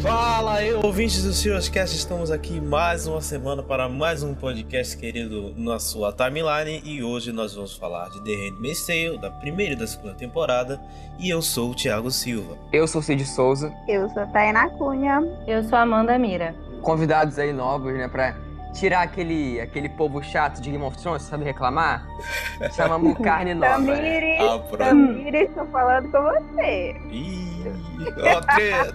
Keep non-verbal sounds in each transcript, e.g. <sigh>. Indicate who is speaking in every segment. Speaker 1: Fala aí, ouvintes do Siriuscast, estamos aqui mais uma semana para mais um podcast querido na sua timeline e hoje nós vamos falar de The Handmaid's Tale, da primeira e da segunda temporada, e eu sou o Thiago Silva.
Speaker 2: Eu sou o Cid Souza.
Speaker 3: Eu sou a Tainá Cunha.
Speaker 4: Eu sou a Amanda Mira.
Speaker 2: Convidados aí novos, né, pra tirar aquele, aquele povo chato de Game of Thrones, sabe reclamar? Chamamos o Carne Nova. né?
Speaker 3: Tamires,
Speaker 1: Ah, pronto.
Speaker 3: Tamires, estou falando com você.
Speaker 1: Ih, ó, treta!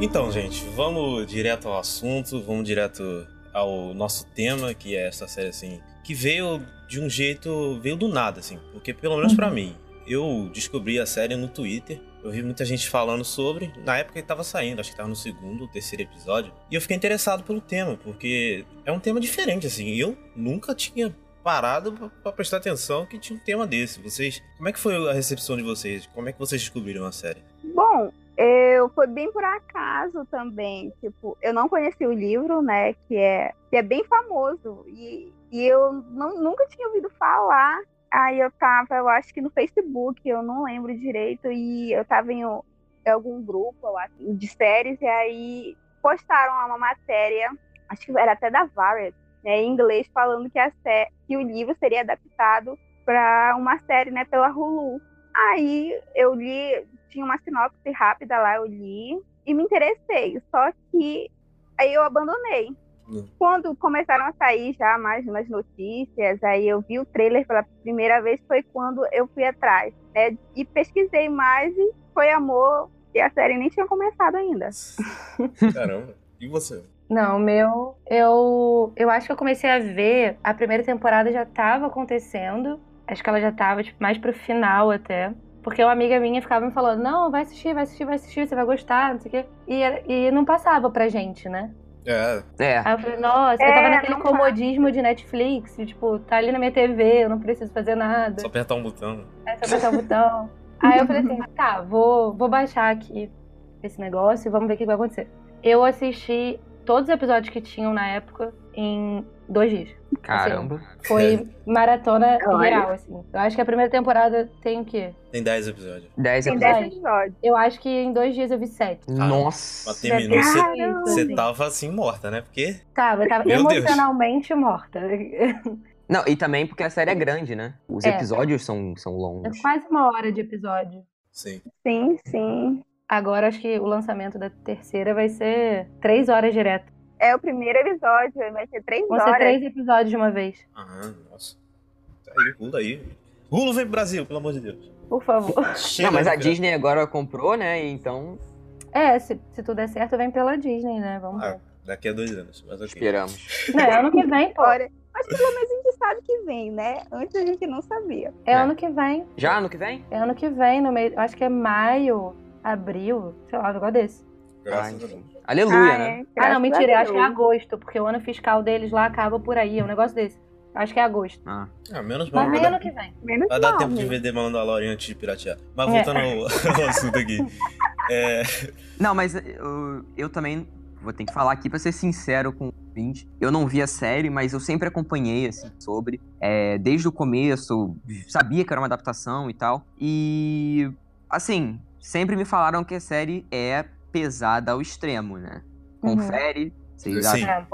Speaker 1: Então, gente, vamos direto ao assunto, vamos direto ao nosso tema, que é essa série assim, que veio de um jeito, veio do nada assim, porque pelo menos pra mim, eu descobri a série no Twitter. Eu vi muita gente falando sobre, na época ele tava saindo, acho que tava no segundo ou terceiro episódio. E eu fiquei interessado pelo tema, porque é um tema diferente, assim. Eu nunca tinha parado pra- pra prestar atenção que tinha um tema desse. Vocês, como é que foi a recepção de vocês? Como é que vocês descobriram a série?
Speaker 3: Bom, eu foi bem por acaso também. Tipo, eu não conheci o livro, né? Que é, que é bem famoso. E, e eu não- nunca tinha ouvido falar. Aí eu tava, eu acho que no Facebook, eu não lembro direito. E eu tava em, um- em algum grupo lá de séries. E aí postaram lá uma matéria, acho que era até da Variety, né, em inglês, falando que, a sé que o livro seria adaptado para uma série, né, pela Hulu. Aí eu li, tinha uma sinopse rápida lá, eu li e me interessei. Só que aí eu abandonei.
Speaker 1: Hum.
Speaker 3: Quando começaram a sair já mais nas notícias, aí eu vi o trailer pela primeira vez, foi quando eu fui atrás, né? E pesquisei mais e foi amor. E a série nem tinha começado ainda.
Speaker 1: Caramba. E você?
Speaker 4: Não, o meu, eu, eu acho que eu comecei a ver, a primeira temporada já tava acontecendo, acho que ela já tava, tipo, mais pro final até, porque uma amiga minha ficava me falando, não, vai assistir, vai assistir, vai assistir, você vai gostar, não sei o quê, e, era- e não passava pra gente, né?
Speaker 1: É,
Speaker 2: É.
Speaker 4: Aí eu falei, nossa, eu
Speaker 3: É,
Speaker 4: tava naquele
Speaker 3: não
Speaker 4: comodismo de Netflix, de, tipo, tá ali na minha TV, eu não preciso fazer nada.
Speaker 1: só apertar um botão.
Speaker 4: Aí você apertar o botão. é Aí eu falei assim, tá, vou, vou baixar aqui esse negócio e vamos ver o que vai acontecer. Eu assisti todos os episódios que tinham na época em dois dias.
Speaker 2: Caramba.
Speaker 4: Foi maratona
Speaker 3: Olha.
Speaker 4: geral, assim. Eu acho que a primeira temporada tem o quê?
Speaker 1: Tem 10 episódios.
Speaker 2: Dez
Speaker 3: Tem
Speaker 2: episódios.
Speaker 3: 10 episódios.
Speaker 4: Eu acho que em dois dias eu vi sete.
Speaker 1: Mas
Speaker 2: Nossa.
Speaker 1: terminou, você
Speaker 3: Caramba.
Speaker 1: você tava assim morta, né? Porque
Speaker 4: Tava, Tá, eu tava
Speaker 1: Meu Deus.
Speaker 4: emocionalmente morta.
Speaker 2: Não, e também porque a série é grande, né? Os
Speaker 4: É.
Speaker 2: episódios são, são longos.
Speaker 4: Quase uma hora de episódio.
Speaker 1: Sim.
Speaker 3: Sim, sim.
Speaker 4: Agora acho que o lançamento da terceira vai ser três horas direto.
Speaker 3: É o primeiro episódio, vai ser três
Speaker 4: Vão ser
Speaker 3: horas.
Speaker 4: três episódios de uma vez.
Speaker 1: Ah, nossa. Tá aí, Rulo aí. Rulo vem pro Brasil, pelo amor de Deus.
Speaker 4: Por favor.
Speaker 1: Chega né?
Speaker 2: Não, mas a
Speaker 1: de piada.
Speaker 2: Disney agora comprou, né? Então
Speaker 4: É, se, se tudo der certo, vem pela Disney, né? Vamos
Speaker 1: Ah,
Speaker 4: ver.
Speaker 1: daqui a dois anos. Mas ok.
Speaker 2: esperamos.
Speaker 4: Não, é ano que vem, pô.
Speaker 3: Olha, Mas pelo menos a gente sabe que vem, né? Antes a gente não sabia.
Speaker 4: É
Speaker 2: É.
Speaker 4: ano que vem.
Speaker 2: Já ano que vem?
Speaker 4: É ano que vem, no meio. eu Acho que é maio, abril, sei lá, um negócio desse.
Speaker 1: Graças
Speaker 2: Ah,
Speaker 1: a Deus.
Speaker 2: Aleluia,
Speaker 3: Ah,
Speaker 2: né?
Speaker 3: é,
Speaker 4: Ah,
Speaker 3: graças
Speaker 4: não,
Speaker 3: a
Speaker 4: mentira, eu acho que é
Speaker 3: Deus.
Speaker 4: agosto, porque o ano fiscal deles lá acaba por aí, é um negócio desse. Eu Acho que é agosto.
Speaker 2: Ah.
Speaker 1: Ah, menos mal.
Speaker 4: Mas
Speaker 1: Vai
Speaker 4: vem ano
Speaker 1: dar,
Speaker 4: que vem.
Speaker 3: Menos
Speaker 1: vai dar
Speaker 3: mal,
Speaker 1: tempo de
Speaker 3: né?
Speaker 1: ver demanda a Lauren antes de piratear. Mas
Speaker 4: É.
Speaker 1: voltando ao, <laughs> ao assunto aqui. É,
Speaker 2: Não, mas eh, eu, eu também vou ter que falar aqui pra ser sincero com o ouvinte. Eu não vi a série, mas eu sempre acompanhei assim sobre, é, desde o começo, sabia que era uma adaptação e tal. E assim, sempre me falaram que a série é pesada ao extremo, né?
Speaker 4: Uhum.
Speaker 2: Confere, vocês
Speaker 1: Sim.
Speaker 4: É.
Speaker 2: acham?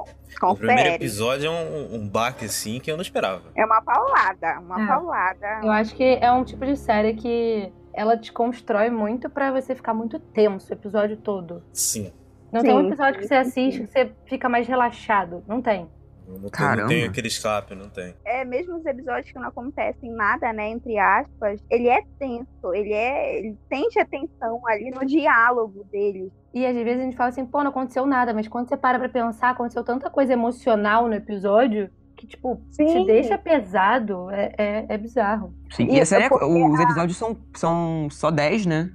Speaker 1: o primeiro
Speaker 3: Confere.
Speaker 1: episódio é um, um baque assim que eu não esperava.
Speaker 3: É uma paulada, uma
Speaker 4: É.
Speaker 3: paulada.
Speaker 4: Eu acho que é um tipo de série que ela te constrói muito pra você ficar muito tenso o episódio todo.
Speaker 1: Sim.
Speaker 4: Não tem um
Speaker 3: Sim,
Speaker 4: episódio que você assiste que você fica mais relaxado. Não tem.
Speaker 1: Não tem- Não
Speaker 2: Caramba.
Speaker 1: tem aquele escape, não tem.
Speaker 3: É, mesmo os episódios que não acontecem nada, né, entre aspas, ele é tenso, ele é, ele sente a tensão ali no diálogo dele.
Speaker 4: E às vezes a gente fala assim, pô, não aconteceu nada, mas quando você para pra pensar, aconteceu tanta coisa emocional no episódio que, tipo, te
Speaker 3: Sim.
Speaker 4: deixa pesado. É, é, é bizarro.
Speaker 2: Sim. E a
Speaker 3: Isso,
Speaker 2: série, é-
Speaker 3: porque
Speaker 2: os episódios são, são só 10, né?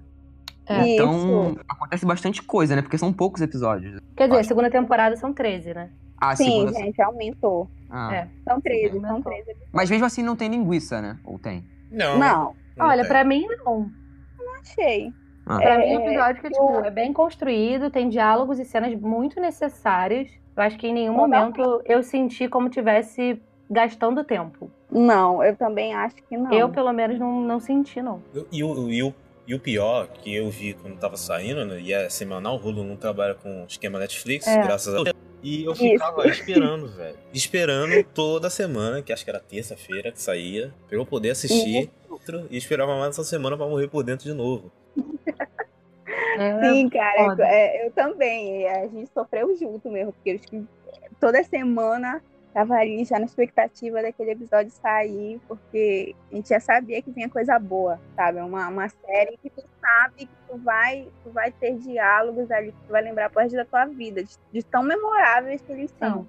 Speaker 4: É.
Speaker 3: Isso.
Speaker 2: Então acontece bastante coisa, né? Porque são poucos episódios.
Speaker 4: Quer dizer, a
Speaker 2: Acho.
Speaker 4: segunda temporada são 13, né?
Speaker 2: Ah,
Speaker 3: Sim,
Speaker 2: segunda.
Speaker 3: gente, aumentou.
Speaker 2: Ah.
Speaker 4: É.
Speaker 3: São 13,
Speaker 4: Aumentou.
Speaker 3: são 13 episódios.
Speaker 2: Mas mesmo assim não tem linguiça, né? Ou tem?
Speaker 1: Não.
Speaker 3: Não,
Speaker 1: não
Speaker 4: Olha,
Speaker 1: tem.
Speaker 4: pra mim não.
Speaker 3: achei.
Speaker 2: Ah.
Speaker 4: Pra
Speaker 3: É,
Speaker 4: mim é um episódio que, tipo,
Speaker 3: eu-
Speaker 4: é bem construído, tem diálogos e cenas muito necessárias. Eu acho que em nenhum
Speaker 3: Totalmente.
Speaker 4: momento eu senti como tivesse gastando tempo.
Speaker 3: Não, eu também acho que não.
Speaker 4: Eu, pelo menos, não, não senti, não.
Speaker 1: Eu- E o, e, o, e o pior que eu vi quando tava saindo, né? E é semanal, o Hulu não trabalha com esquema Netflix,
Speaker 4: É.
Speaker 1: graças a Deus. E eu
Speaker 3: Isso.
Speaker 1: ficava <laughs> esperando, velho. Esperando toda semana, que acho que era terça-feira que saía, pra eu poder assistir. E esperava mais essa semana pra morrer por dentro de novo.
Speaker 4: É,
Speaker 3: Sim, cara,
Speaker 4: foda.
Speaker 3: é, eu também. é, A gente sofreu junto mesmo, porque eu acho que toda semana tava ali já na expectativa daquele episódio sair, porque a gente já sabia que vinha coisa boa, sabe? É Uma, uma série que tu sabe que tu vai, tu vai ter diálogos ali que tu vai lembrar pro resto da tua vida, de, de tão memoráveis que eles são.
Speaker 4: Sim.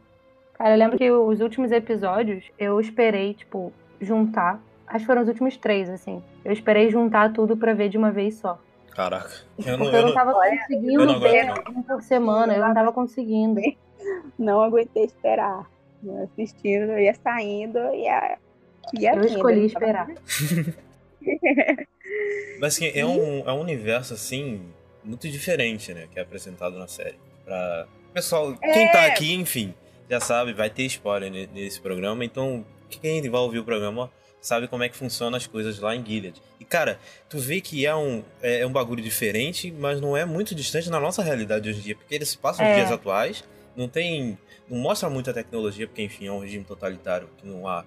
Speaker 4: Cara, eu lembro que os últimos episódios eu esperei, tipo, juntar. Acho que foram os últimos três, assim. Eu esperei juntar tudo pra ver de uma vez só.
Speaker 1: Caraca. Eu não,
Speaker 4: Porque eu
Speaker 1: eu
Speaker 4: não
Speaker 1: não,
Speaker 4: tava conseguindo
Speaker 1: eu não
Speaker 4: ver
Speaker 1: aguento,
Speaker 4: um por semana, eu não tava conseguindo.
Speaker 3: Não aguentei esperar. Eu Assistindo, eu ia saindo e ia, ia
Speaker 4: Eu
Speaker 3: vindo,
Speaker 4: escolhi
Speaker 3: não tava-
Speaker 4: esperar.
Speaker 1: Mas assim, é um, é um universo, assim, muito diferente, né? Que é apresentado na série. Pra... Pessoal,
Speaker 4: É.
Speaker 1: quem tá aqui, enfim, já sabe, vai ter spoiler ne- nesse programa. Então, quem vai ouvir o programa ó, sabe como é que funcionam as coisas lá em Gilead. E, cara, tu vê que é um, é, é um bagulho diferente, mas não é muito distante da nossa realidade hoje em dia. Porque eles passam os
Speaker 4: É.
Speaker 1: dias atuais, não tem... Não mostra muita tecnologia, porque, enfim, é um regime totalitário que não há...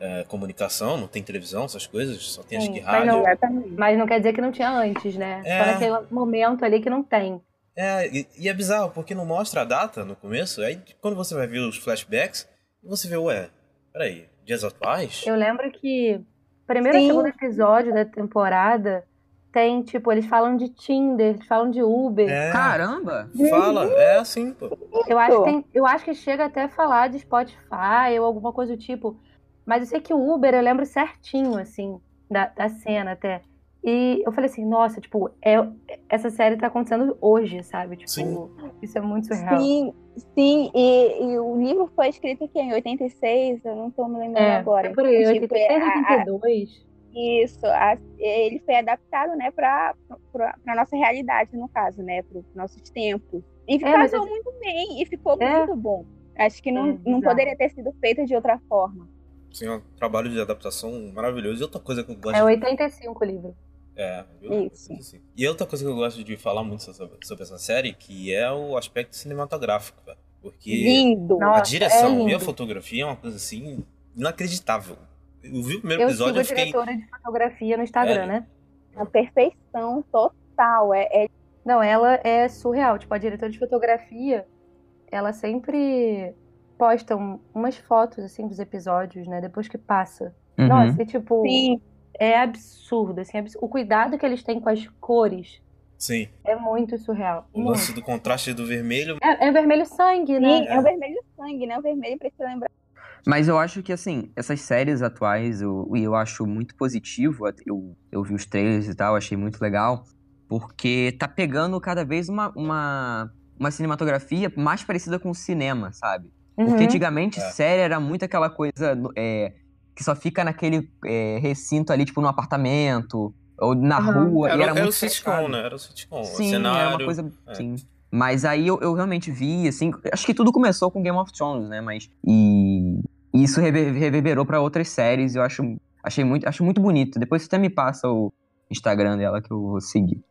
Speaker 1: eh, comunicação, não tem televisão, essas coisas, só tem acho
Speaker 4: Sim,
Speaker 1: que
Speaker 4: mas
Speaker 1: rádio.
Speaker 4: não
Speaker 3: Exatamente.
Speaker 4: Mas não quer dizer que não tinha antes, né?
Speaker 1: É.
Speaker 4: Só naquele momento ali que não tem.
Speaker 1: É, e, e é bizarro, porque não mostra a data no começo, aí quando você vai ver os flashbacks, você vê, ué, peraí, dias atuais?
Speaker 4: Eu lembro que primeiro e
Speaker 3: Sim.
Speaker 4: segundo episódio da temporada tem, tipo, eles falam de Tinder, eles falam de Uber.
Speaker 1: É,
Speaker 2: Caramba!
Speaker 1: fala, é assim, pô.
Speaker 4: Eu acho, que tem- eu acho que chega até a falar de Spotify ou alguma coisa do tipo. Mas eu sei que o Uber eu lembro certinho, assim, da, da cena até. E eu falei assim, nossa, tipo, é, essa série tá acontecendo hoje, sabe? Tipo,
Speaker 1: Sim.
Speaker 4: isso é muito surreal.
Speaker 3: Sim, né, sim, e, e o livro foi escrito aqui em 86, eu não tô me lembrando
Speaker 4: é,
Speaker 3: agora.
Speaker 4: é por aí,
Speaker 3: Tipo, é,
Speaker 4: 86,
Speaker 3: a- a-
Speaker 4: 82.
Speaker 3: isso, a- ele foi adaptado, né, pra, pra, pra nossa realidade, no caso, né, pro- pros nossos tempos. E
Speaker 4: É, mas
Speaker 3: casou
Speaker 4: eu-
Speaker 3: muito bem, e ficou
Speaker 4: É.
Speaker 3: muito bom. Acho que não,
Speaker 4: É,
Speaker 3: não
Speaker 4: bizarro.
Speaker 3: poderia ter sido feito de outra forma.
Speaker 1: Assim, um trabalho de adaptação maravilhoso. E outra coisa que eu gosto
Speaker 4: É 85 o livro.
Speaker 1: É, eu-
Speaker 3: Isso.
Speaker 1: assim. E outra coisa que eu gosto de falar muito sobre, sobre essa série, que é o aspecto cinematográfico, velho. Porque
Speaker 3: Lindo!
Speaker 1: a
Speaker 4: Nossa, é
Speaker 1: direção
Speaker 4: lindo.
Speaker 1: e a fotografia é uma coisa, assim, inacreditável. Eu vi o primeiro
Speaker 4: Eu sigo
Speaker 1: episódio
Speaker 4: a
Speaker 1: eu fiquei...
Speaker 4: diretora de fotografia no Instagram,
Speaker 1: É.
Speaker 4: né?
Speaker 3: A perfeição total. É, é-
Speaker 4: Não, ela é surreal. Tipo, a diretora de fotografia, ela sempre posta um- umas fotos, assim, dos episódios, né? Depois que passa.
Speaker 2: Uhum.
Speaker 4: Nossa, e, tipo,
Speaker 3: sim,
Speaker 4: é absurdo, assim. é abs- O cuidado que eles têm com as cores
Speaker 1: Sim,
Speaker 4: é muito surreal.
Speaker 1: o
Speaker 4: muito.
Speaker 1: lance do contraste do vermelho...
Speaker 4: É, é vermelho sangue, né?
Speaker 3: sim, é o vermelho sangue, né? O vermelho pra te lembrar.
Speaker 2: Mas eu acho que, assim, essas séries atuais, eu, e eu acho muito positivo, eu, eu vi os trailers e tal, achei muito legal, porque tá pegando cada vez uma, uma, uma cinematografia mais parecida com o cinema, sabe? Porque
Speaker 4: Uhum.
Speaker 2: antigamente
Speaker 1: É.
Speaker 2: série era muito aquela coisa no- é, que só fica naquele é, recinto ali, tipo, num apartamento, ou na
Speaker 4: Aham.
Speaker 2: rua,
Speaker 1: Era, um,
Speaker 2: e era,
Speaker 1: era
Speaker 2: muito
Speaker 1: o sitcom,
Speaker 2: fechado.
Speaker 1: né? Era o sitcom. o
Speaker 2: Sim,
Speaker 1: cenário.
Speaker 2: era uma coisa.
Speaker 1: é.
Speaker 2: Sim. Mas aí eu, eu realmente vi, assim. Acho que tudo começou com Game of Thrones, né? Mas. E isso rever- reverberou pra outras séries. e Eu acho, achei muito, acho muito bonito. Depois você até me passa o Instagram dela que eu vou seguir.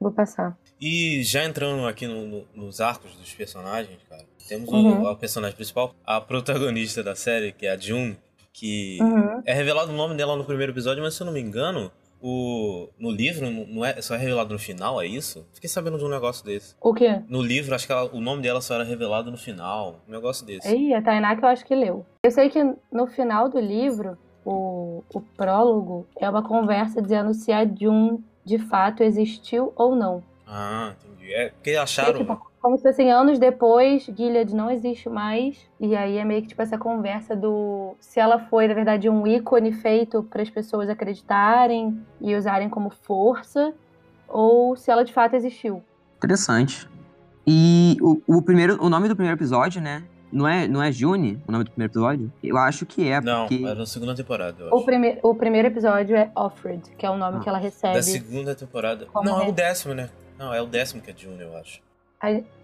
Speaker 4: Vou passar.
Speaker 1: E já entrando aqui no- no- nos arcos dos personagens, cara, temos o-
Speaker 4: Uhum.
Speaker 1: a personagem principal, a protagonista da série, que é a June, que
Speaker 4: Uhum.
Speaker 1: é revelado o nome dela no primeiro episódio, mas se eu não me engano, o, no livro não não é, só é revelado no final, é isso? Fiquei sabendo de um negócio desse.
Speaker 4: O quê?
Speaker 1: No livro, acho que ela- o nome dela só era revelado no final, um negócio
Speaker 2: É
Speaker 1: desse.
Speaker 4: Ih, a Tainá que eu acho que leu. Eu sei que no final do livro, o, o prólogo é uma conversa dizendo se a Jun de fato existiu ou não.
Speaker 1: Ah, entendi. É porque
Speaker 4: Porque,
Speaker 1: acharam.
Speaker 4: tipo, como se fossem anos depois, Gilead não existe mais. E aí é meio que tipo essa conversa do se ela foi, na verdade, um ícone feito para as pessoas acreditarem e usarem como força, ou se ela de fato existiu.
Speaker 2: Interessante. E o, o primeiro, o nome do primeiro episódio, né? Não é, não é June o nome do primeiro episódio? Eu acho que é,
Speaker 1: Não,
Speaker 2: porque.
Speaker 1: era na segunda temporada, eu acho.
Speaker 4: O, prime o primeiro episódio é Offred, que é o nome
Speaker 2: Ah,
Speaker 4: que ela
Speaker 1: Da
Speaker 4: recebe.
Speaker 1: segunda temporada.
Speaker 4: Como
Speaker 1: não, é?
Speaker 4: é?
Speaker 1: o décimo, né? Não, é o décimo que é June, eu acho.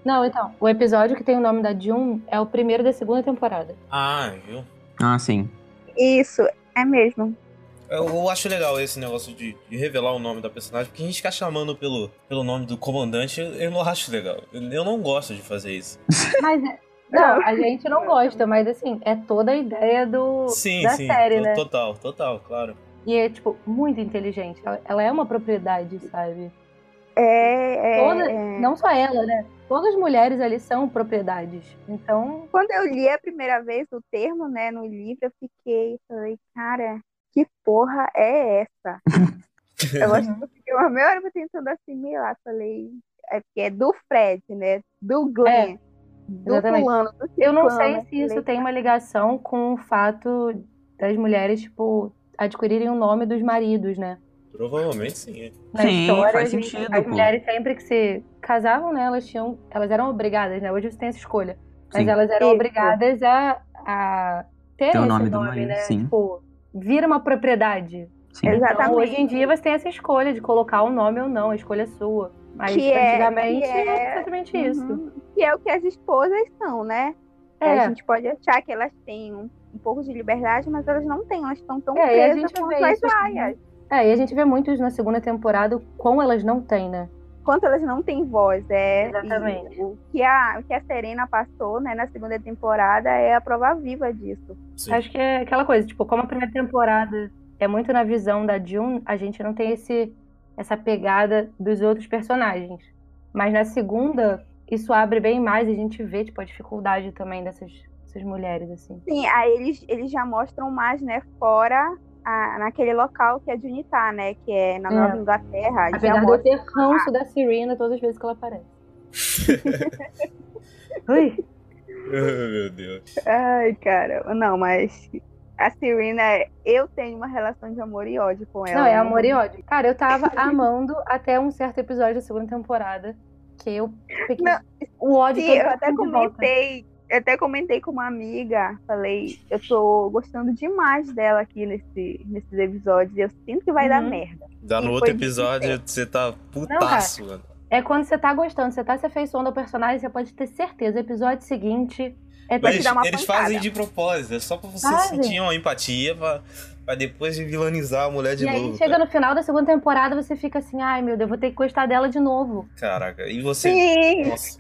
Speaker 4: Não, então, o episódio que tem o nome da June é o primeiro da segunda temporada.
Speaker 1: Ah, viu?
Speaker 2: Ah, sim.
Speaker 3: Isso. É mesmo.
Speaker 1: Eu, eu acho legal esse negócio de, de revelar o nome da personagem, porque a gente ficar chamando pelo, pelo nome do comandante, eu- eu não acho legal. Eu eu não gosto de fazer isso.
Speaker 4: Mas. é, Não, a gente
Speaker 3: <laughs>
Speaker 4: não gosta, mas assim, é toda a ideia do,
Speaker 1: Sim,
Speaker 4: da
Speaker 1: sim.
Speaker 4: série,
Speaker 1: to-
Speaker 4: né?
Speaker 1: Total, total,
Speaker 4: <laughs>
Speaker 1: claro.
Speaker 4: E é, tipo, muito inteligente. Ela, ela é uma propriedade, sabe?
Speaker 3: É, é,
Speaker 4: Toda-
Speaker 3: é.
Speaker 4: Não só ela, né? Todas as mulheres ali são propriedades. Então,
Speaker 3: Quando eu li a primeira vez o termo, né, no livro, eu fiquei, falei, cara, que porra é essa?
Speaker 1: Uhum.
Speaker 3: eu acho que eu fiquei uma meia hora tentando assimilar, falei, é porque é do Fred, né, do Glenn, do
Speaker 4: É, exatamente.
Speaker 3: fulano, do
Speaker 4: eu não sei
Speaker 3: ciclano,
Speaker 4: se isso
Speaker 3: falei,
Speaker 4: tem uma ligação com o fato das mulheres, tipo, adquirirem o nome dos maridos, né?
Speaker 1: <laughs> Provavelmente sim. é.
Speaker 4: na
Speaker 2: Sim,
Speaker 4: história,
Speaker 2: faz
Speaker 4: a gente-
Speaker 2: sentido,
Speaker 4: As
Speaker 2: pô.
Speaker 4: mulheres sempre que se casavam, né, elas tinham, elas eram obrigadas, né? Hoje você tem essa escolha, mas
Speaker 2: Sim.
Speaker 4: elas eram
Speaker 3: Isso.
Speaker 4: obrigadas a, a ter
Speaker 2: Ter o
Speaker 4: esse
Speaker 2: nome
Speaker 4: nome,
Speaker 2: do marido,
Speaker 4: né?
Speaker 2: sim.
Speaker 4: Tipo, vira uma propriedade.
Speaker 2: Sim.
Speaker 4: Então,
Speaker 3: Exatamente.
Speaker 4: hoje em dia você tem essa escolha de colocar o nome ou não, a escolha é sua. Mas
Speaker 3: Que é-
Speaker 4: antigamente
Speaker 3: que é-
Speaker 4: era exatamente isso.
Speaker 3: Uhum. Que é o que as esposas são, né? A
Speaker 4: É.
Speaker 3: gente pode achar que elas têm um, um pouco de liberdade, mas elas não têm, elas estão tão
Speaker 4: É, e a
Speaker 3: presas
Speaker 4: gente
Speaker 3: com
Speaker 4: vê
Speaker 3: suas
Speaker 4: isso-
Speaker 3: aias.
Speaker 4: É, e a gente vê muito isso na segunda temporada, o quão elas não têm, né?
Speaker 3: Quanto elas não têm voz, é.
Speaker 4: Exatamente.
Speaker 3: e o que a, o que a Serena passou, né, na segunda temporada é a prova viva disso.
Speaker 1: Sim. <laughs>
Speaker 4: Acho que é aquela coisa, tipo, como a primeira temporada é muito na visão da June, a gente não tem esse, essa pegada dos outros personagens. Mas na segunda, isso abre bem mais e a gente vê, tipo, a dificuldade também dessas, dessas mulheres, assim.
Speaker 3: Sim, aí eles, eles já mostram mais, né, fora a- naquele local que a Juni tá, né, que é na
Speaker 4: É.
Speaker 3: Nova Inglaterra. já
Speaker 4: Apesar de eu
Speaker 3: mostra-
Speaker 4: ter
Speaker 3: Ah.
Speaker 4: ranço da Serena todas as vezes que ela
Speaker 3: <laughs>
Speaker 4: aparece. Ui,
Speaker 1: Ah, Meu Deus.
Speaker 3: Ai, cara, não, mas a Serena, eu tenho uma relação de amor e ódio com ela.
Speaker 4: não, é
Speaker 3: né?
Speaker 4: amor e ódio. Cara, eu tava amando até um certo episódio da segunda temporada, que eu fiquei...
Speaker 3: Não,
Speaker 4: o ódio
Speaker 3: Sim,
Speaker 4: todo
Speaker 3: eu até
Speaker 4: de volta.
Speaker 3: comentei, eu até comentei com uma amiga, falei, eu tô gostando demais dela aqui nesse, nesses episódios, eu sinto que vai dar
Speaker 4: Uhum.
Speaker 3: merda.
Speaker 1: Dá
Speaker 3: E
Speaker 1: no
Speaker 3: foi
Speaker 1: outro
Speaker 3: difícil.
Speaker 1: episódio, você tá putaço, mano.
Speaker 4: É quando você tá gostando, você tá se afeiçoando ao personagem, você pode ter certeza. Episódio seguinte é pra
Speaker 1: Mas
Speaker 4: te
Speaker 1: eles,
Speaker 4: dar uma
Speaker 1: eles
Speaker 4: pancada.
Speaker 1: fazem de propósito, é só pra você
Speaker 4: Fazem.
Speaker 1: sentir uma empatia pra, pra depois vilanizar a mulher de
Speaker 4: e aí
Speaker 1: novo. tá.
Speaker 4: chega
Speaker 1: cara.
Speaker 4: no final da segunda temporada, você fica assim, ai meu Deus, vou ter que gostar dela de novo.
Speaker 1: Caraca, e você.
Speaker 3: Sim!
Speaker 1: Nossa.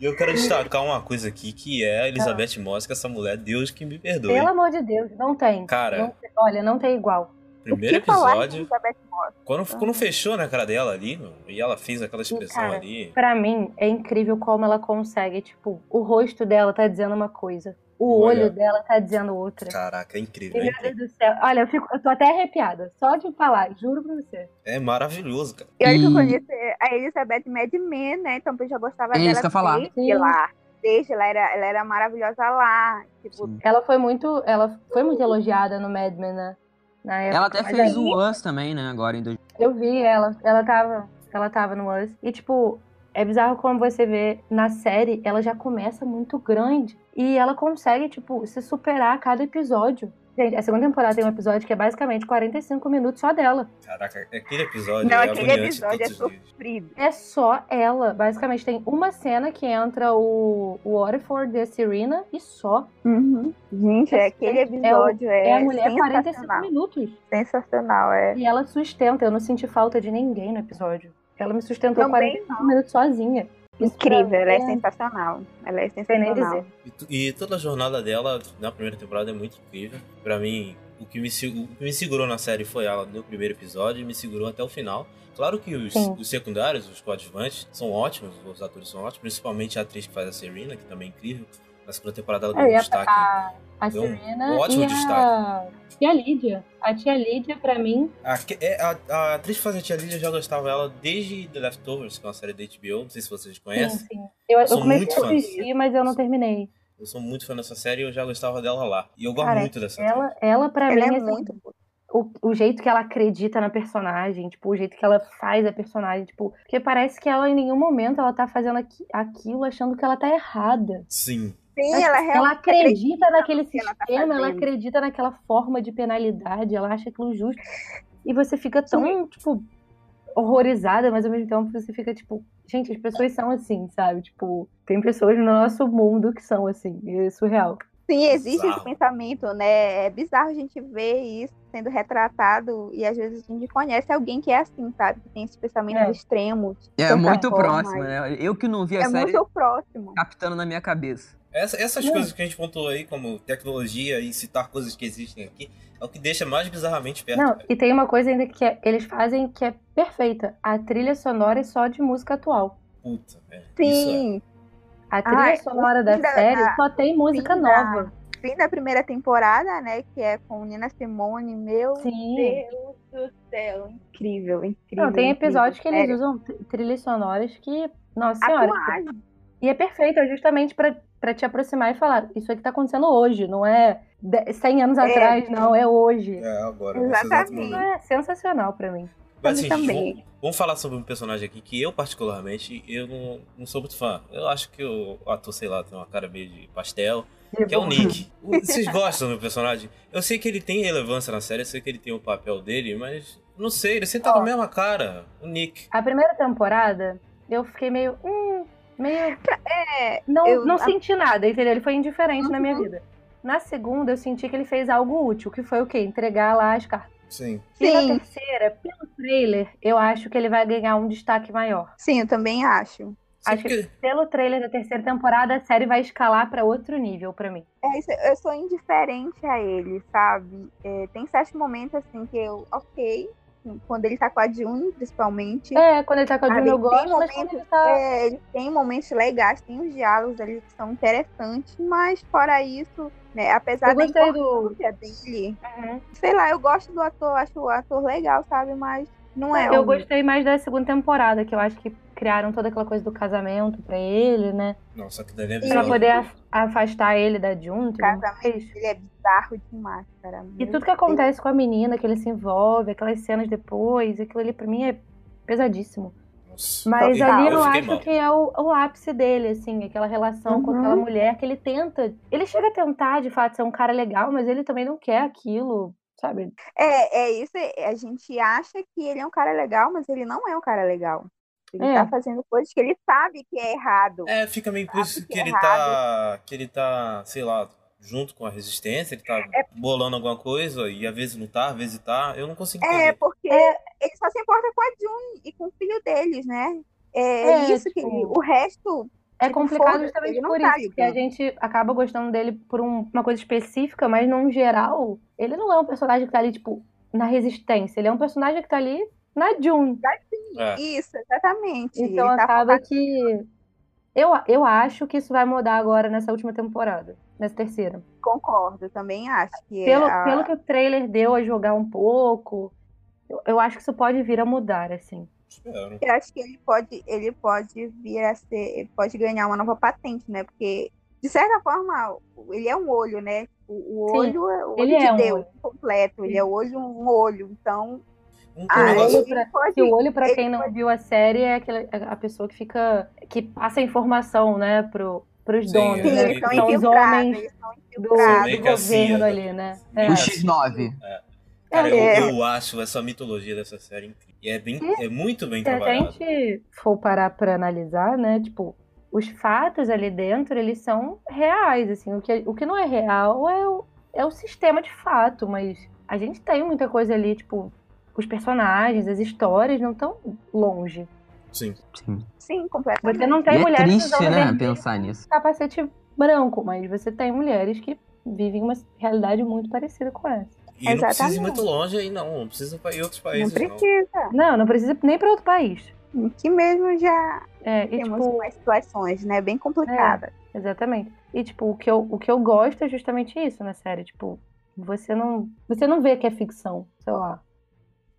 Speaker 1: E eu quero destacar uma coisa aqui que é a Elizabeth Moss, que essa mulher, Deus que me perdoe.
Speaker 4: Pelo amor de Deus, não tem.
Speaker 1: Cara.
Speaker 4: Não tem. olha, não tem igual.
Speaker 1: Primeiro
Speaker 3: o que falar de
Speaker 1: episódio,
Speaker 3: Elizabeth Moss?
Speaker 1: quando, quando fechou na cara dela ali, meu, e ela fez aquela expressão
Speaker 4: cara.
Speaker 1: ali.
Speaker 4: Pra mim, é incrível como ela consegue, tipo, o rosto dela tá dizendo uma coisa, o
Speaker 1: Olha.
Speaker 4: olho dela tá dizendo outra.
Speaker 1: Caraca, é incrível, é
Speaker 4: Meu
Speaker 1: incrível.
Speaker 4: Deus do céu. Olha, eu, fico, eu tô até arrepiada, só de falar, juro pra você.
Speaker 1: É maravilhoso, cara.
Speaker 3: E olha
Speaker 4: Hum.
Speaker 3: que eu
Speaker 2: E-
Speaker 3: conheci a Elizabeth Mad Men, né? Então eu já gostava
Speaker 2: É isso
Speaker 3: dela
Speaker 2: que eu ia falar.
Speaker 3: desde
Speaker 4: Sim.
Speaker 3: lá. Desde lá, era, ela era maravilhosa lá. Tipo,
Speaker 2: Sim.
Speaker 4: Ela foi muito, ela foi muito elogiada no Mad Men, né? Na época.
Speaker 2: Ela até
Speaker 4: Mas
Speaker 2: fez
Speaker 4: aí-
Speaker 2: o Us também, né? Agora em dois...
Speaker 4: Eu vi ela, ela tava, ela tava no Us. E tipo, é bizarro como você vê na série, ela já começa muito grande e ela consegue, tipo, se superar a cada episódio. Gente, a segunda temporada tem um episódio que é basicamente 45 minutos só dela.
Speaker 1: Caraca, aquele episódio
Speaker 3: Não,
Speaker 1: é
Speaker 3: aquele
Speaker 1: agoniante
Speaker 3: episódio é
Speaker 1: todos os dias.
Speaker 3: sofrido.
Speaker 4: É só ela. Basicamente tem uma cena que entra o, o Waterford e a Serena e só.
Speaker 3: Uhum. Gente,
Speaker 4: É-
Speaker 3: aquele
Speaker 4: é o-
Speaker 3: episódio é,
Speaker 4: É, a mulher 45
Speaker 3: sensacional.
Speaker 4: minutos.
Speaker 3: Sensacional, é.
Speaker 4: E ela sustenta, eu não senti falta de ninguém no episódio. Ela me sustentou
Speaker 3: Também
Speaker 4: 45 minutos sozinha. Isso pra
Speaker 3: Incrível, ela é
Speaker 4: mim
Speaker 3: sensacional. Ela é
Speaker 4: Sei
Speaker 3: sensacional.
Speaker 4: nem dizer.
Speaker 1: E, tu- e toda a jornada dela na primeira temporada é muito incrível. Pra mim, o que me, se- o que me segurou na série foi ela no primeiro episódio e me segurou até o final. Claro que os,
Speaker 4: Sim.
Speaker 1: os secundários, os coadjuvantes, são ótimos, os atores são ótimos, principalmente a atriz que faz a Serena, que também é incrível. Na segunda temporada ela
Speaker 4: É,
Speaker 1: ganhou
Speaker 4: e a-
Speaker 1: destaque.
Speaker 4: a, a
Speaker 1: Deu um-
Speaker 4: Serena
Speaker 1: um ótimo
Speaker 4: e a
Speaker 1: destaque.
Speaker 4: tia Lídia. A tia Lídia, pra mim,
Speaker 1: A, que- é, a- a atriz que faz a Tia Lídia eu já gostava dela desde The Leftovers, que é uma série da HBO, não sei se vocês
Speaker 4: sim,
Speaker 1: conhecem.
Speaker 4: sim. Eu, eu
Speaker 1: Sou
Speaker 4: comecei
Speaker 1: muito
Speaker 4: a
Speaker 1: fã.
Speaker 4: assistir, mas eu não terminei.
Speaker 1: Eu sou muito fã dessa série e eu já gostava dela lá. E eu gosto
Speaker 4: Cara,
Speaker 1: muito dessa
Speaker 4: Ela, ela pra
Speaker 3: Ela
Speaker 4: mim,
Speaker 3: é
Speaker 4: assim,
Speaker 3: muito boa.
Speaker 4: o, o jeito que ela acredita na personagem, tipo, o jeito que ela faz a personagem, tipo, porque parece que ela em nenhum momento ela tá fazendo aqui- aquilo achando que ela tá errada.
Speaker 1: Sim.
Speaker 3: Sim, ela
Speaker 4: ela é
Speaker 3: realmente
Speaker 4: acredita naquele
Speaker 3: que ela tá
Speaker 4: sistema, ela
Speaker 3: fazendo.
Speaker 4: acredita naquela forma de penalidade, ela acha aquilo justo. E você fica tão, tipo, horrorizada, mas ao mesmo tempo você fica, tipo, gente, as pessoas são assim, sabe? Tipo, tem pessoas no nosso mundo que são assim, e é surreal.
Speaker 3: Sim, existe
Speaker 1: Bizarro.
Speaker 3: esse pensamento, né? É bizarro a gente ver isso sendo retratado e às vezes a gente conhece alguém que é assim, sabe? Que tem esses pensamentos
Speaker 4: É.
Speaker 3: extremos.
Speaker 2: É
Speaker 3: Tanta
Speaker 2: muito
Speaker 3: forma,
Speaker 2: próximo, né? Eu que não vi a
Speaker 3: É
Speaker 2: série,
Speaker 3: muito próximo.
Speaker 2: captando na minha cabeça.
Speaker 1: Essa- essas
Speaker 4: Não.
Speaker 1: coisas que a gente pontuou aí, como tecnologia e citar coisas que existem aqui, é o que deixa mais bizarramente perto. né?
Speaker 4: Não,
Speaker 1: cara.
Speaker 4: e tem uma coisa ainda que é- eles fazem que é perfeita. A trilha sonora é só de música atual.
Speaker 1: Puta, velho. Isso é.
Speaker 3: Sim,
Speaker 4: A trilha
Speaker 3: Ah,
Speaker 4: sonora
Speaker 3: o
Speaker 4: da
Speaker 3: fim da-
Speaker 4: série
Speaker 3: da-
Speaker 4: só tem música
Speaker 3: fim da-
Speaker 4: nova.
Speaker 3: fim da primeira temporada, né? Que é com Nina Simone, meu
Speaker 4: Sim.
Speaker 3: Deus do céu. Incrível, incrível.
Speaker 4: Não, tem
Speaker 3: incrível,
Speaker 4: episódios que eles
Speaker 3: sério.
Speaker 4: usam tr- trilhas sonoras que. Nossa senhora.
Speaker 3: Atuais,
Speaker 4: E é perfeito, é justamente pra, pra te aproximar e falar: isso aqui tá acontecendo hoje, não é de- 100 anos
Speaker 3: É.
Speaker 4: atrás, não, é hoje.
Speaker 1: É, agora. nesse exato
Speaker 3: Exatamente.
Speaker 1: momento.
Speaker 4: Isso é sensacional pra mim.
Speaker 1: Mas assim,
Speaker 3: Também.
Speaker 1: gente, vamos, vamos falar sobre um personagem aqui que eu, particularmente, eu não, não sou muito fã. Eu acho que o ator, sei lá, tem uma cara meio de pastel. Que é o
Speaker 4: Tipo,
Speaker 1: Nick. O- Vocês gostam do personagem? Eu sei que ele tem relevância na série, eu sei que ele tem o papel dele, mas não sei, ele sempre tá
Speaker 4: Ó.
Speaker 1: na mesma cara. O Nick.
Speaker 4: A primeira temporada, eu fiquei meio. Hum, meio.
Speaker 3: é,
Speaker 4: Não,
Speaker 3: eu-
Speaker 4: não
Speaker 3: a-
Speaker 4: senti nada, entendeu? Ele foi indiferente na minha
Speaker 3: Uhum.
Speaker 4: vida. Na segunda, eu senti que ele fez algo útil, que foi o quê? Entregar lá as cartas.
Speaker 1: Sim.
Speaker 4: E na
Speaker 3: Sim.
Speaker 4: terceira, pelo trailer, eu acho que ele vai ganhar um destaque maior.
Speaker 3: sim, eu também acho.
Speaker 4: Acho
Speaker 1: porque...
Speaker 4: Pelo trailer da terceira temporada, a série vai escalar pra outro nível pra mim.
Speaker 3: É isso, eu sou indiferente a ele, sabe? É, tem certos momentos assim que eu, ok, quando ele tá com a June, principalmente.
Speaker 4: É, quando ele tá com a
Speaker 3: Ah,
Speaker 4: Juno, eu
Speaker 3: tem
Speaker 4: gosto, mas
Speaker 3: momentos-
Speaker 4: quando ele tá.
Speaker 3: É, ele tem momentos legais, tem os diálogos ali que são interessantes, mas fora isso, né, apesar
Speaker 4: Eu
Speaker 3: da
Speaker 4: gostei do.
Speaker 3: importância dele,
Speaker 4: Uhum.
Speaker 3: sei lá, eu gosto do ator, acho o ator legal, sabe? Mas não é.
Speaker 4: Eu
Speaker 3: o-
Speaker 4: gostei mais da segunda temporada, que eu acho que criaram toda aquela coisa do casamento pra ele, né?
Speaker 1: Não, só que daí é
Speaker 4: Pra
Speaker 1: bizarro.
Speaker 4: poder af- afastar ele da Jun, tudo
Speaker 3: Casamento.
Speaker 4: mais.
Speaker 3: Ele é bizarro demais, cara.
Speaker 4: E
Speaker 3: Meu
Speaker 4: tudo que acontece com a menina, que ele se envolve, aquelas cenas depois, aquilo ali pra mim é pesadíssimo.
Speaker 1: Nossa. Tá,
Speaker 4: Mas
Speaker 1: Eu-
Speaker 4: ali eu,
Speaker 1: eu fiquei
Speaker 4: acho
Speaker 1: mal.
Speaker 4: que é o, o ápice dele, assim, aquela relação com
Speaker 3: Uhum.
Speaker 4: aquela mulher que ele tenta. Ele chega a tentar, de fato, ser um cara legal, mas ele também não quer aquilo, sabe?
Speaker 3: É, é isso. é- A gente acha que ele é um cara legal, mas ele não é um cara legal. Ele
Speaker 4: É.
Speaker 3: tá fazendo coisas que ele sabe que é errado.
Speaker 1: É, fica meio por isso
Speaker 3: Acho que
Speaker 1: que
Speaker 3: é
Speaker 1: ele tá. Que ele tá, sei lá, junto com a resistência, ele tá
Speaker 3: É.
Speaker 1: bolando alguma coisa, e às vezes não tá, às vezes tá. Eu não consigo
Speaker 3: É,
Speaker 1: entender.
Speaker 3: porque
Speaker 4: É.
Speaker 3: ele só se importa com a June e com o filho deles, né? É,
Speaker 4: É,
Speaker 3: isso que
Speaker 4: tipo,
Speaker 3: ele- o resto
Speaker 4: É
Speaker 3: Tipo,
Speaker 4: complicado
Speaker 3: foda-se,
Speaker 4: justamente
Speaker 3: ele não
Speaker 4: por
Speaker 3: tá
Speaker 4: isso, porque a
Speaker 3: ligando.
Speaker 4: gente acaba gostando dele por um- uma coisa específica, mas num geral, ele não é um personagem que tá ali, tipo, na resistência. Ele é um personagem que tá ali na June.
Speaker 1: É.
Speaker 3: isso, exatamente.
Speaker 4: Então
Speaker 3: ele tá
Speaker 4: acaba
Speaker 3: focado-
Speaker 4: que. Eu, eu acho que isso vai mudar agora nessa última temporada, nessa terceira.
Speaker 3: concordo, também acho que
Speaker 4: Pelo,
Speaker 3: É, a-
Speaker 4: pelo que o trailer deu a jogar um pouco, eu, eu acho que isso pode vir a mudar, assim.
Speaker 1: Espero.
Speaker 3: eu acho que ele pode, ele pode vir a ser, ele pode ganhar uma nova patente, né? Porque de certa forma ele é um olho, né? O, o
Speaker 4: Sim,
Speaker 3: olho é o olho
Speaker 4: ele
Speaker 3: de
Speaker 4: é um
Speaker 3: Deus
Speaker 4: olho.
Speaker 3: completo, ele é o olho um olho, então
Speaker 1: Um
Speaker 3: ah,
Speaker 1: negócio-
Speaker 4: olho
Speaker 3: ele
Speaker 4: pra-
Speaker 3: é pode
Speaker 4: E o olho, pra
Speaker 3: Ele
Speaker 4: quem não viu a série, é aquela, a pessoa que fica. que passa informação, né, pro, pros
Speaker 1: Sim,
Speaker 4: donos,
Speaker 1: é.
Speaker 3: Sim,
Speaker 1: ele-
Speaker 4: né?
Speaker 3: eles
Speaker 4: que
Speaker 3: são
Speaker 1: ele-
Speaker 4: são os
Speaker 3: infiltrados,
Speaker 4: homens
Speaker 3: eles são
Speaker 4: do,
Speaker 3: infiltrados.
Speaker 1: Meio
Speaker 4: do
Speaker 1: que a CIA,
Speaker 4: governo
Speaker 1: né?
Speaker 4: ali, né?
Speaker 1: É.
Speaker 2: O X9.
Speaker 1: Cara, eu,
Speaker 3: É.
Speaker 1: eu acho essa mitologia dessa série incrível. E é, bem, é muito bem
Speaker 4: Se tá a
Speaker 1: trabalhada.
Speaker 4: gente for parar pra analisar, né, tipo, os fatos ali dentro, eles são reais, assim, o que, o que não é real é o, é o sistema de fato, mas a gente tem muita coisa ali, tipo, os personagens, as histórias não estão longe.
Speaker 1: Sim.
Speaker 2: Sim.
Speaker 3: Sim,
Speaker 4: Você
Speaker 3: completamente.
Speaker 4: não tá-
Speaker 2: E
Speaker 4: tem
Speaker 2: é
Speaker 4: mulheres
Speaker 2: triste,
Speaker 4: usando
Speaker 2: né,
Speaker 4: vermelho
Speaker 2: pensar nisso.
Speaker 4: com capacete branco, mas você tem mulheres que vivem uma realidade muito parecida com essa.
Speaker 1: E não precisa ir
Speaker 3: Exatamente.
Speaker 1: muito longe aí, não. Não precisa ir em outros
Speaker 3: Não
Speaker 1: países, não.
Speaker 3: precisa.
Speaker 4: Não, não precisa nem pra outro país.
Speaker 3: Que mesmo já
Speaker 4: É, e,
Speaker 3: temos
Speaker 4: tipo, é.
Speaker 3: umas situações, né? Bem complicadas.
Speaker 4: Exatamente. E, tipo, o que eu, o que eu gosto é justamente isso na série. Tipo, você não, você não vê que é ficção, sei lá.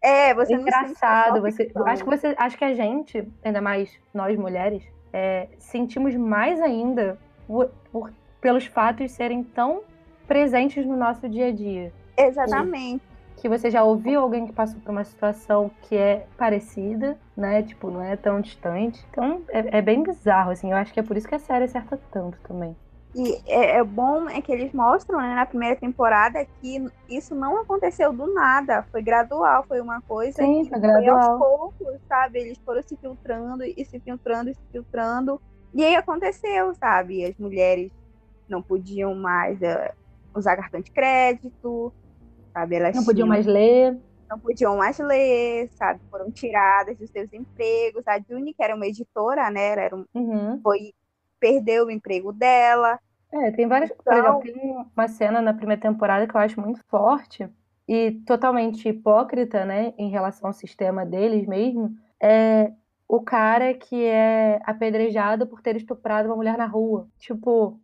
Speaker 3: É, você
Speaker 4: É
Speaker 3: não sente que é só
Speaker 4: engraçado. Você,
Speaker 3: ficção.
Speaker 4: acho que você, acho que a gente, ainda mais nós mulheres, é, sentimos mais ainda por- por- pelos fatos serem tão presentes no nosso dia a dia.
Speaker 3: Exatamente.
Speaker 4: Que você já ouviu alguém que passou por uma situação que é parecida, né? Tipo, não é tão distante. Então, é, é bem bizarro, assim. Eu acho que é por isso que a série acerta tanto também.
Speaker 3: E é, é bom é que eles mostram né, na primeira temporada que isso não aconteceu do nada, foi gradual, foi uma coisa
Speaker 4: Sim,
Speaker 3: que
Speaker 4: foi
Speaker 3: aos
Speaker 4: gradual.
Speaker 3: poucos, sabe? Eles foram se filtrando e se filtrando e se filtrando. E aí aconteceu, sabe? As mulheres não podiam mais eh, usar cartão de crédito, sabe? Elas
Speaker 4: Não podiam
Speaker 3: tinham-
Speaker 4: mais ler.
Speaker 3: não podiam mais ler, sabe? Foram tiradas dos seus empregos. A Juni, que era uma editora, né? Era um-
Speaker 4: Uhum.
Speaker 3: foi, perdeu o emprego dela.
Speaker 4: É, tem várias. Por
Speaker 3: Então-
Speaker 4: exemplo, tem uma cena na primeira temporada que eu acho muito forte e totalmente hipócrita, né, em relação ao sistema deles mesmo. É o cara que é apedrejado por ter estuprado uma mulher na rua. Tipo,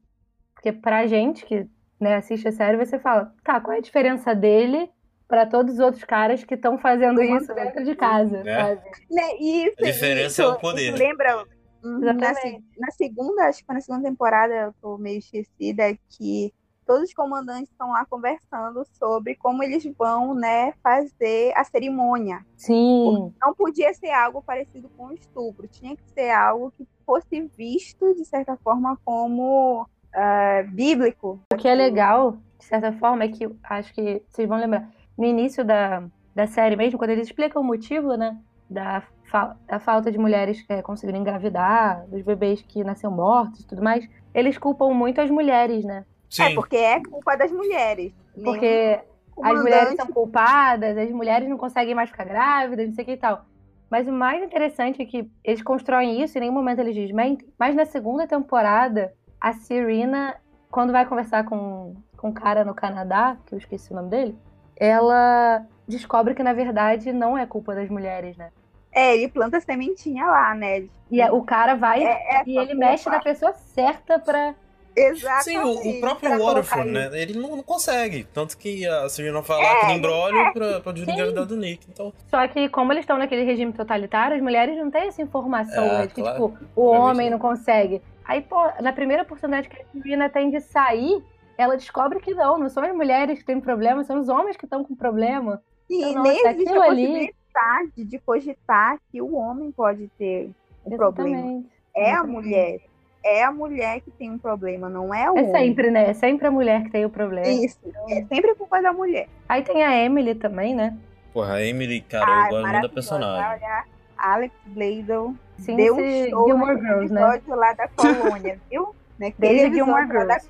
Speaker 4: porque pra gente que né, assiste a série, você fala, tá, qual é a diferença dele pra todos os outros caras que estão fazendo
Speaker 3: Como
Speaker 4: isso
Speaker 3: assim?
Speaker 4: dentro de casa,
Speaker 1: Né?
Speaker 4: sabe?
Speaker 3: Né? E Isso,
Speaker 1: A diferença
Speaker 3: isso,
Speaker 1: é o poder.
Speaker 3: isso Lembra? Uhum, Na, se-
Speaker 4: Exatamente.
Speaker 3: na segunda, acho que foi na segunda temporada, eu tô meio esquecida, é que todos os comandantes estão lá conversando sobre como eles vão, né, fazer a cerimônia.
Speaker 4: Sim,
Speaker 3: Não podia ser algo parecido com o estupro, tinha que ser algo que fosse visto, de certa forma, como ah, bíblico.
Speaker 4: o que é legal, de certa forma, é que acho que vocês vão lembrar, no início da, da série mesmo, quando eles explicam o motivo, né, da, fa- da falta de mulheres é, conseguindo engravidar, dos bebês que nasceram mortos e tudo mais, eles culpam muito as mulheres, né?
Speaker 1: Sim,
Speaker 3: É porque é culpa das mulheres. Nenhum
Speaker 4: Porque as
Speaker 3: comandante-
Speaker 4: mulheres são culpadas, as mulheres não conseguem mais ficar grávidas, não sei o que e tal. Mas o mais interessante é que eles constroem isso e em nenhum momento eles desmentem. Mas na segunda temporada, a Serena, quando vai conversar com, com um cara no Canadá, que eu esqueci o nome dele, ela descobre que na verdade não é culpa das mulheres, né?
Speaker 3: É, ele planta sementinha lá, né?
Speaker 4: E a- o cara vai
Speaker 3: É, é
Speaker 4: e
Speaker 3: só
Speaker 4: ele mexe na
Speaker 3: culpa.
Speaker 4: pessoa certa pra.
Speaker 3: Exatamente.
Speaker 1: Sim, o, o próprio
Speaker 3: tá pra colocar
Speaker 1: Waterford,
Speaker 3: isso.
Speaker 1: né? Ele não, não consegue. Tanto que a Serena fala
Speaker 3: É,
Speaker 1: aquele
Speaker 3: não
Speaker 1: embrólio pra, pra Judy
Speaker 4: Sim.
Speaker 1: engravidar do Nick. Então,
Speaker 4: Só que como eles estão naquele regime totalitário, as mulheres não têm essa informação,
Speaker 1: É,
Speaker 4: né? De que,
Speaker 1: claro.
Speaker 4: tipo, o
Speaker 1: Obviamente
Speaker 4: homem não consegue. Aí, pô, na primeira oportunidade que a menina tem de sair, ela descobre que não, não são as mulheres que têm problema, são os homens que estão com problema.
Speaker 3: E
Speaker 4: Então,
Speaker 3: nem
Speaker 4: nossa,
Speaker 3: existe
Speaker 4: aquilo
Speaker 3: a
Speaker 4: ali-
Speaker 3: possibilidade de cogitar que o homem pode ter um problema.
Speaker 4: Exatamente.
Speaker 3: É a
Speaker 4: Exatamente.
Speaker 3: mulher. É a mulher que tem um problema, não é o
Speaker 4: É
Speaker 3: homem.
Speaker 4: sempre, né? É sempre a mulher que tem o problema.
Speaker 3: Isso. É sempre culpa da mulher.
Speaker 4: Aí tem a Emily também, né?
Speaker 1: porra, a Emily, cara, eu
Speaker 3: Ai,
Speaker 1: gosto muito da
Speaker 3: Ah, é maravilhosa.
Speaker 1: personagem.
Speaker 3: Olha, Alex Bladel
Speaker 4: Sim,
Speaker 3: deu
Speaker 4: esse
Speaker 3: um show
Speaker 4: Gilmore
Speaker 3: naquele
Speaker 4: Girls, né?
Speaker 3: episódio lá da
Speaker 1: <laughs>
Speaker 3: colônia, viu? Naquele
Speaker 4: Desde
Speaker 3: episódio
Speaker 4: Gilmore
Speaker 3: lá da-
Speaker 4: Girls.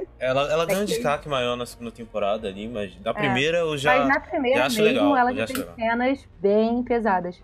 Speaker 3: Uhum.
Speaker 1: Ela, ela ganha um
Speaker 3: que-
Speaker 1: destaque maior na segunda temporada ali, mas na primeira eu já.
Speaker 4: Mas na primeira
Speaker 1: já acho
Speaker 4: mesmo,
Speaker 1: legal,
Speaker 4: ela
Speaker 1: eu
Speaker 4: já
Speaker 1: já
Speaker 4: tem
Speaker 1: acho legal.
Speaker 4: cenas bem pesadas.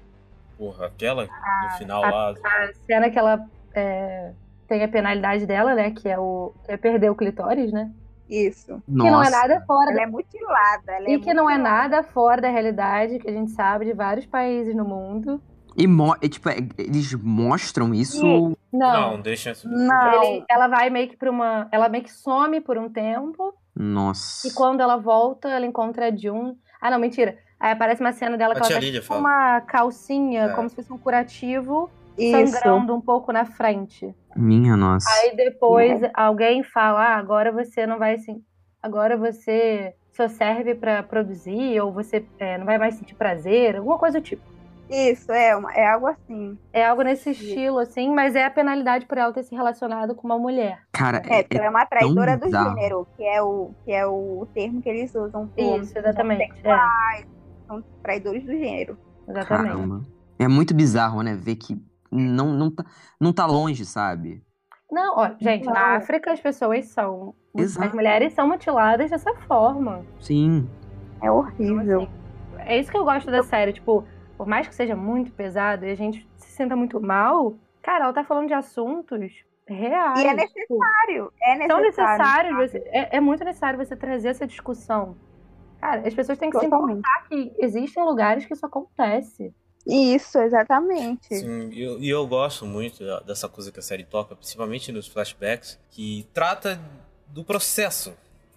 Speaker 1: Porra, aquela no final lá.
Speaker 4: a cena que ela é, tem a penalidade dela, né? Que é o que é perder o clitóris, né?
Speaker 3: Isso.
Speaker 4: Que não é nada fora
Speaker 3: Ela
Speaker 4: da,
Speaker 3: é mutilada. Ela
Speaker 4: e que não é
Speaker 3: mutilada.
Speaker 4: nada fora da realidade que a gente sabe de vários países no mundo.
Speaker 2: E, mo- e, tipo, é- eles mostram isso.
Speaker 1: Não,
Speaker 4: Não.
Speaker 1: deixa isso.
Speaker 3: Não.
Speaker 4: Ele- ela vai meio que pra uma. Ela meio que some por um tempo.
Speaker 2: Nossa.
Speaker 4: E quando ela volta, ela encontra a June. Ah, não, mentira. Aí aparece uma cena dela
Speaker 1: A
Speaker 4: que ela
Speaker 1: tia
Speaker 4: tá
Speaker 1: Lídia
Speaker 4: com
Speaker 1: fala.
Speaker 4: uma calcinha,
Speaker 1: É.
Speaker 4: como se fosse um curativo,
Speaker 3: Isso.
Speaker 4: sangrando um pouco na frente.
Speaker 2: Minha nossa.
Speaker 4: Aí depois alguém fala, ah, agora você não vai assim, agora você só serve pra produzir ou você é, não vai mais sentir prazer, alguma coisa do tipo.
Speaker 3: Isso, é, uma- é algo assim.
Speaker 4: É algo nesse estilo assim, mas é a penalidade por ela ter se relacionado com uma mulher.
Speaker 2: Cara,
Speaker 3: É,
Speaker 2: é,
Speaker 3: porque ela é uma traidora do
Speaker 2: bizarro.
Speaker 3: gênero, que é o, que é o termo que eles usam. pro homem.
Speaker 4: Isso, exatamente. É,
Speaker 3: São traidores do gênero.
Speaker 4: exatamente.
Speaker 2: caramba. É muito bizarro, né? Ver que não, não, tá, não tá longe, sabe?
Speaker 4: Não, ó, gente,
Speaker 3: Não.
Speaker 4: na África as pessoas são as
Speaker 2: Exato.
Speaker 4: mulheres são mutiladas dessa forma.
Speaker 2: Sim.
Speaker 3: É
Speaker 4: Então,
Speaker 3: horrível.
Speaker 4: assim, é isso que eu gosto da série. Tipo, por mais que seja muito pesado e a gente se sinta muito mal, cara, ela tá falando de assuntos reais.
Speaker 3: E é
Speaker 4: tipo,
Speaker 3: necessário, é
Speaker 4: tão
Speaker 3: necessário.
Speaker 4: necessário. você- é, é muito necessário você trazer essa discussão. Cara, as pessoas têm que se importar
Speaker 3: Totalmente.
Speaker 4: que existem lugares que isso acontece.
Speaker 3: Isso, exatamente.
Speaker 1: Sim, e eu, e eu gosto muito da- dessa coisa que a série toca, principalmente nos flashbacks, que trata do processo.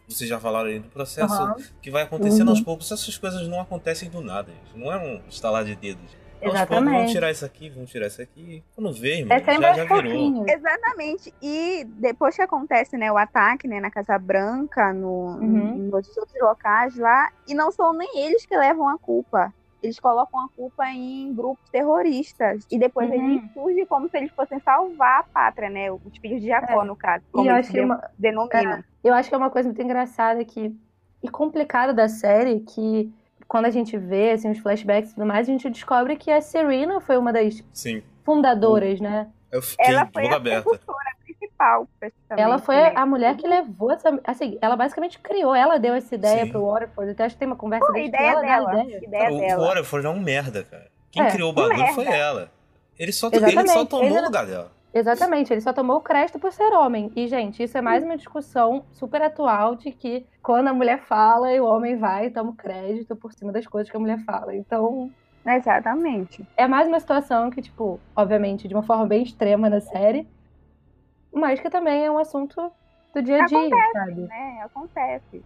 Speaker 1: Vocês já falaram aí do processo
Speaker 4: Aham.
Speaker 1: que vai acontecendo
Speaker 3: Uhum.
Speaker 1: aos poucos. Essas coisas não acontecem do nada, gente. não é um estalar de dedos. Aos poucos vamos
Speaker 4: Exatamente.
Speaker 1: tirar isso aqui, vamos tirar isso aqui. Quando vê, irmão,
Speaker 4: É sempre
Speaker 1: já, já
Speaker 4: aos
Speaker 1: virou.
Speaker 3: É,
Speaker 4: pouquinhos.
Speaker 3: Exatamente. E depois que acontece, né, o ataque, né, na Casa Branca, no,
Speaker 4: Uhum.
Speaker 3: em outros outros locais lá, e não são nem eles que levam a culpa. Eles colocam a culpa em grupos terroristas. E depois
Speaker 4: Uhum.
Speaker 3: eles surgem como se eles fossem salvar a pátria, né? Os filhos de Jacó,
Speaker 4: É.
Speaker 3: no caso.
Speaker 4: E
Speaker 3: Como
Speaker 4: eu
Speaker 3: eles
Speaker 4: acho que
Speaker 3: de-
Speaker 4: uma,
Speaker 3: denominam.
Speaker 4: Eu acho que é uma coisa muito engraçada que, e complicada da série, que quando a gente vê assim, os flashbacks e tudo mais, a gente descobre que a Serena foi uma das
Speaker 1: Sim.
Speaker 4: fundadoras, né?
Speaker 1: Eu fiquei
Speaker 3: Ela foi
Speaker 1: boca
Speaker 3: a
Speaker 1: aberta.
Speaker 3: executora principal, praticamente.
Speaker 4: Ela foi
Speaker 3: né?
Speaker 4: a mulher que levou essa. Assim, ela basicamente criou, ela deu essa ideia
Speaker 1: Sim.
Speaker 4: pro Waterford. Até acho que tem uma conversa
Speaker 3: Pô, a
Speaker 4: deles que
Speaker 3: ideia
Speaker 4: ela dá a
Speaker 3: dela.
Speaker 4: ideia.
Speaker 3: ideia
Speaker 1: o, o
Speaker 3: dela.
Speaker 1: Waterford é um merda, cara. Quem
Speaker 4: É,
Speaker 1: criou o bagulho foi
Speaker 3: merda.
Speaker 1: ela. Ele só, ele só
Speaker 4: Exatamente,
Speaker 1: tomou
Speaker 4: ele
Speaker 1: o
Speaker 4: não-
Speaker 1: lugar dela.
Speaker 4: Exatamente, ele só tomou o crédito por ser homem. E, gente, isso é mais uma discussão super atual de que quando a mulher fala e o homem vai e toma o crédito por cima das coisas que a mulher fala. Então,
Speaker 3: Exatamente.
Speaker 4: é mais uma situação que, tipo, obviamente, de uma forma bem extrema na série, mas que também é um assunto do dia a dia, sabe?
Speaker 3: Né? Acontece.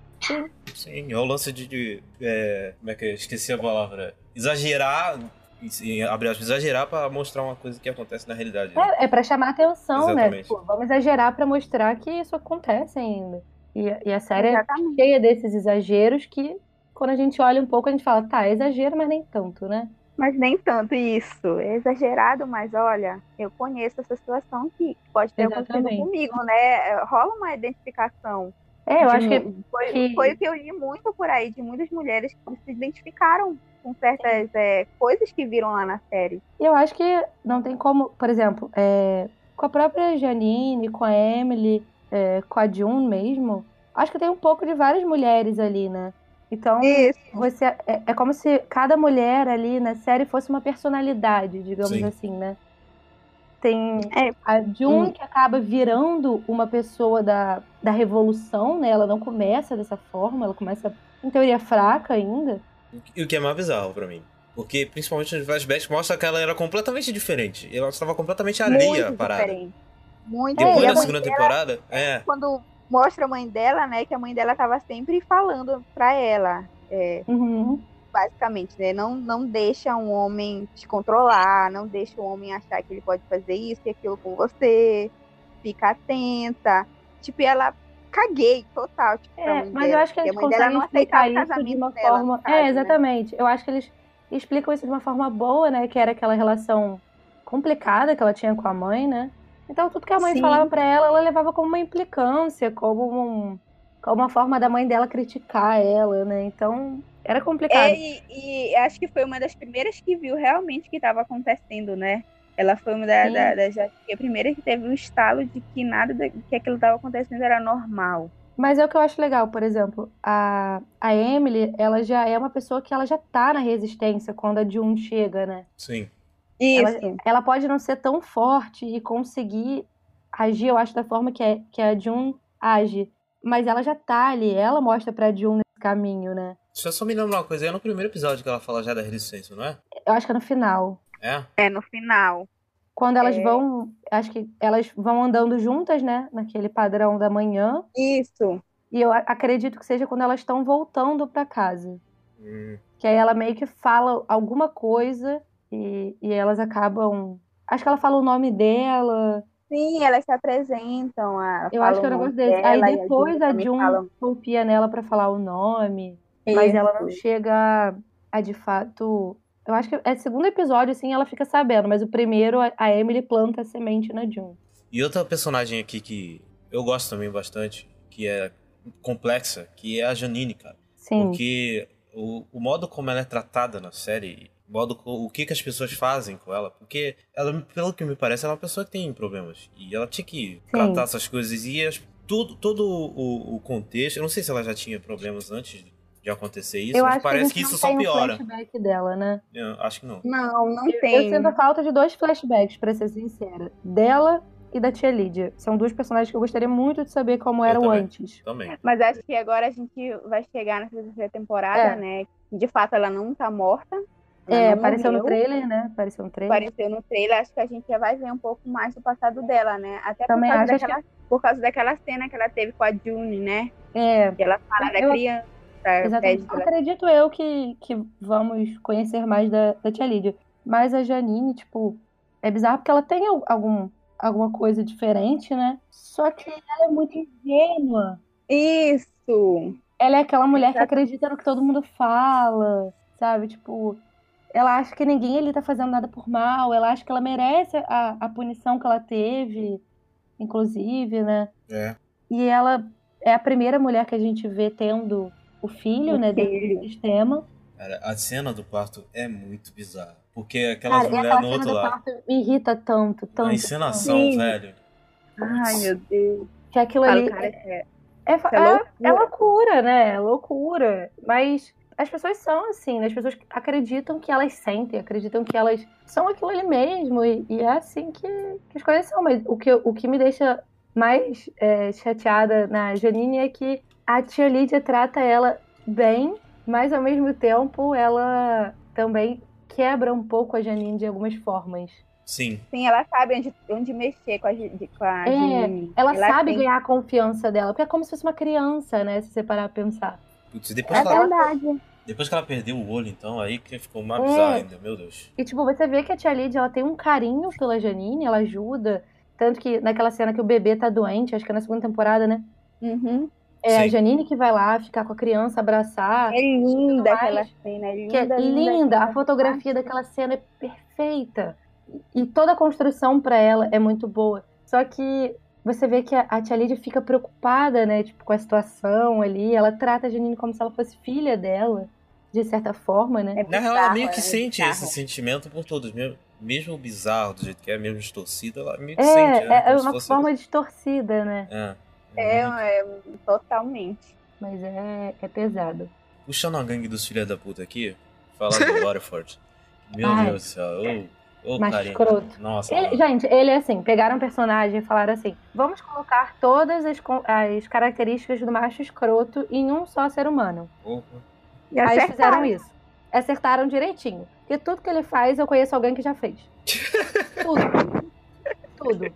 Speaker 1: Sim, é o lance de. de, é, como é que eu esqueci a palavra? Exagerar, e- e, abre aspas, exagerar pra mostrar uma coisa que acontece na realidade. né?
Speaker 4: É, é pra chamar atenção, né?
Speaker 1: Exatamente.
Speaker 4: Tipo, vamos exagerar pra mostrar que isso acontece ainda. E, e a série é
Speaker 3: Exatamente.
Speaker 4: cheia desses exageros que, quando a gente olha um pouco, a gente fala, tá, é exagero, mas nem tanto, né?
Speaker 3: Mas nem tanto isso. É exagerado, mas olha, eu conheço essa situação que pode ter acontecido
Speaker 4: Exatamente.
Speaker 3: comigo, né? Rola uma identificação.
Speaker 4: É, eu
Speaker 3: de
Speaker 4: acho que
Speaker 3: mu- foi,
Speaker 4: que-
Speaker 3: foi o que eu li muito por aí, de muitas mulheres que se identificaram com certas é, coisas que viram lá na série.
Speaker 4: eu acho que não tem como, por exemplo, é, com a própria Janine, com a Emily, é, com a June mesmo, acho que tem um pouco de várias mulheres ali, né? Então
Speaker 3: Isso,
Speaker 4: você é, é como se cada mulher ali na série fosse uma personalidade, digamos
Speaker 1: Sim.
Speaker 4: assim, né? Tem
Speaker 3: É.
Speaker 4: a June que acaba virando uma pessoa da, da revolução, né? Ela não começa dessa forma, ela começa em teoria fraca ainda.
Speaker 1: E o que é mais bizarro pra mim. Porque, principalmente nos flashbacks, mostra que ela era completamente diferente. Ela estava completamente alheia à
Speaker 3: muito
Speaker 1: parada.
Speaker 3: diferente. É, Muito
Speaker 4: É,
Speaker 1: né? Depois
Speaker 4: e
Speaker 3: diferente.
Speaker 4: a
Speaker 1: da
Speaker 4: mãe
Speaker 1: segunda temporada, é.
Speaker 3: Quando mostra a mãe dela, né, que a mãe dela tava sempre falando pra ela, é,
Speaker 4: Uhum.
Speaker 3: basicamente, né, não, não deixa um homem te controlar, não deixa o homem achar que ele pode fazer isso e aquilo com você, fica atenta. Tipo, e ela caguei total, tipo, pra
Speaker 4: É,
Speaker 3: mãe
Speaker 4: mas eu
Speaker 3: dela,
Speaker 4: acho que
Speaker 3: porque
Speaker 4: eles
Speaker 3: a mãe dela
Speaker 4: conseguem
Speaker 3: não aceitava
Speaker 4: explicar
Speaker 3: o
Speaker 4: isso de
Speaker 3: casamento
Speaker 4: uma
Speaker 3: dela,
Speaker 4: forma.
Speaker 3: no caso,
Speaker 4: é,
Speaker 3: né?
Speaker 4: exatamente. Eu acho que eles explicam isso de uma forma boa, né? Que era aquela relação complicada que ela tinha com a mãe, né? Então tudo que a mãe
Speaker 3: Sim.
Speaker 4: falava pra ela, ela levava como uma implicância, como, um, como uma forma da mãe dela criticar ela, né? Então era complicado.
Speaker 3: É, e, e acho que foi uma das primeiras que viu realmente o que estava acontecendo, né? Ela foi uma da,
Speaker 4: Sim.
Speaker 3: da, das- acho que a primeira que teve um estalo de que nada da- que aquilo estava acontecendo era normal.
Speaker 4: Mas é o que eu acho legal, por exemplo, a, a Emily, ela já é uma pessoa que ela já tá na resistência quando a June chega, né?
Speaker 1: Sim.
Speaker 3: Isso.
Speaker 4: ela pode não ser tão forte e conseguir agir, eu acho, da forma que a, que a Jun age. Mas ela já tá ali, ela mostra pra Jun nesse caminho, né?
Speaker 1: Deixa eu só me lembrar uma coisa. É no primeiro episódio que ela fala já da resistência, não é?
Speaker 4: Eu acho que é no final.
Speaker 1: É?
Speaker 3: É no final.
Speaker 4: Quando elas
Speaker 3: É.
Speaker 4: vão. Acho que elas vão andando juntas, né? Naquele padrão da manhã.
Speaker 3: Isso.
Speaker 4: E eu a- acredito que seja quando elas estão voltando pra casa.
Speaker 1: Hum,
Speaker 4: Que aí ela meio que fala alguma coisa e, e elas acabam. Acho que ela fala o nome dela.
Speaker 3: Sim, elas se apresentam. a-
Speaker 4: Eu
Speaker 3: fala
Speaker 4: acho que é um
Speaker 3: o nome
Speaker 4: negócio desse.
Speaker 3: dela e
Speaker 4: Aí depois
Speaker 3: June
Speaker 4: a
Speaker 3: também
Speaker 4: Jun
Speaker 3: fala.
Speaker 4: confia nela pra falar o nome, mas ela não
Speaker 3: Isso.
Speaker 4: chega a, a, de fato. Eu acho que é segundo episódio, assim, ela fica sabendo, mas o primeiro a- a Emily planta a semente na Jun.
Speaker 1: E outra personagem aqui que eu gosto também bastante, que é complexa, que é a Janine, cara.
Speaker 4: Sim.
Speaker 1: Porque o, o modo como ela é tratada na série, o modo co- o que, que as pessoas fazem com ela, porque ela, pelo que me parece, ela é uma pessoa que tem problemas. E ela tinha que tratar essas coisas. E as- tudo, todo o, o contexto. Eu não sei se ela já tinha problemas antes de acontecer isso,
Speaker 4: eu
Speaker 1: mas
Speaker 4: acho
Speaker 1: parece
Speaker 4: que, a gente
Speaker 1: que isso
Speaker 4: não
Speaker 1: só
Speaker 4: tem um
Speaker 1: piora.
Speaker 4: o flashback dela, né?
Speaker 1: Eu acho que não.
Speaker 3: Não, não
Speaker 4: Eu-
Speaker 3: tem.
Speaker 4: Eu sinto falta de dois flashbacks, pra ser sincera. Dela e da tia Lídia. São duas personagens que eu gostaria muito de saber como
Speaker 1: Eu
Speaker 4: eram
Speaker 1: também.
Speaker 4: antes.
Speaker 1: Também.
Speaker 3: Mas acho que agora a gente vai chegar nessa terceira temporada,
Speaker 4: É.
Speaker 3: né? De fato, ela não tá morta. ela
Speaker 4: É,
Speaker 3: não
Speaker 4: apareceu no
Speaker 3: morreu.
Speaker 4: trailer, né? Apareceu no trailer.
Speaker 3: apareceu no trailer, acho que a gente já vai ver um pouco mais do passado dela, né? Até por
Speaker 4: Também
Speaker 3: causa,
Speaker 4: acho, acho
Speaker 3: daquela, por causa daquela cena que ela teve com a June, né?
Speaker 4: É,
Speaker 3: Que ela fala da
Speaker 4: Eu-
Speaker 3: criança, pede
Speaker 4: Exatamente.
Speaker 3: pra...
Speaker 4: Acredito eu que, que vamos conhecer mais da, da tia Lídia. Mas a Janine, tipo, é bizarro porque ela tem al- algum, alguma coisa diferente, né? Só que ela é muito ingênua.
Speaker 3: Isso!
Speaker 4: Ela é aquela mulher que acredita no que todo mundo fala, sabe? Tipo, ela acha que ninguém ali tá fazendo nada por mal, ela acha que ela merece a, a punição que ela teve, inclusive, né?
Speaker 1: É.
Speaker 4: E ela é a primeira mulher que a gente vê tendo o filho,
Speaker 3: O
Speaker 4: né, dentro
Speaker 3: filho.
Speaker 4: do sistema.
Speaker 1: Cara, a cena do parto é muito bizarra. Porque aquelas
Speaker 4: Cara, e
Speaker 1: mulheres
Speaker 4: aquela
Speaker 1: no
Speaker 4: cena
Speaker 1: outro Ah,
Speaker 4: do
Speaker 1: lado.
Speaker 4: parto me irrita tanto, tanto.
Speaker 1: A encenação,
Speaker 3: Sim.
Speaker 1: velho.
Speaker 3: Ai, meu Deus.
Speaker 4: Que aquilo
Speaker 3: Fala,
Speaker 4: ali.
Speaker 3: o cara é...
Speaker 4: É, fa-
Speaker 3: Isso é loucura.
Speaker 4: é- é loucura, né? É loucura. Mas as pessoas são assim, né? As pessoas acreditam que elas sentem, acreditam que elas são aquilo ali mesmo. E, e é assim que, que as coisas são. Mas o que, eu- o que me deixa mais é, chateada na Janine é que a tia Lídia trata ela bem, mas ao mesmo tempo ela também quebra um pouco a Janine de algumas formas.
Speaker 1: Sim.
Speaker 3: Sim, ela sabe onde, onde mexer com a, Gi- de- com a
Speaker 4: É,
Speaker 3: Janine.
Speaker 4: Ela, sabe
Speaker 3: tem-
Speaker 4: ganhar a confiança dela, porque é como se fosse uma criança, né? Se você parar pra pensar.
Speaker 1: Putz, e depois,
Speaker 3: É
Speaker 1: que ela,
Speaker 3: verdade.
Speaker 1: depois que ela perdeu o olho, então, aí que ficou mais
Speaker 4: É.
Speaker 1: bizarro ainda, meu Deus.
Speaker 4: E, tipo, você vê que a tia Lídia, ela tem um carinho pela Janine, ela ajuda. Tanto que naquela cena que o bebê tá doente, acho que é na segunda temporada, né?
Speaker 3: Uhum.
Speaker 4: É a
Speaker 1: Sim.
Speaker 4: Janine que vai lá ficar com a criança, abraçar.
Speaker 3: É linda
Speaker 4: Ah, mais.
Speaker 3: aquela cena. É linda,
Speaker 4: que é linda,
Speaker 3: linda.
Speaker 4: a fotografia daquela cena é perfeita. E toda a construção pra ela é muito boa. Só que você vê que a, a tia Lídia fica preocupada, né? Tipo, com a situação ali. Ela trata a Janine como se ela fosse filha dela, de certa forma, né?
Speaker 3: É
Speaker 1: Na real, ela
Speaker 3: bizarro,
Speaker 1: meio que
Speaker 3: é
Speaker 1: sente assim.
Speaker 3: bizarro.
Speaker 1: esse sentimento por todos. Mesmo, mesmo bizarro do jeito que é, mesmo distorcido, ela meio que
Speaker 4: É,
Speaker 1: sente. né?
Speaker 4: é,
Speaker 1: Como se
Speaker 4: uma
Speaker 1: fosse-
Speaker 4: forma distorcida, né?
Speaker 1: É.
Speaker 3: É,
Speaker 1: Uhum.
Speaker 3: é, totalmente.
Speaker 4: Mas é, é pesado.
Speaker 1: Puxando a gangue dos filha da puta aqui, falar do Waterford. Meu
Speaker 4: Ai.
Speaker 1: Deus do céu. Ô, ô
Speaker 4: Macho
Speaker 1: carinha.
Speaker 4: escroto.
Speaker 1: Nossa.
Speaker 4: Ele- gente, ele é assim: pegaram um personagem e falaram assim: vamos colocar todas as, con- as características do macho escroto em um só ser humano.
Speaker 1: porra.
Speaker 3: E
Speaker 4: Aí eles
Speaker 3: acertaram.
Speaker 4: fizeram isso. Acertaram direitinho. Porque tudo que ele faz, eu conheço alguém que já fez. Tudo. tudo.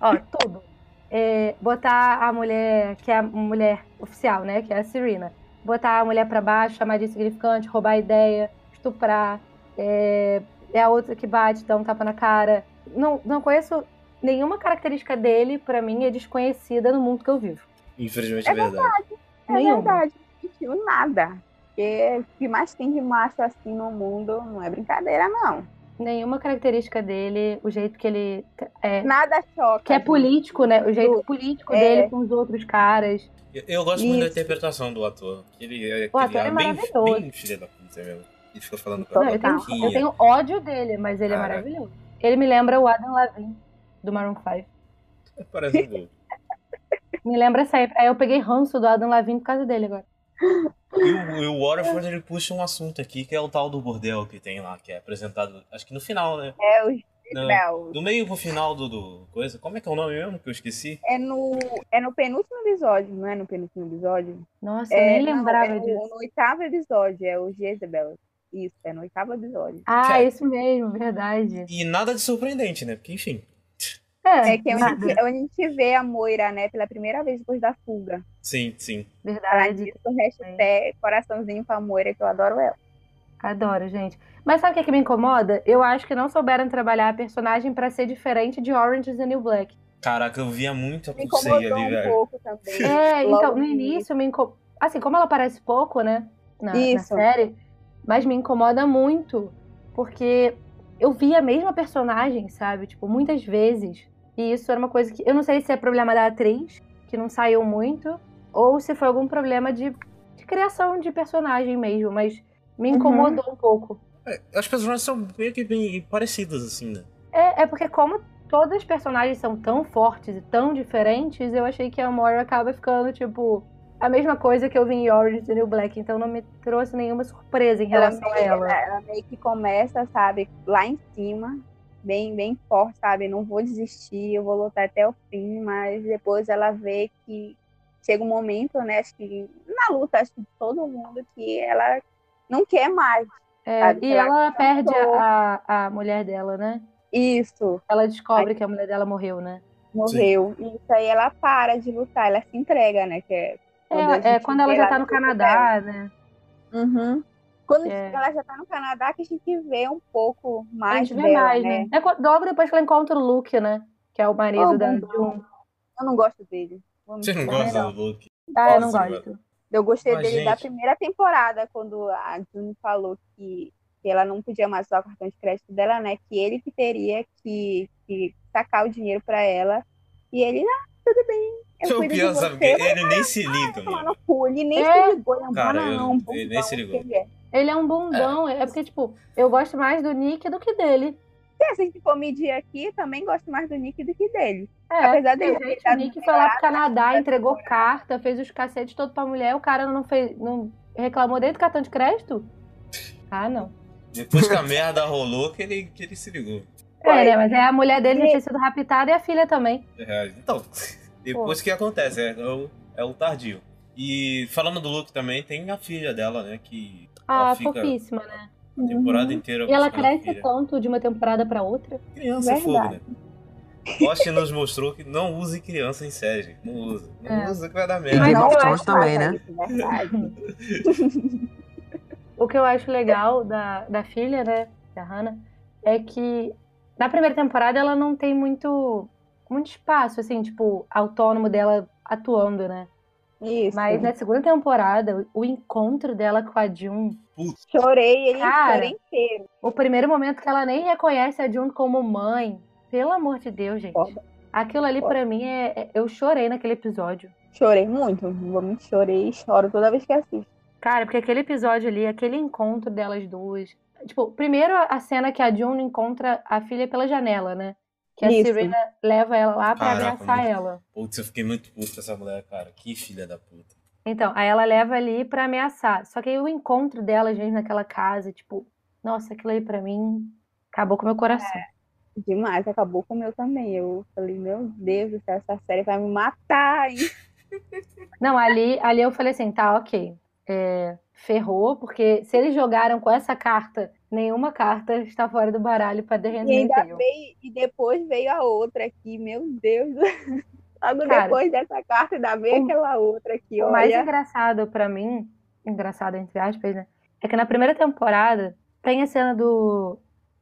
Speaker 4: Ó, tudo. É, botar a mulher, que é a mulher oficial, né? Que é a Serena. Botar a mulher pra baixo, chamar de insignificante, roubar ideia, estuprar. É, é a outra que bate, dá um tapa na cara. Não, não conheço nenhuma característica dele, pra mim, é desconhecida no mundo que eu vivo.
Speaker 1: Infelizmente é verdade.
Speaker 3: É
Speaker 4: Nenhuma.
Speaker 3: verdade, não sentiu nada. Porque o que mais tem de macho assim no mundo não é brincadeira, não.
Speaker 4: Nenhuma característica dele, o jeito que ele é,
Speaker 3: Nada choca.
Speaker 4: Que é
Speaker 3: gente.
Speaker 4: político, né? O jeito
Speaker 3: Do-
Speaker 4: político
Speaker 3: é.
Speaker 4: dele com os outros caras.
Speaker 1: Eu, eu gosto muito da
Speaker 3: Isso.
Speaker 1: interpretação do ator. que Ele é,
Speaker 4: O
Speaker 1: aquele
Speaker 4: ator é
Speaker 1: bem-
Speaker 4: maravilhoso.
Speaker 1: Bem, filha da puta mesmo. Ele fica falando com
Speaker 4: Não,
Speaker 1: ela
Speaker 4: eu, tenho,
Speaker 1: boquinha.
Speaker 4: eu tenho ódio dele, mas ele é
Speaker 1: Caraca.
Speaker 4: maravilhoso. Ele me lembra o Adam Levine, do Maroon 5.
Speaker 1: Parece um bobo.
Speaker 4: Me lembra sempre. Aí eu peguei ranço do Adam Levine por causa dele agora.
Speaker 1: E o, e o Waterford ele puxa um assunto aqui, que é o tal do bordel que tem lá, que é apresentado, acho que no final, né?
Speaker 3: É o
Speaker 1: Não.
Speaker 3: Gisbel.
Speaker 1: Do meio pro final do, do coisa. Como é que é o nome mesmo que eu esqueci?
Speaker 3: É no, é no penúltimo episódio, não é no penúltimo episódio?
Speaker 4: Nossa, eu
Speaker 3: É,
Speaker 4: nem
Speaker 3: não,
Speaker 4: lembrava
Speaker 3: é no-
Speaker 4: disso.
Speaker 3: No oitavo episódio, é o Jezebel. Isso, é no oitavo episódio.
Speaker 4: Ah,
Speaker 1: Cara.
Speaker 4: isso mesmo, verdade.
Speaker 1: E nada de surpreendente, né? Porque, enfim.
Speaker 4: É,
Speaker 3: É que é onde, a
Speaker 4: nada.
Speaker 3: gente- é onde a gente vê a Moira, né, pela primeira vez depois da fuga.
Speaker 1: Sim, sim.
Speaker 3: Ela
Speaker 4: verdade.
Speaker 3: diz o hashtag coraçãozinho pra Moira, que eu adoro ela.
Speaker 4: Adoro, gente. Mas sabe o que, que me incomoda? Eu acho que não souberam trabalhar a personagem pra ser diferente de Orange is the New Black.
Speaker 1: Caraca, eu via muito a
Speaker 3: Me
Speaker 1: pulseira
Speaker 3: incomodou
Speaker 1: ali,
Speaker 3: um
Speaker 1: velho.
Speaker 3: pouco também. <laughs>
Speaker 4: É,
Speaker 3: Logo
Speaker 4: então, no
Speaker 3: no
Speaker 4: início me incomoda. Assim, como ela aparece pouco, né? Na, na
Speaker 3: Isso.
Speaker 4: série, mas me incomoda muito. Porque eu vi a mesma personagem, sabe? Tipo, muitas vezes. E isso era uma coisa que. Eu não sei se é problema da atriz, que não saiu muito, ou se foi algum problema de, de criação de personagem mesmo, mas me
Speaker 3: Uhum.
Speaker 4: incomodou um pouco.
Speaker 1: É, As personagens são meio que bem parecidas, assim, né?
Speaker 4: É, é porque como todas as personagens são tão fortes e tão diferentes, eu achei que a Moira acaba ficando, tipo, a mesma coisa que eu vi em Orange is the New Black, então não me trouxe nenhuma surpresa em
Speaker 3: ela,
Speaker 4: relação
Speaker 3: meio,
Speaker 4: a ela.
Speaker 3: ela- ela meio que começa, sabe, lá em cima, bem, bem forte, sabe? Não vou desistir, eu vou lutar até o fim, mas depois ela vê que chega um momento, né? Acho que na luta, acho que de todo mundo, que ela não quer mais
Speaker 4: É,
Speaker 3: sabe,
Speaker 4: e
Speaker 3: ela
Speaker 4: ela, perde
Speaker 3: cansou.
Speaker 4: a, a, a mulher dela, né?
Speaker 3: isso,
Speaker 4: Ela descobre que a mulher dela morreu, né?
Speaker 3: morreu. Isso aí ela para de lutar, ela se entrega, né? Que é
Speaker 4: É,
Speaker 3: a
Speaker 4: é,
Speaker 3: gente
Speaker 4: quando ela
Speaker 3: vê
Speaker 4: já
Speaker 3: lá
Speaker 4: tá no
Speaker 3: corpo
Speaker 4: Canadá, né?
Speaker 3: dela. Uhum. Quando
Speaker 4: É.
Speaker 3: ela já tá no Canadá, que a gente vê um pouco
Speaker 4: A
Speaker 3: mais
Speaker 4: gente vê
Speaker 3: dela,
Speaker 4: mais,
Speaker 3: né?
Speaker 4: né? É quando- logo depois que ela encontra o Luke, né? Que é o marido
Speaker 3: Oh,
Speaker 4: da
Speaker 3: bom.
Speaker 4: June.
Speaker 3: Eu não gosto dele. Vamos
Speaker 1: Vocês não
Speaker 3: ser
Speaker 1: gostam
Speaker 3: sinceros.
Speaker 1: do Luke?
Speaker 4: Ah, eu não
Speaker 1: Nossa,
Speaker 4: gosto.
Speaker 3: Eu gostei
Speaker 1: Mas,
Speaker 3: dele da
Speaker 1: gente-
Speaker 3: primeira temporada, quando a June falou que, que ela não podia mais usar o cartão de crédito dela, né? Que ele que teria que, que sacar o dinheiro pra ela. E ele, ah, tudo bem, eu
Speaker 1: o
Speaker 3: cuido de
Speaker 1: pior, sabe o quê?
Speaker 3: você. Vai
Speaker 1: Ele nem se liga, né?
Speaker 3: tomar
Speaker 1: mano.
Speaker 3: no cu, ele nem
Speaker 4: É.
Speaker 3: se ligou, ele é um
Speaker 1: Cara,
Speaker 3: bananão,
Speaker 1: eu-
Speaker 3: um
Speaker 1: ele nem se
Speaker 3: bundão,
Speaker 1: ligou.
Speaker 3: que ele é.
Speaker 4: Ele é um bundão, é porque, tipo, eu gosto mais do Nick do que dele.
Speaker 3: assim, Se a gente for medir aqui, eu também gosto mais do Nick do que dele.
Speaker 4: É,
Speaker 3: Apesar dele
Speaker 4: tem
Speaker 3: ter
Speaker 4: gente, o
Speaker 3: ficado
Speaker 4: Nick foi lá
Speaker 3: desesperado,
Speaker 4: pro Canadá,
Speaker 3: né?
Speaker 4: entregou carta, fez os cacetes todo pra mulher, o cara não fez. não reclamou dentro do cartão de crédito? Ah, não.
Speaker 1: Depois que a merda rolou, que ele, que ele se ligou.
Speaker 4: É, né? Mas é a mulher dele já tinha sido raptada e a filha também.
Speaker 1: É,
Speaker 4: <laughs>
Speaker 1: Então, depois que acontece, é, é o, é o tardio. E falando do Luke também, tem a filha dela, né? Que
Speaker 4: Ah,
Speaker 1: Ela fica-
Speaker 4: fofíssima, né?
Speaker 1: a temporada inteira.
Speaker 4: E ela
Speaker 1: buscando a
Speaker 4: cresce
Speaker 1: filha.
Speaker 4: tanto de uma temporada pra outra.
Speaker 1: Criança é fogo, né?
Speaker 3: Verdade.
Speaker 1: Austin nos mostrou que não use criança em série. Não usa. Não
Speaker 4: É.
Speaker 1: usa que vai dar
Speaker 2: E
Speaker 1: merda.
Speaker 2: Game
Speaker 3: Não,
Speaker 2: of
Speaker 3: eu
Speaker 2: Thrones
Speaker 3: acho
Speaker 2: também,
Speaker 3: massa
Speaker 2: né?
Speaker 3: isso, é verdade.
Speaker 4: O que eu acho legal da, da filha, né? Da Hannah, é que na primeira temporada ela não tem muito, muito espaço, assim, tipo, autônomo dela atuando, né?
Speaker 3: Isso.
Speaker 4: Mas é na segunda temporada, o o encontro dela com a June,
Speaker 3: Chorei ele
Speaker 4: Cara.
Speaker 3: chorei inteiro.
Speaker 4: o primeiro momento que ela nem reconhece a June como mãe, pelo amor de Deus, gente.
Speaker 3: Foda.
Speaker 4: Aquilo ali pra mim é, é- Eu chorei naquele episódio.
Speaker 3: Chorei muito. Vamos chorei e choro toda vez que assisto.
Speaker 4: Cara, porque aquele episódio ali, aquele encontro delas duas. Tipo, primeiro a cena que a June encontra a filha pela janela, né? Que a
Speaker 3: Isso.
Speaker 4: Serena leva ela lá pra
Speaker 1: Caraca,
Speaker 4: abraçar
Speaker 1: muito.
Speaker 4: ela.
Speaker 1: Putz, eu fiquei muito puto com essa mulher, cara. Que filha da puta.
Speaker 4: Então, aí ela leva ali pra ameaçar. Só que aí o encontro delas, gente, naquela casa, tipo, nossa, aquilo aí pra mim acabou com o meu coração.
Speaker 3: Demais, acabou com o meu também. Eu falei, meu Deus do céu, essa série vai me matar. hein?
Speaker 4: Não, ali, ali eu falei assim, tá, ok. É, ferrou, porque se eles jogaram com essa carta, nenhuma carta está fora do baralho pra The
Speaker 3: E
Speaker 4: Handmaid's
Speaker 3: ainda
Speaker 4: Tale.
Speaker 3: veio, e depois veio a outra aqui, meu Deus. <laughs> Logo
Speaker 4: Cara.
Speaker 3: depois dessa carta, ainda veio
Speaker 4: O-
Speaker 3: aquela outra aqui,
Speaker 4: O mais
Speaker 3: olha.
Speaker 4: engraçado pra mim, engraçado entre aspas, né? É que na primeira temporada tem a cena do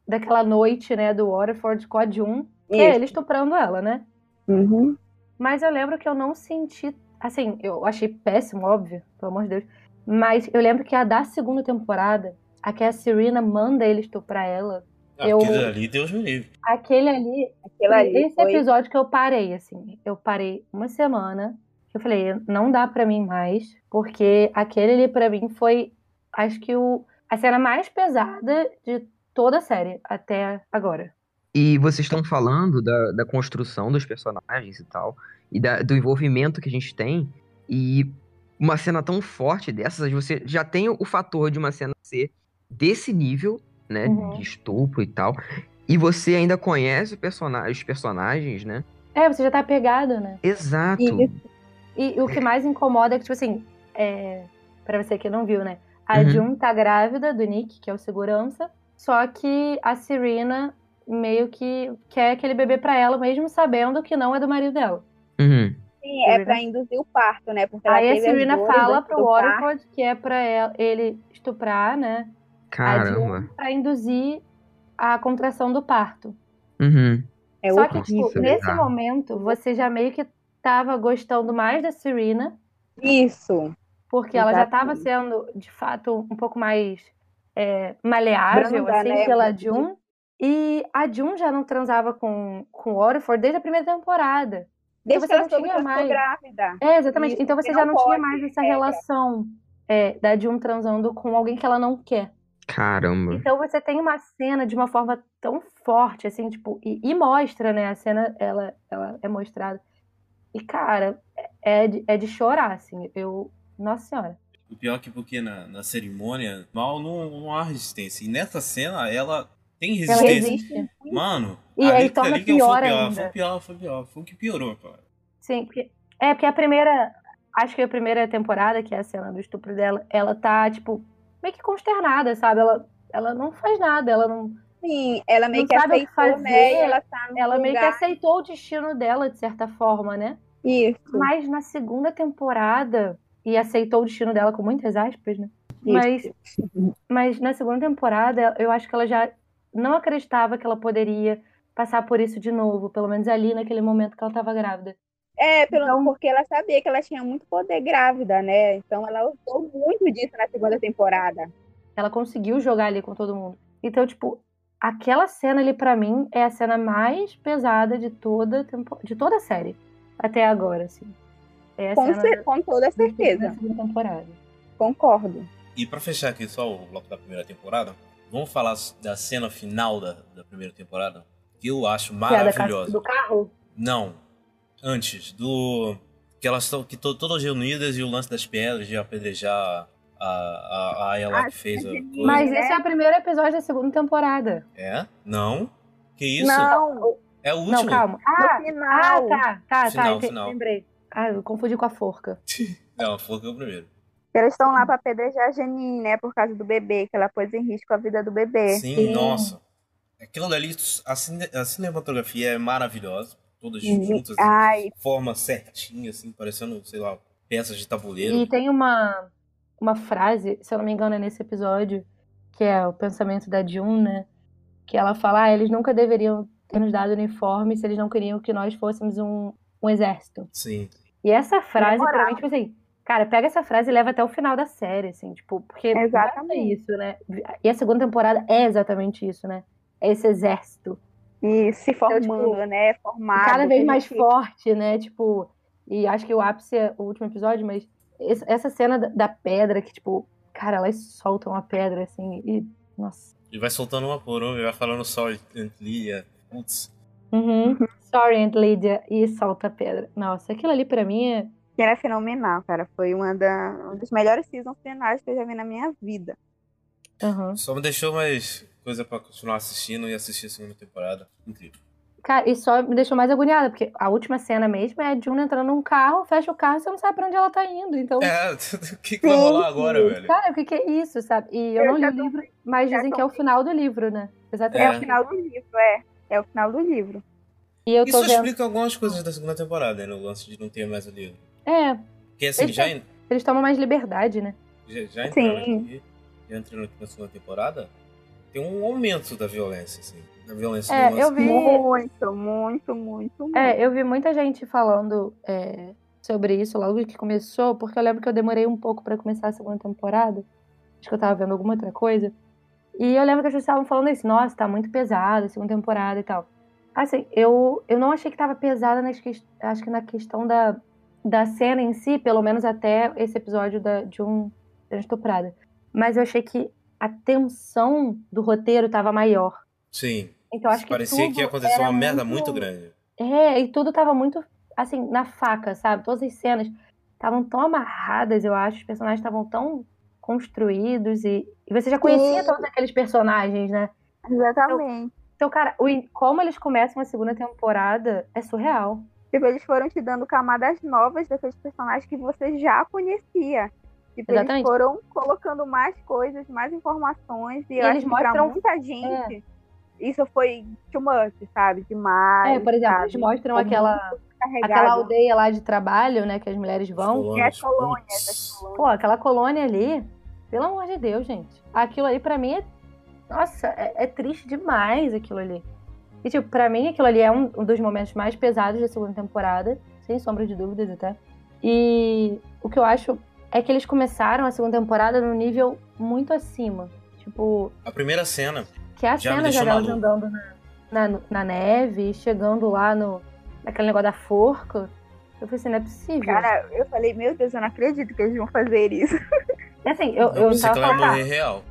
Speaker 4: daquela noite, né, do Waterford com a June, que é
Speaker 3: Isso.
Speaker 4: ele estuprando ela, né?
Speaker 3: Uhum.
Speaker 4: Mas eu lembro que eu não senti. Assim, eu achei péssimo, óbvio, pelo amor de Deus. Mas eu lembro que a da segunda temporada, a que a Serena manda ele estuprar ela, Eu-
Speaker 1: Aquilo ali, Deus me livre.
Speaker 4: aquele ali.
Speaker 3: Aquela ali
Speaker 4: esse
Speaker 3: foi
Speaker 4: episódio que eu parei, assim. Eu parei uma semana. Eu falei, não dá pra mim mais. Porque aquele ali pra mim foi, acho que o, a cena mais pesada de toda a série até agora.
Speaker 2: E vocês estão falando da, da construção dos personagens e tal, e da- do envolvimento que a gente tem, e uma cena tão forte dessas, você já tem o fator de uma cena ser desse nível, né,
Speaker 4: Uhum.
Speaker 2: de estupro e tal, e você ainda conhece o persona- os personagens, né?
Speaker 4: É, você já tá pegado, né?
Speaker 2: Exato.
Speaker 3: Isso.
Speaker 4: E o que mais incomoda é que, tipo assim, é... pra você que não viu, né? A
Speaker 2: Uhum.
Speaker 4: June tá grávida do Nick, que é o segurança, só que a Serena meio que quer aquele bebê pra ela, mesmo sabendo que não é do marido dela.
Speaker 2: Uhum.
Speaker 3: Sim, é pra induzir o parto, né? Porque ela
Speaker 4: Aí a
Speaker 3: teve as
Speaker 4: Serena
Speaker 3: dores né,
Speaker 4: fala
Speaker 3: antes
Speaker 4: pro
Speaker 3: do parto.
Speaker 4: Warford que é pra ela- ele estuprar, né?
Speaker 2: Caramba.
Speaker 4: Pra induzir a contração do parto.
Speaker 2: Uhum.
Speaker 3: É
Speaker 4: Só
Speaker 3: outro
Speaker 4: que,
Speaker 2: horrível,
Speaker 4: tipo,
Speaker 2: isso é
Speaker 4: nesse
Speaker 2: bizarro.
Speaker 4: momento, você já meio que tava gostando mais da Serena,
Speaker 3: Isso.
Speaker 4: porque ela já estava
Speaker 3: Exatamente.
Speaker 4: sendo, de fato, um pouco mais é, maleável,
Speaker 3: Branda,
Speaker 4: assim,
Speaker 3: né?
Speaker 4: pela June. E a June já não transava com, com o Orford desde a primeira temporada.
Speaker 3: Desde
Speaker 4: você
Speaker 3: que ela
Speaker 4: não
Speaker 3: soube que
Speaker 4: tinha
Speaker 3: ela ficou
Speaker 4: mais.
Speaker 3: grávida.
Speaker 4: É, exatamente.
Speaker 3: Isso,
Speaker 4: então
Speaker 3: porque
Speaker 4: você já
Speaker 3: não
Speaker 4: não tinha
Speaker 3: pode,
Speaker 4: mais essa
Speaker 3: regra.
Speaker 4: relação é, da June transando com alguém que ela não quer.
Speaker 2: Caramba.
Speaker 4: Então você tem uma cena de uma forma tão forte, assim, tipo, e, e mostra, né? A cena, ela, ela é mostrada. E, cara, é, é de, é de chorar, assim. Eu. Nossa Senhora.
Speaker 1: O pior é que porque na, na cerimônia, mal não, não há resistência. E nessa cena, ela tem
Speaker 4: Ela
Speaker 1: resistência.
Speaker 4: existe.
Speaker 1: Mano,
Speaker 4: E
Speaker 1: ali,
Speaker 4: aí torna
Speaker 1: ali que foi o
Speaker 4: pior
Speaker 1: pior,
Speaker 4: ainda.
Speaker 1: foi o pior, foi o pior. Foi o que piorou, cara.
Speaker 4: Sim, porque- é porque a primeira. Acho que a primeira temporada, que é a cena do estupro dela, ela tá, tipo, meio que consternada, sabe? Ela, ela não faz nada, ela não.
Speaker 3: Sim, ela meio
Speaker 4: Não
Speaker 3: que
Speaker 4: sabe o que
Speaker 3: aceitou, né?
Speaker 4: fazer,
Speaker 3: E ela tá no
Speaker 4: Ela meio que
Speaker 3: lugar.
Speaker 4: aceitou o destino dela, de certa forma, né?
Speaker 3: Isso.
Speaker 4: Mas na segunda temporada, e aceitou o destino dela com muitas aspas, né? Mas, mas na segunda temporada, eu acho que ela já não acreditava que ela poderia passar por isso de novo, pelo menos ali naquele momento que ela tava grávida.
Speaker 3: É, pelo,
Speaker 4: Então-
Speaker 3: porque ela sabia que ela tinha muito poder grávida, né? Então ela usou muito disso na segunda temporada.
Speaker 4: Ela conseguiu jogar ali com todo mundo. Então, tipo, aquela cena ali pra mim é a cena mais pesada de toda, a tempo- de toda a série. Até agora, assim. É a
Speaker 3: Com,
Speaker 4: cena
Speaker 3: cer-
Speaker 4: da-
Speaker 3: com toda
Speaker 4: da
Speaker 3: certeza.
Speaker 4: segunda temporada.
Speaker 3: Concordo.
Speaker 1: E pra fechar aqui só o bloco da primeira temporada, vamos falar da cena final da, da primeira temporada, que eu acho
Speaker 4: Que é a da ca-
Speaker 1: maravilhosa.
Speaker 4: do carro?
Speaker 1: Não, antes do. Que elas estão que to, todas reunidas e o lance das pedras de apedrejar a, a, a ela
Speaker 3: Ah,
Speaker 1: que fez a
Speaker 3: sim.
Speaker 1: coisa.
Speaker 4: Mas
Speaker 3: Pois é.
Speaker 4: esse é o primeiro episódio da segunda temporada.
Speaker 1: É? Não? Que isso?
Speaker 3: Não,
Speaker 1: É o
Speaker 4: Não,
Speaker 1: último?
Speaker 4: calma. Ah,
Speaker 3: no
Speaker 4: ah,
Speaker 3: final.
Speaker 4: tá, tá, tá.
Speaker 1: Final,
Speaker 4: ente-
Speaker 1: final.
Speaker 4: Lembrei. Ah, eu confundi com a forca.
Speaker 1: Não, falou que é o primeiro.
Speaker 3: Elas estão lá pra apedrejar a Janine, né? Por causa do bebê, que ela pôs em risco a vida do bebê.
Speaker 1: Sim,
Speaker 4: Sim.
Speaker 1: nossa. Aquilo dali, a, cine- a cinematografia é maravilhosa. Todas
Speaker 4: Sim.
Speaker 1: juntas,
Speaker 3: Ai.
Speaker 1: forma certinha, assim, parecendo, sei lá, peças de tabuleiro.
Speaker 4: E tem uma, uma frase, se eu não me engano, é nesse episódio, que é o pensamento da June, né? Que ela fala, ah, eles nunca deveriam ter nos dado uniforme se eles não queriam que nós fôssemos um, um exército.
Speaker 1: Sim.
Speaker 4: E essa frase,
Speaker 3: Moral.
Speaker 4: pra mim, tipo assim, cara, pega essa frase e leva até o final da série, assim, tipo, porque
Speaker 3: Exatamente.
Speaker 4: é isso, né? E a segunda temporada é exatamente isso, né? É esse exército.
Speaker 3: E se formando,
Speaker 4: tipo,
Speaker 3: né? Formado.
Speaker 4: cada vez
Speaker 3: que
Speaker 4: mais
Speaker 3: eles-
Speaker 4: forte, né? Tipo, e acho que o ápice é o último episódio, mas esse- essa cena da- da pedra que, tipo, cara, elas soltam a pedra assim e. Nossa.
Speaker 1: E vai soltando uma por uma, e vai falando só Lilia. Putz.
Speaker 4: Uhum. <laughs> Sorry, Aunt Lydia. E solta a pedra. Nossa, aquilo ali pra mim é.
Speaker 3: Que era fenomenal, cara. Foi uma da, um dos melhores seasons finais que eu já vi na minha vida.
Speaker 4: Uhum.
Speaker 1: Só me deixou mais coisa pra continuar assistindo e assistir a segunda temporada. Incrível.
Speaker 4: Cara, isso só me deixou mais agoniada, porque a última cena mesmo é a June entrando num carro, fecha o carro e você não sabe pra onde ela tá indo. Então, <laughs>
Speaker 1: É, <laughs> o que, que vai rolar agora, velho?
Speaker 4: cara, o que, que é isso, sabe? E eu,
Speaker 3: Eu
Speaker 4: não li
Speaker 3: já
Speaker 4: o
Speaker 3: tô-
Speaker 4: livro, mas
Speaker 3: já
Speaker 4: dizem
Speaker 3: tô-
Speaker 4: que é o final do livro, né?
Speaker 3: É.
Speaker 4: Exatamente.
Speaker 3: o final do livro, é. É o final do livro.
Speaker 4: E eu
Speaker 1: Isso é
Speaker 4: tô vendo.
Speaker 1: explica algumas coisas da segunda temporada, né? O lance de não ter mais o livro.
Speaker 4: É,
Speaker 1: Porque assim,
Speaker 4: Eles
Speaker 1: já,
Speaker 4: tão- eles tomam mais liberdade, né?
Speaker 1: já, já entrando
Speaker 3: Sim.
Speaker 1: aqui, já entrando aqui na segunda temporada, tem um aumento da violência, assim. Da violência
Speaker 4: É,
Speaker 1: do
Speaker 4: eu
Speaker 1: lance.
Speaker 4: vi-
Speaker 3: Muito, muito, muito, muito.
Speaker 4: É, eu vi muita gente falando é, sobre isso logo que começou, porque eu lembro que eu demorei um pouco pra começar a segunda temporada. Acho que eu tava vendo alguma outra coisa. E eu lembro que as pessoas estavam falando isso, nossa, tá muito pesada a segunda temporada e tal. Assim, eu, eu não achei que tava pesada, nas ques- acho que na questão da, da cena em si, pelo menos até esse episódio da, de um de uma estuprada. Mas eu achei que a tensão do roteiro tava maior.
Speaker 1: Sim.
Speaker 4: Então acho que
Speaker 1: Parecia que
Speaker 4: tudo
Speaker 1: ia acontecer uma
Speaker 4: era
Speaker 1: merda muito
Speaker 4: muito
Speaker 1: grande.
Speaker 4: é, e tudo tava muito, assim, na faca, sabe? Todas as cenas estavam tão amarradas, eu acho. Os personagens estavam tão construídos e, e você já conhecia
Speaker 3: Sim.
Speaker 4: todos aqueles personagens, né?
Speaker 3: Exatamente.
Speaker 4: Então, cara, o in- como eles começam a segunda temporada é surreal.
Speaker 3: Tipo, eles foram te dando camadas novas daqueles personagens que você já conhecia. Tipo,
Speaker 4: Exatamente.
Speaker 3: eles foram colocando mais coisas, mais informações. E,
Speaker 4: E
Speaker 3: eu acho
Speaker 4: eles
Speaker 3: que
Speaker 4: mostram- é.
Speaker 3: pra muita gente, isso foi too much, sabe? Demais.
Speaker 4: É, por exemplo, eles
Speaker 3: sabe? é
Speaker 4: mostram
Speaker 3: Ficou
Speaker 4: aquela,
Speaker 3: Carregado.
Speaker 4: aquela aldeia lá de trabalho, né, que as mulheres vão.
Speaker 1: Colônias,
Speaker 3: E as colônias,
Speaker 1: putz.
Speaker 3: as colônias.
Speaker 4: Pô, aquela colônia ali, pelo amor de Deus, gente. Aquilo ali pra mim é. Nossa, é, é triste demais aquilo ali. E, tipo, pra mim aquilo ali é um, um dos momentos mais pesados da segunda temporada, sem sombra de dúvidas até. E o que eu acho é que eles começaram a segunda temporada num nível muito acima. Tipo,
Speaker 1: A primeira cena,
Speaker 4: que é a
Speaker 1: Já me
Speaker 4: cena
Speaker 1: deixou
Speaker 4: já delas
Speaker 1: maluco.
Speaker 4: andando na, na, na neve, chegando lá no, naquele negócio da forca. Eu falei assim, não é possível.
Speaker 3: Cara, eu falei, meu Deus, eu não acredito que eles vão fazer isso.
Speaker 4: E, assim, eu,
Speaker 1: eu
Speaker 4: eu,
Speaker 1: pensei
Speaker 4: tava
Speaker 1: que ela ia
Speaker 4: falando,
Speaker 1: morrer real.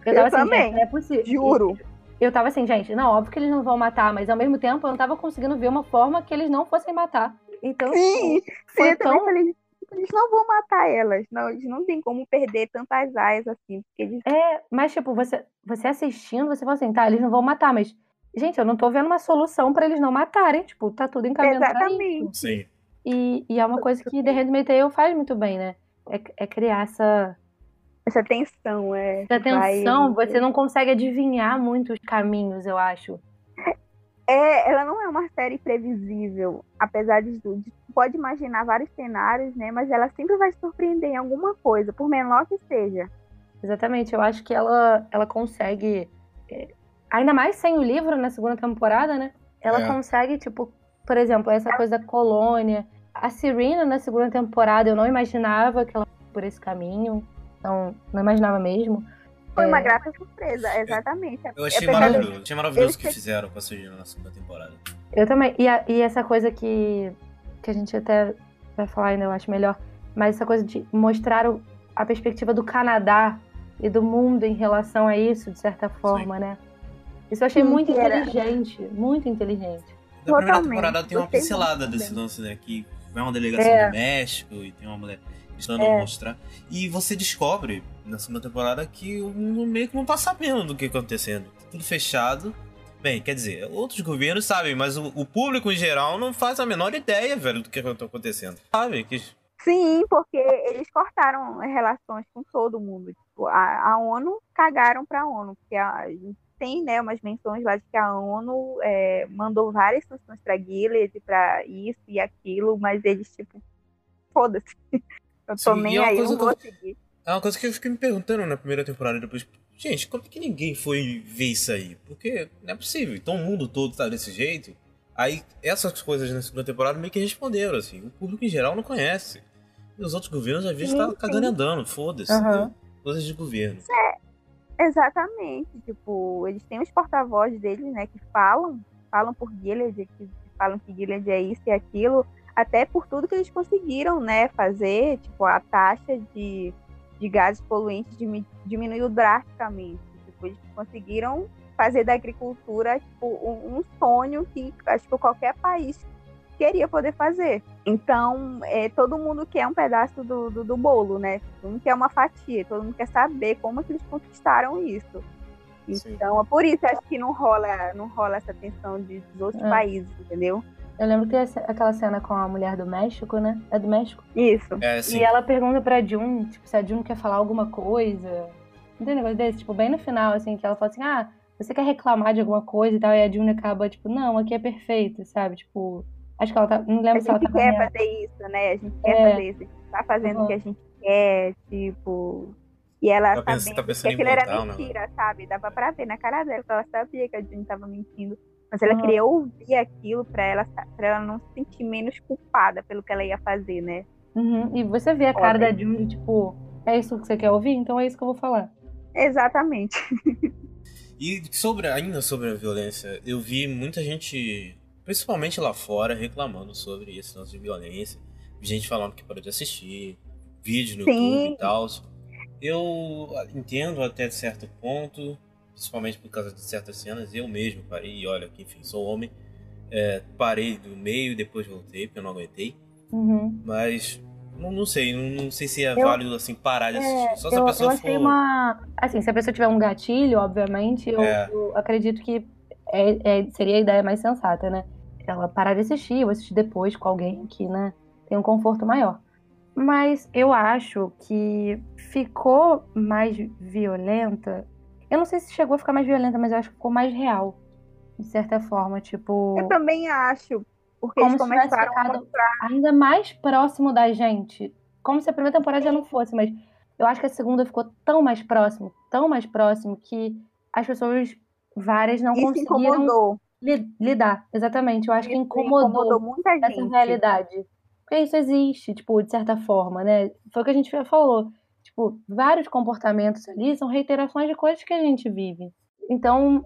Speaker 4: Eu tava
Speaker 3: Eu
Speaker 4: assim,
Speaker 3: também,
Speaker 4: gente, não é possível.
Speaker 3: Juro.
Speaker 4: Eu tava assim, gente, não, óbvio que eles não vão matar, mas ao mesmo tempo eu não tava conseguindo ver uma forma que eles não fossem matar. Então,
Speaker 3: Sim, Sim,
Speaker 4: foi
Speaker 3: eu também
Speaker 4: tão.
Speaker 3: falei, tipo, eles não vão matar elas. Não, eles não tem como perder tantas aias assim. Porque eles...
Speaker 4: É, mas tipo, você, você assistindo, você fala assim, tá, eles não vão matar, mas. Gente, eu não tô vendo uma solução pra eles não matarem. Tipo, tá tudo encaminhando pra isso.
Speaker 3: Exatamente. Tá
Speaker 1: Sim.
Speaker 4: E, e é uma coisa que The Handmaid's Tale faz muito bem, né? É, é criar essa,
Speaker 3: Essa tensão, é.
Speaker 4: essa tensão,
Speaker 3: Vai-
Speaker 4: você não consegue adivinhar muito os caminhos, eu acho.
Speaker 3: É, ela não é uma série previsível, apesar de tudo. Pode imaginar vários cenários, né? Mas ela sempre vai surpreender em alguma coisa, por menor que seja.
Speaker 4: Exatamente, eu acho que ela, ela consegue, é, ainda mais sem o livro na segunda temporada, né? Ela
Speaker 1: É.
Speaker 4: consegue, tipo, por exemplo, essa coisa da colônia. A Serena na segunda temporada, eu não imaginava que ela fosse por esse caminho. Não, não imaginava mesmo.
Speaker 3: Foi uma
Speaker 4: É.
Speaker 3: grata surpresa, exatamente.
Speaker 1: Eu achei
Speaker 3: Apesar de-
Speaker 1: maravilhoso. Achei maravilhoso o que
Speaker 3: achei-
Speaker 1: fizeram com a Serena na segunda temporada.
Speaker 4: Eu também. E, a- e essa coisa que, que a gente até vai falar ainda, eu acho melhor. Mas essa coisa de mostrar o- a perspectiva do Canadá e do mundo em relação a isso, de certa forma, né? Isso eu achei
Speaker 3: Sim,
Speaker 4: muito
Speaker 3: que era-
Speaker 4: inteligente. Muito inteligente.
Speaker 1: da primeira
Speaker 3: Totalmente.
Speaker 1: temporada tem uma
Speaker 3: Gostei
Speaker 1: pincelada
Speaker 3: muito
Speaker 1: desse
Speaker 3: também.
Speaker 1: lance, né? Que vai uma delegação
Speaker 4: É.
Speaker 1: do México e tem uma mulher estando
Speaker 3: É.
Speaker 1: a mostrar. E você descobre na segunda temporada que o mundo meio que não tá sabendo do que tá acontecendo. Tá Tudo fechado. Bem, quer dizer, outros governos sabem, mas o, o público em geral não faz a menor ideia, velho, do que tá acontecendo. Sabe? Que
Speaker 3: Sim, porque eles cortaram relações com todo mundo. Tipo, a, a ONU cagaram pra ONU, porque a, a gente tem né, umas menções lá de que a ONU é, mandou várias sanções pra Gilead, e pra isso e aquilo, mas eles, tipo, foda-se. <laughs> Eu tô
Speaker 1: Sim, e
Speaker 3: nem
Speaker 1: é uma
Speaker 3: aí, eu
Speaker 1: coisa
Speaker 3: não
Speaker 1: que-
Speaker 3: vou seguir.
Speaker 1: É uma coisa que eu fiquei me perguntando na primeira temporada e depois. Gente, como é que ninguém foi ver isso aí? Porque não é possível. Então o mundo todo tá desse jeito. Aí essas coisas na segunda temporada meio que responderam, assim. O público em geral não conhece. E os outros governos às vezes
Speaker 3: Sim,
Speaker 1: tá
Speaker 3: sim.
Speaker 1: cagando e andando, foda-se.
Speaker 4: Aham.
Speaker 1: entendeu? Coisas de governo.
Speaker 3: Exatamente, tipo, eles têm os porta-voz deles, né, que falam, falam por Gilead, que falam que Gilead é isso e aquilo, até por tudo que eles conseguiram, né, fazer, tipo, a taxa de, de gases poluentes dimi- diminuiu drasticamente, tipo, eles conseguiram fazer da agricultura, tipo, um, um sonho que acho que qualquer país queria poder fazer. Então, é, todo mundo quer um pedaço do, do, do bolo, né? Todo mundo quer uma fatia, todo mundo quer saber como é que eles conquistaram isso.
Speaker 1: Sim.
Speaker 3: Então, é por isso acho que não rola, não rola essa tensão de, dos outros
Speaker 4: É.
Speaker 3: países, entendeu?
Speaker 4: Eu lembro que tem essa- aquela cena com a mulher do México, né? É do México?
Speaker 3: Isso.
Speaker 1: É assim.
Speaker 4: E ela pergunta pra Jun, tipo, se a Jun quer falar alguma coisa. Não tem um negócio desse? Tipo, bem no final, assim, que ela fala assim, ah, você quer reclamar de alguma coisa e tal, e a Jun acaba, tipo, não, aqui é perfeito, sabe? Tipo, acho que ela tá. Não
Speaker 3: A
Speaker 4: lembro se ela tá
Speaker 3: gente
Speaker 4: com a
Speaker 3: quer
Speaker 4: minha-
Speaker 3: fazer isso, né? A gente quer
Speaker 4: É.
Speaker 3: fazer isso. A gente tá fazendo
Speaker 4: Uhum.
Speaker 3: o que a gente quer, tipo. E ela
Speaker 1: Tá
Speaker 3: sabendo
Speaker 1: pensando- tá
Speaker 3: que
Speaker 1: pensando em
Speaker 3: aquilo era
Speaker 1: botar, né?
Speaker 3: mentira, sabe? Dava pra ver na cara dela que ela sabia que a June tava mentindo. Mas ela
Speaker 4: Uhum.
Speaker 3: queria ouvir aquilo pra ela, sa- pra ela não se sentir menos culpada pelo que ela ia fazer, né?
Speaker 4: Uhum, E você vê a cara
Speaker 3: Olha.
Speaker 4: da Jun de, tipo, é isso que você quer ouvir? Então é isso que eu vou falar.
Speaker 3: Exatamente.
Speaker 1: E sobre, ainda sobre a violência, eu vi muita gente, principalmente lá fora, reclamando sobre esse lance de violência. Vi gente falando que parou de assistir, vídeo no
Speaker 3: Sim.
Speaker 1: YouTube e tal. Eu entendo até certo ponto, principalmente por causa de certas cenas, eu mesmo parei, e olha que enfim, sou homem. É, parei do meio e depois voltei, porque eu não aguentei.
Speaker 4: Uhum.
Speaker 1: Mas não, não sei, não, não sei se é
Speaker 4: Eu- É,
Speaker 1: válido assim parar de assistir. Só se
Speaker 4: eu,
Speaker 1: a
Speaker 4: eu
Speaker 1: pessoa
Speaker 4: achei
Speaker 1: for.
Speaker 4: uma. Assim, se a pessoa tiver um gatilho, obviamente, eu,
Speaker 1: É.
Speaker 4: eu acredito que é- é- seria a ideia mais sensata, né? Ela parar de assistir, ou assistir depois com alguém que, né, tem um conforto maior. Mas eu acho que ficou mais violenta. Eu não sei se chegou a ficar mais violenta, mas eu acho que ficou mais real. De certa forma, tipo.
Speaker 3: Eu também acho. Porque
Speaker 4: Como
Speaker 3: eles
Speaker 4: se tivesse
Speaker 3: começaram a
Speaker 4: ficado-
Speaker 3: mostrar.
Speaker 4: ainda mais próximo da gente. Como se a primeira temporada já não fosse, mas eu acho que a segunda ficou tão mais próximo, tão mais próximo, que as pessoas várias não
Speaker 3: Isso
Speaker 4: conseguiram
Speaker 3: incomodou.
Speaker 4: li- lidar. Exatamente. Eu acho que
Speaker 3: Isso
Speaker 4: incomodou,
Speaker 3: muita gente.
Speaker 4: essa realidade. Porque isso existe, tipo, de certa forma, né? Foi o que a gente já falou. Tipo, vários comportamentos ali são reiterações de coisas que a gente vive. Então,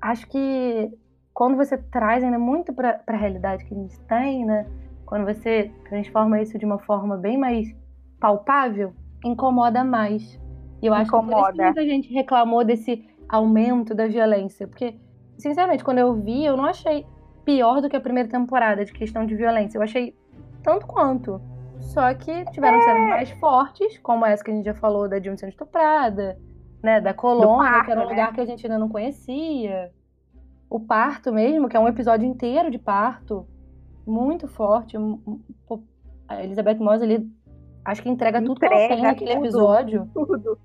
Speaker 4: acho que quando você traz ainda muito para a realidade que a gente tem, né? Quando você transforma isso de uma forma bem mais palpável, incomoda mais. E eu acho que por isso que
Speaker 3: Incomoda.
Speaker 4: muita gente reclamou desse aumento da violência. Porque, sinceramente, quando eu vi, eu não achei pior do que a primeira temporada de questão de violência. Eu achei tanto quanto. Só que tiveram
Speaker 3: É.
Speaker 4: cenas mais fortes, como essa que a gente já falou da June sendo estuprada, né? Da Colônia,
Speaker 3: parto,
Speaker 4: que era um
Speaker 3: né?
Speaker 4: lugar que a gente ainda não conhecia. O parto mesmo, que é um episódio inteiro de parto. Muito forte. um- um- pô, A Elizabeth Moss ali acho que entrega, tudo que ela
Speaker 3: Entrega
Speaker 4: tem naquele
Speaker 3: tudo.
Speaker 4: episódio.
Speaker 3: Tudo.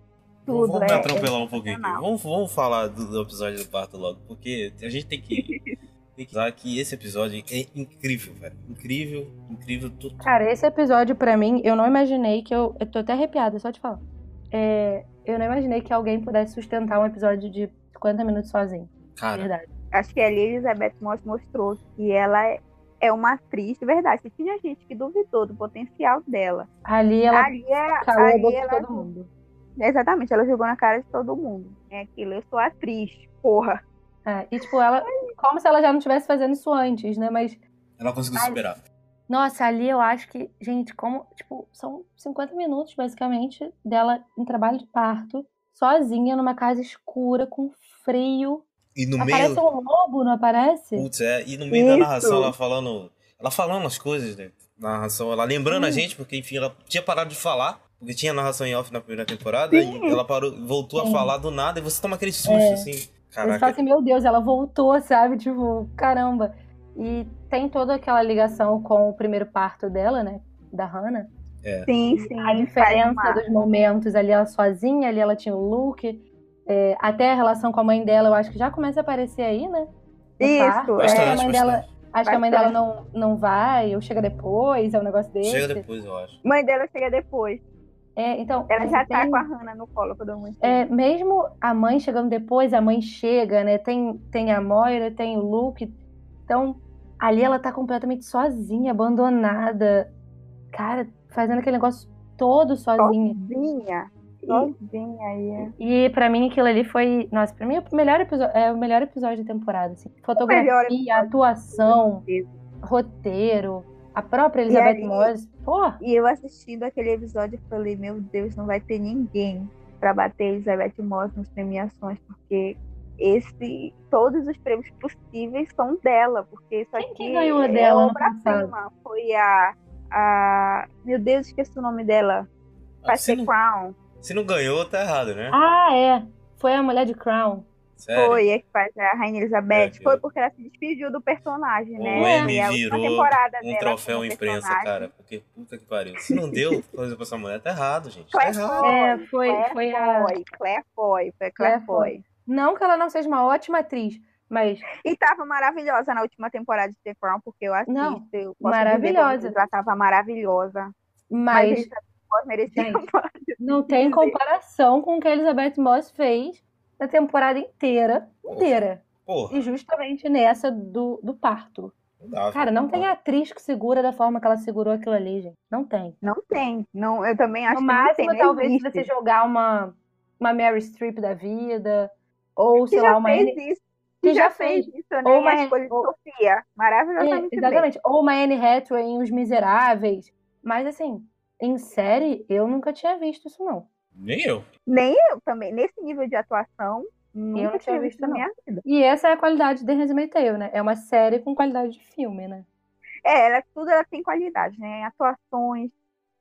Speaker 1: Vamos-
Speaker 3: Tudo,
Speaker 1: vamos
Speaker 3: é.
Speaker 1: atropelar um pouquinho aqui.
Speaker 3: sensacional.
Speaker 1: Vamos, vamos falar do, do episódio do parto logo, porque a gente tem que.
Speaker 4: <laughs>
Speaker 1: tem que falar que esse episódio é incrível, velho. Incrível, incrível. tu-
Speaker 4: Cara, esse episódio pra mim, eu não imaginei que eu. Eu tô até arrepiada, só te falar. É, eu não imaginei que alguém pudesse sustentar um episódio de 50 minutos sozinho.
Speaker 1: Cara,
Speaker 4: Verdade.
Speaker 3: Acho que ali a Elizabeth Moss mostrou que ela é- é uma atriz de verdade. que Tinha gente que duvidou do potencial dela.
Speaker 4: Ali ela
Speaker 3: ali é,
Speaker 4: calou a
Speaker 3: ali
Speaker 4: boca de
Speaker 3: ela-
Speaker 4: todo mundo.
Speaker 3: Exatamente, ela jogou na cara de todo mundo. É aquilo, eu sou atriz, porra.
Speaker 4: É, e tipo, ela. Como se ela já não estivesse fazendo isso antes, né? Mas.
Speaker 1: ela conseguiu
Speaker 4: Ai.
Speaker 1: superar.
Speaker 4: Nossa, ali eu acho que, gente, como, tipo, são 50 minutos, basicamente, dela em trabalho de parto, sozinha numa casa escura, com frio,
Speaker 1: E no
Speaker 4: Aparece
Speaker 1: meio.
Speaker 4: um lobo, não aparece?
Speaker 1: Putz, é, e no meio da
Speaker 3: Isso.
Speaker 1: narração ela falando. Ela falando as coisas, né? Na narração, ela lembrando a gente, porque enfim, ela tinha parado de falar. Porque tinha narração em off na primeira temporada,
Speaker 3: Sim.
Speaker 1: e ela parou, voltou
Speaker 4: Sim.
Speaker 1: a falar do nada, e você toma aquele susto,
Speaker 4: É.
Speaker 1: assim.
Speaker 4: Você fala
Speaker 1: Caraca.
Speaker 4: assim, meu Deus, ela voltou, <laughs> sabe? Tipo, caramba. E tem toda aquela ligação com o primeiro parto dela, né? Da Hannah.
Speaker 3: Sim, sim.
Speaker 4: a diferença dos momentos ali, ela sozinha, ali ela tinha o Luke. é, até a relação com a mãe dela, eu acho que já começa a aparecer aí, né? No
Speaker 3: Isso, é.
Speaker 4: parto. Acho que
Speaker 1: Bastante,
Speaker 4: a
Speaker 1: bastante.
Speaker 4: mãe dela, acho que a mãe dela
Speaker 3: Bastante.
Speaker 4: não, não vai, ou chega depois, é um negócio desse.
Speaker 1: Chega depois, eu acho.
Speaker 3: Mãe dela chega depois.
Speaker 4: É, então,
Speaker 3: Ela já
Speaker 4: assim,
Speaker 3: tá
Speaker 4: tem-
Speaker 3: com a Hannah no colo quando a mãe chega.
Speaker 4: É, mesmo a mãe chegando depois, a mãe chega, né? Tem, tem a Moira, tem o Luke. Então, ali ela tá completamente sozinha, abandonada. Cara, fazendo aquele negócio todo sozinha.
Speaker 3: Sozinha. Sozinha é. aí.
Speaker 4: E pra mim aquilo ali foi, nossa, pra mim é o melhor episódio, é o melhor episódio da temporada, assim.
Speaker 3: melhor
Speaker 4: Fotografia,
Speaker 3: episódio.
Speaker 4: atuação,
Speaker 3: é.
Speaker 4: roteiro, a própria Elizabeth
Speaker 3: ali-
Speaker 4: Moss. Pô,
Speaker 3: E eu assistindo aquele episódio, eu falei, meu Deus, não vai ter ninguém pra bater Elizabeth Moss nas premiações, porque esse, todos os prêmios possíveis são dela, porque isso
Speaker 4: Quem que
Speaker 3: aqui
Speaker 4: ganhou
Speaker 3: é
Speaker 4: dela ano passado?
Speaker 3: obra-prima. Foi a, a... Meu Deus, esqueci o nome dela.
Speaker 1: Ah, Se
Speaker 3: Patrick
Speaker 1: não,
Speaker 3: Crown.
Speaker 1: se não ganhou, tá errado, né?
Speaker 4: ah, é. Foi a mulher de Crown.
Speaker 1: Sério. Um
Speaker 3: Foi a que faz a Rainha Elizabeth.
Speaker 1: É, eu-
Speaker 3: foi porque ela se despediu do personagem,
Speaker 1: O
Speaker 3: né?
Speaker 1: M
Speaker 3: E a última
Speaker 1: virou
Speaker 3: temporada
Speaker 1: um
Speaker 3: dela
Speaker 1: troféu
Speaker 3: como
Speaker 1: imprensa,
Speaker 3: personagem.
Speaker 1: cara. Porque puta que pariu. Se não deu coisa pra essa mulher, tá errado, gente. Tá
Speaker 3: Claire
Speaker 1: errado.
Speaker 3: Foy,
Speaker 4: É, foi,
Speaker 3: Claire
Speaker 4: foi a.
Speaker 3: Foy, Claire Foy, foi a
Speaker 4: Claire
Speaker 3: Claire
Speaker 4: Foy.
Speaker 3: Foy.
Speaker 4: Não que ela não seja uma ótima atriz, mas
Speaker 3: E tava maravilhosa na última temporada de The Crown, porque eu assisto.
Speaker 4: Não,
Speaker 3: eu posso
Speaker 4: maravilhosa.
Speaker 3: dizer pra vocês, ela tava maravilhosa. Mas é
Speaker 4: mas
Speaker 3: Elizabeth Moss merecia
Speaker 4: Gente.
Speaker 3: um pódio.
Speaker 4: não tem
Speaker 3: dizer.
Speaker 4: comparação com o que a Elizabeth Moss fez na temporada inteira,
Speaker 1: Porra.
Speaker 4: inteira.
Speaker 1: Porra,
Speaker 4: E justamente nessa do, do parto.
Speaker 1: não dá.
Speaker 4: Cara, não tem
Speaker 1: a...
Speaker 4: atriz que segura da forma que ela segurou aquilo ali, gente. Não tem.
Speaker 3: <laughs> Não tem. Não, eu também acho que
Speaker 4: no
Speaker 3: não tem.
Speaker 4: máximo,
Speaker 3: não
Speaker 4: talvez, se
Speaker 3: existe.
Speaker 4: você jogar uma, uma Mary Streep da vida, ou,
Speaker 3: É que
Speaker 4: sei
Speaker 3: já
Speaker 4: lá, uma...
Speaker 3: fez
Speaker 4: Anne-
Speaker 3: isso.
Speaker 4: que
Speaker 3: Que
Speaker 4: já
Speaker 3: já fez isso, né?
Speaker 4: Ou uma-
Speaker 3: a escolha de
Speaker 4: ou-
Speaker 3: Sofia. Maravilhosamente
Speaker 4: É,
Speaker 3: tá bem.
Speaker 4: exatamente. Ou uma Anne Hathaway em Os Miseráveis. Mas, assim, em série, eu nunca tinha visto isso, não.
Speaker 1: Nem eu.
Speaker 3: Nem eu também. Nesse nível de atuação, nunca
Speaker 4: não tinha
Speaker 3: tinha
Speaker 4: visto,
Speaker 3: visto né? na
Speaker 4: não.
Speaker 3: minha vida.
Speaker 4: E essa é a qualidade de Handmaid's Tale, né? É uma série com qualidade de filme, né?
Speaker 3: É, ela, tudo ela tem qualidade, né? Em atuações,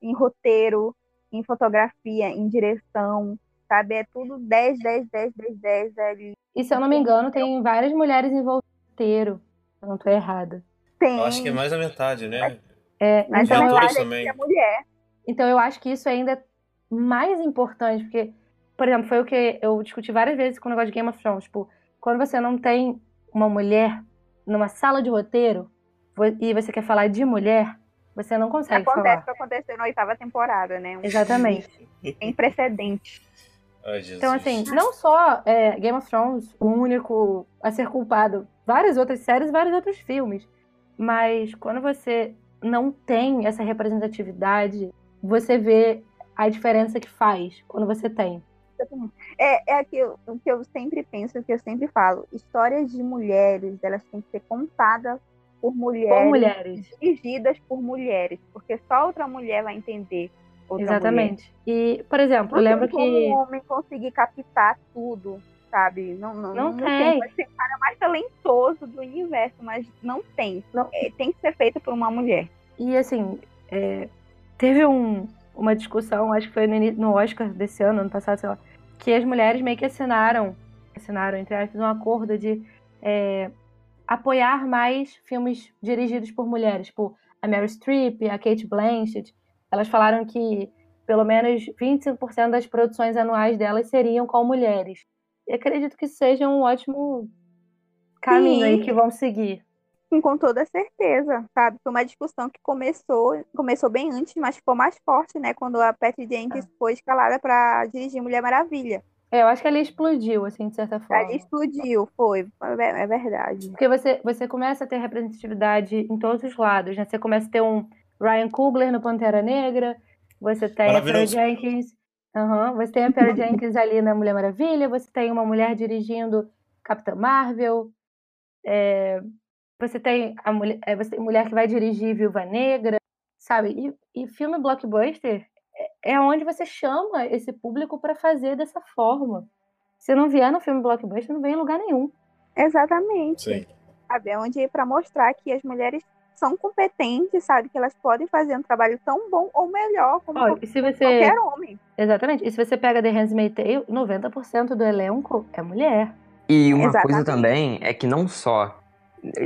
Speaker 3: em roteiro, em fotografia, em direção, sabe? É tudo 10, 10, 10, 10, 10 ali.
Speaker 4: E se eu não me engano, tem várias mulheres envolvidas no roteiro. Eu não tô errada.
Speaker 3: Tem.
Speaker 1: Eu acho que é mais da metade, né?
Speaker 4: É,
Speaker 3: Mas
Speaker 1: Os
Speaker 4: então,
Speaker 3: a
Speaker 4: eu,
Speaker 1: atores
Speaker 3: verdade é
Speaker 1: também.
Speaker 3: que é mulher.
Speaker 4: então eu acho que isso ainda é mais importante, porque, por exemplo, foi o que eu discuti várias vezes com o negócio de Game of Thrones. Tipo, quando você não tem uma mulher numa sala de roteiro vo- e você quer falar de mulher, você não consegue
Speaker 3: Acontece o
Speaker 4: É, falar.
Speaker 3: que aconteceu na oitava temporada, né? Um
Speaker 4: Exatamente.
Speaker 3: Tem precedente.
Speaker 1: Ai, Jesus.
Speaker 4: Então, assim, não só é, Game of Thrones, o único a ser culpado, várias outras séries, vários outros filmes. Mas quando você não tem essa representatividade, você vê a diferença que faz quando você tem.
Speaker 3: É, é aquilo- o que eu sempre penso, o que eu sempre falo. Histórias de mulheres, elas têm que ser contadas por mulheres,
Speaker 4: Com mulheres.
Speaker 3: dirigidas por mulheres, porque só outra mulher vai entender. Outra mulher.
Speaker 4: Exatamente. E, por exemplo, eu
Speaker 3: Não
Speaker 4: lembro
Speaker 3: tem como
Speaker 4: que.
Speaker 3: um homem conseguir captar tudo, sabe? Não, não,
Speaker 4: Não
Speaker 3: não,
Speaker 4: tem.
Speaker 3: tem. Pode ser o cara mais talentoso do universo, mas não tem.
Speaker 4: Não.
Speaker 3: É, tem que ser feito por uma mulher.
Speaker 4: E assim, é, teve um- uma discussão, acho que foi no, ini- no Oscar desse ano, ano passado, sei lá, que as mulheres meio que assinaram, assinaram, entre aspas, um acordo de é, apoiar mais filmes dirigidos por mulheres, tipo a Meryl Streep, a Kate Blanchett. Elas falaram que pelo menos 25% das produções anuais delas seriam com mulheres. E acredito que seja um ótimo caminho aí
Speaker 3: Sim.
Speaker 4: que vão seguir.
Speaker 3: Sim, Com toda certeza, sabe? Foi uma discussão que começou, começou bem antes, mas ficou mais forte, né? Quando a Patty Jenkins foi escalada para dirigir Mulher Maravilha.
Speaker 4: É, eu acho que ali explodiu, assim, de certa forma.
Speaker 3: Ali explodiu, foi. É é verdade.
Speaker 4: Porque você, você começa a ter representatividade em todos os lados, né? Você começa a ter um Ryan Coogler no Pantera Negra, você tem a Perry
Speaker 1: Maravilhoso.
Speaker 4: Jenkins. Aham, você tem a Perry Jenkins ali na Mulher Maravilha, você tem uma mulher dirigindo Capitã Marvel, é, você tem a mulher, é, você tem mulher que vai dirigir Viúva Negra, sabe? E, e filme blockbuster é, é onde você chama esse público para fazer dessa forma. Se não vier no filme blockbuster, não vem em lugar nenhum.
Speaker 3: Exatamente.
Speaker 1: Sim.
Speaker 3: Sabe? É onde para mostrar que as mulheres são competentes, sabe? Que elas podem fazer um trabalho tão bom ou melhor como
Speaker 4: Olha, e se você.
Speaker 3: qualquer homem.
Speaker 4: Exatamente. E se você pega The Handmaid's Tale, 90% do elenco é mulher.
Speaker 2: E uma coisa
Speaker 3: Exatamente.
Speaker 2: também é que não só.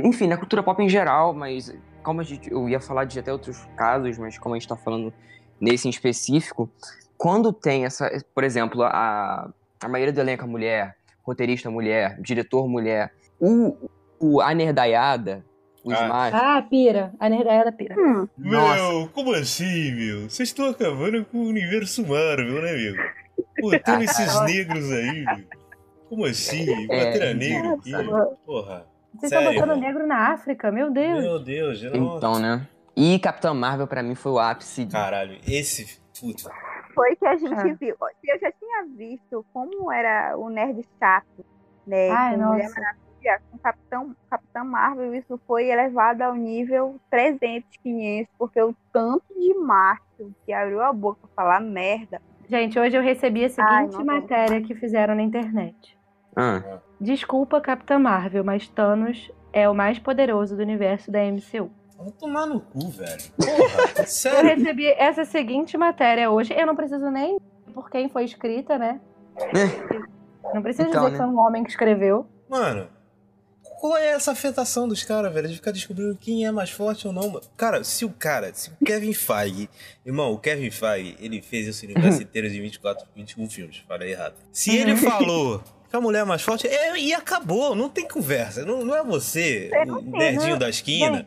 Speaker 2: Enfim, na cultura pop em geral, mas como a gente, eu ia falar de até outros casos, mas como a gente tá falando nesse em específico, quando tem essa. Por exemplo, a, a maioria do elenco é mulher, roteirista mulher, diretor mulher, o, o a nerdaiada, os
Speaker 1: Ah.
Speaker 2: machos.
Speaker 4: Ah, pira. A nerdaiada pira.
Speaker 3: Hum,
Speaker 2: Nossa,
Speaker 1: Meu, como assim, meu? Vocês estão acabando com o universo Marvel, né, meu? Botando esses negros aí, meu. Como assim? Bater
Speaker 2: é,
Speaker 1: a negro aqui?
Speaker 2: sabe?
Speaker 1: Porra.
Speaker 4: Vocês
Speaker 1: Sério,
Speaker 4: estão botando
Speaker 1: mano.
Speaker 4: negro na África, meu Deus.
Speaker 1: Meu Deus, nossa.
Speaker 2: então, né? E Capitã Marvel, pra mim, foi o ápice.
Speaker 1: Caralho, esse. Puta.
Speaker 3: foi que a gente
Speaker 4: Ah.
Speaker 3: viu. Eu já tinha visto como era o nerd chato, né?
Speaker 4: Ai,
Speaker 3: com Mulher
Speaker 4: nossa.
Speaker 3: Maravilha, com Capitão, Capitão Marvel, isso foi elevado ao nível 300, 500, porque o tanto de macho que abriu a boca pra falar merda.
Speaker 4: Gente, hoje eu recebi a
Speaker 3: Ai,
Speaker 4: seguinte
Speaker 3: não aguento.
Speaker 4: matéria que fizeram na internet.
Speaker 2: Ah,
Speaker 4: Desculpa, Capitã Marvel, mas Thanos é o mais poderoso do universo da MCU.
Speaker 1: Vamos tomar no cu, velho. Porra, <laughs>
Speaker 4: Eu
Speaker 1: sério.
Speaker 4: recebi essa seguinte matéria hoje. Eu não preciso nem por quem foi escrita, né? Não preciso
Speaker 2: Então,
Speaker 4: dizer
Speaker 2: né?
Speaker 4: que foi um homem que escreveu.
Speaker 1: Mano, qual é essa afetação dos caras, velho? De ficar descobrindo quem é mais forte ou não, mano. Cara, se o cara, se o Kevin Feige. Irmão, o Kevin Feige, ele fez esse universo inteiro de 24, 21 filmes. Falei errado. Se ele falou. que A mulher é mais forte é, e acabou, não tem conversa. Não, não é você, o nerdinho da esquina,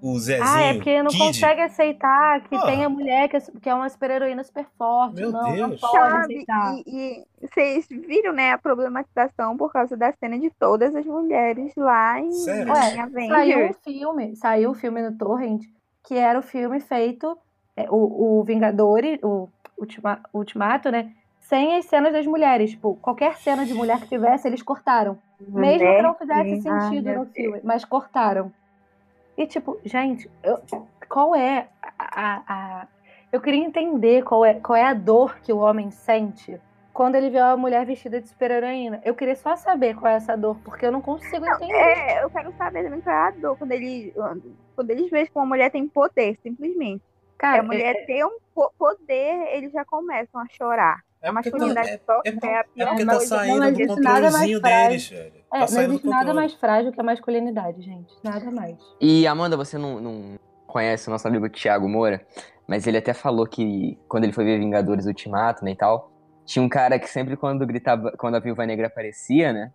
Speaker 1: o Zezinho.
Speaker 4: né? ah, é porque não
Speaker 1: Kid.
Speaker 4: consegue aceitar que
Speaker 1: Ah.
Speaker 4: tem a mulher que é, su- que é uma super-heroína super forte.
Speaker 1: Meu
Speaker 4: não, não
Speaker 1: Deus.
Speaker 4: pode
Speaker 3: Sabe?
Speaker 4: aceitar.
Speaker 3: E, e vocês viram, né, a problematização por causa da cena de todas as mulheres lá em,
Speaker 1: Sério?
Speaker 3: em
Speaker 4: Saiu um
Speaker 3: Avengers.
Speaker 4: filme, saiu um filme no Torrent, que era o filme feito, é, o, o Vingadores, o Ultima- Ultimato, né? Sem as cenas das mulheres. Tipo, qualquer cena de mulher que tivesse, eles cortaram. Mesmo que não fizesse
Speaker 3: Ah,
Speaker 4: sentido
Speaker 3: meu
Speaker 4: no
Speaker 3: Deus.
Speaker 4: filme, mas cortaram. E tipo, gente, eu- qual é a, a- a- Eu queria entender qual é, qual é a dor que o homem sente quando ele vê uma mulher vestida de super-heroína. Eu queria só saber qual é essa dor, porque eu não consigo entender.
Speaker 3: É, eu quero saber também qual é a dor quando eles, quando eles veem que uma mulher tem poder, simplesmente.
Speaker 4: Cara, é,
Speaker 3: Se a mulher tem um po- poder, eles já começam a chorar.
Speaker 1: É
Speaker 3: A
Speaker 1: porque tá-
Speaker 3: masculinidade
Speaker 4: né?
Speaker 1: é-
Speaker 3: só
Speaker 1: É, por-
Speaker 3: é a
Speaker 1: é porque
Speaker 3: pior
Speaker 1: tá
Speaker 3: coisa.
Speaker 1: saindo
Speaker 4: não
Speaker 1: do
Speaker 4: existe nada mais
Speaker 1: controlezinho
Speaker 4: frágil.
Speaker 1: deles, velho.
Speaker 4: É,
Speaker 1: tá
Speaker 4: não
Speaker 1: saindo do
Speaker 4: existe nada
Speaker 1: controle.
Speaker 4: mais frágil que a masculinidade, gente. Nada mais.
Speaker 2: E Amanda, você não, não conhece o nosso amigo Thiago Moura, mas ele até falou que quando ele foi ver Vingadores Ultimato né, e tal, tinha um cara que sempre quando gritava, quando a Viúva Negra aparecia, né?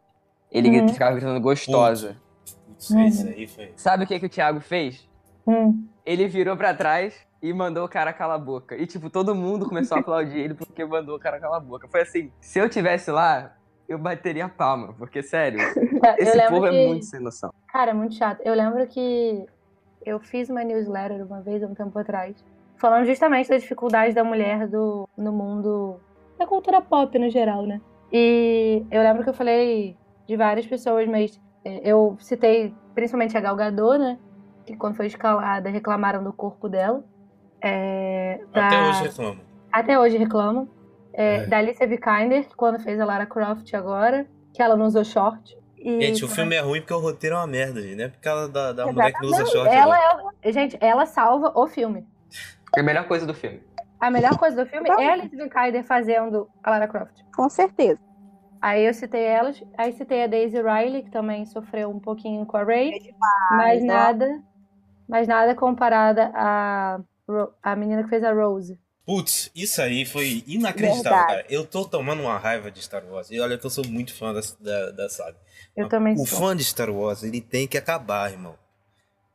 Speaker 2: Ele
Speaker 4: Uhum.
Speaker 2: gri- ficava gritando gostosa.
Speaker 1: Putz, isso aí foi.
Speaker 2: Sabe o que, que o Thiago fez?
Speaker 4: Hum.
Speaker 2: Ele virou pra trás e mandou o cara calar a boca. E tipo, todo mundo começou a aplaudir ele porque mandou o cara calar a boca. Foi assim, se eu tivesse lá, eu bateria a palma, porque sério,
Speaker 4: Eu
Speaker 2: esse
Speaker 4: lembro
Speaker 2: povo
Speaker 4: que.
Speaker 2: é muito sem noção.
Speaker 4: Cara, é muito chato. Eu lembro que eu fiz uma newsletter uma vez, há um tempo atrás, falando justamente da dificuldade da mulher do, no mundo. da cultura pop no geral, né? E eu lembro que eu falei de várias pessoas, mas é, eu citei principalmente a Gal Gadot, né? Que quando foi escalada reclamaram do corpo dela. É,
Speaker 1: Até
Speaker 4: da-
Speaker 1: hoje reclamo.
Speaker 4: até hoje reclamam. É,
Speaker 1: É.
Speaker 4: Da Alicia Vikander, que quando fez a Lara Croft agora, que ela não usou short. E,
Speaker 1: Gente, o filme é ruim porque o roteiro é uma merda, gente. Não é por causa da, da mulher que usa
Speaker 4: Não,
Speaker 1: short.
Speaker 4: ela
Speaker 1: né?
Speaker 4: é o- Gente, ela salva o filme.
Speaker 2: É a melhor coisa do filme.
Speaker 4: A melhor coisa do filme
Speaker 3: Não.
Speaker 4: é a Alice Vikander fazendo a Lara Croft.
Speaker 3: Com certeza.
Speaker 4: Aí eu citei elas, aí citei a Daisy Riley, que também sofreu um pouquinho com a Ray, mas
Speaker 3: É ó.
Speaker 4: nada, mas nada comparada à Ro- a menina que fez a Rose.
Speaker 1: Putz, isso aí foi inacreditável,
Speaker 3: Verdade.
Speaker 1: cara. Eu tô tomando uma raiva de Star Wars. E olha que eu sou muito fã da, da, da saga.
Speaker 4: Eu também
Speaker 1: O
Speaker 4: sou.
Speaker 1: fã de Star Wars, ele tem que acabar, irmão.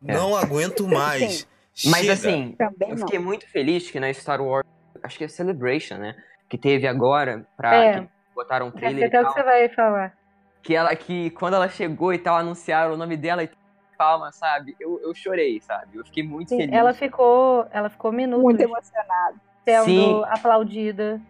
Speaker 4: É.
Speaker 1: Não
Speaker 4: <laughs>
Speaker 1: aguento mais.
Speaker 2: Mas
Speaker 1: Chega.
Speaker 2: assim,
Speaker 3: Também
Speaker 2: Eu
Speaker 3: não.
Speaker 2: fiquei muito feliz que na Star Wars, acho que é Celebration, né? Que teve agora, pra
Speaker 4: É.
Speaker 2: que botaram um
Speaker 4: Já sei
Speaker 2: trailer e
Speaker 4: até o
Speaker 2: tal.
Speaker 4: que você vai falar.
Speaker 2: Que ela que quando ela chegou e tal, anunciaram o nome dela e palma, sabe? Eu, eu chorei, sabe? Eu fiquei muito
Speaker 4: Sim,
Speaker 2: feliz.
Speaker 4: ela ficou, ela ficou minutos
Speaker 3: Muito emocionado.
Speaker 4: sendo
Speaker 2: Sim.
Speaker 4: aplaudida.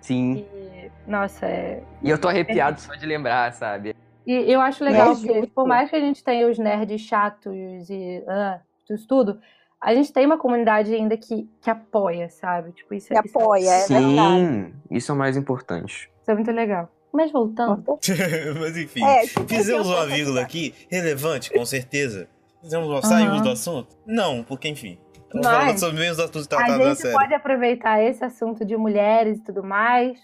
Speaker 2: Sim.
Speaker 4: E, nossa, é,
Speaker 2: E eu tô arrepiado só de lembrar, sabe?
Speaker 4: E eu acho legal
Speaker 3: Mas
Speaker 4: que,
Speaker 3: justo.
Speaker 4: por mais que a gente tenha os nerds chatos e ah, isso tudo, a gente tem uma comunidade ainda que, que apoia, sabe? Tipo, isso,
Speaker 3: Que
Speaker 4: isso-
Speaker 3: apoia, é
Speaker 2: Sim,
Speaker 3: verdade.
Speaker 2: isso é o mais importante.
Speaker 4: isso é muito legal. Mas voltando.
Speaker 1: <laughs> Mas enfim,
Speaker 3: É, tipo,
Speaker 1: fizemos
Speaker 3: eu-
Speaker 1: uma vírgula aqui, relevante, com certeza. Fizemos uma, saímos do assunto? Não, porque enfim. Estamos
Speaker 4: Mas-
Speaker 1: falando sobre mesmo assuntos
Speaker 4: A
Speaker 1: tratados na
Speaker 4: gente
Speaker 1: série.
Speaker 4: pode aproveitar esse assunto de mulheres e tudo mais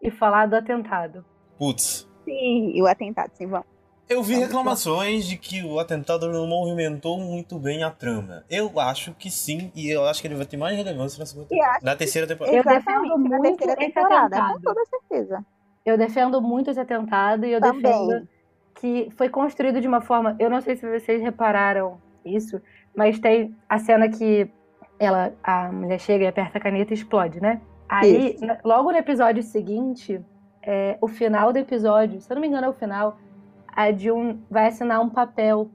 Speaker 4: e falar do atentado.
Speaker 1: Putz.
Speaker 3: Sim, e assim, o atentado, sim, vamos.
Speaker 1: Eu vi reclamações de que o atentado não movimentou muito bem a trama. Eu acho que sim, e eu acho que ele vai ter mais relevância na, segunda
Speaker 3: E
Speaker 1: temporada-
Speaker 3: acho
Speaker 1: na terceira temporada.
Speaker 4: Eu
Speaker 3: Exatamente,
Speaker 4: defendo
Speaker 3: na
Speaker 4: muito
Speaker 3: terceira
Speaker 4: esse
Speaker 3: temporada, com
Speaker 4: atentado.
Speaker 3: toda certeza.
Speaker 4: Eu defendo muito esse atentado e eu
Speaker 3: Também.
Speaker 4: defendo que foi construído de uma forma. Eu não sei se vocês repararam isso, mas tem a cena que ela, a mulher chega e aperta a caneta e explode, né? Aí,
Speaker 3: Isso.
Speaker 4: n- logo no episódio seguinte, é, o final do episódio, se eu não me engano, é o final, a June vai assinar um papel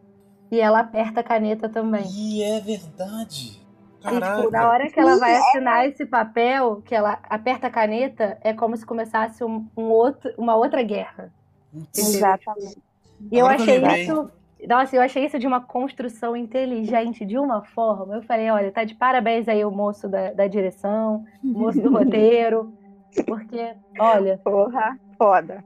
Speaker 4: e ela aperta a caneta também.
Speaker 1: E é verdade.
Speaker 4: E,
Speaker 1: Caraca.
Speaker 4: tipo, na hora que ela
Speaker 3: Sim,
Speaker 4: vai
Speaker 3: é.
Speaker 4: assinar esse papel, que ela aperta a caneta, é como se começasse um, um outro, uma outra guerra.
Speaker 1: Putz.
Speaker 3: Exatamente.
Speaker 4: E eu
Speaker 1: Agora que eu
Speaker 4: achei
Speaker 1: lembrei.
Speaker 4: isso. Nossa, eu achei isso de uma construção inteligente, de uma forma. Eu falei, olha, tá de parabéns aí o moço da, da direção, o
Speaker 3: <laughs>
Speaker 4: moço do roteiro. Porque, olha.
Speaker 3: Porra, foda,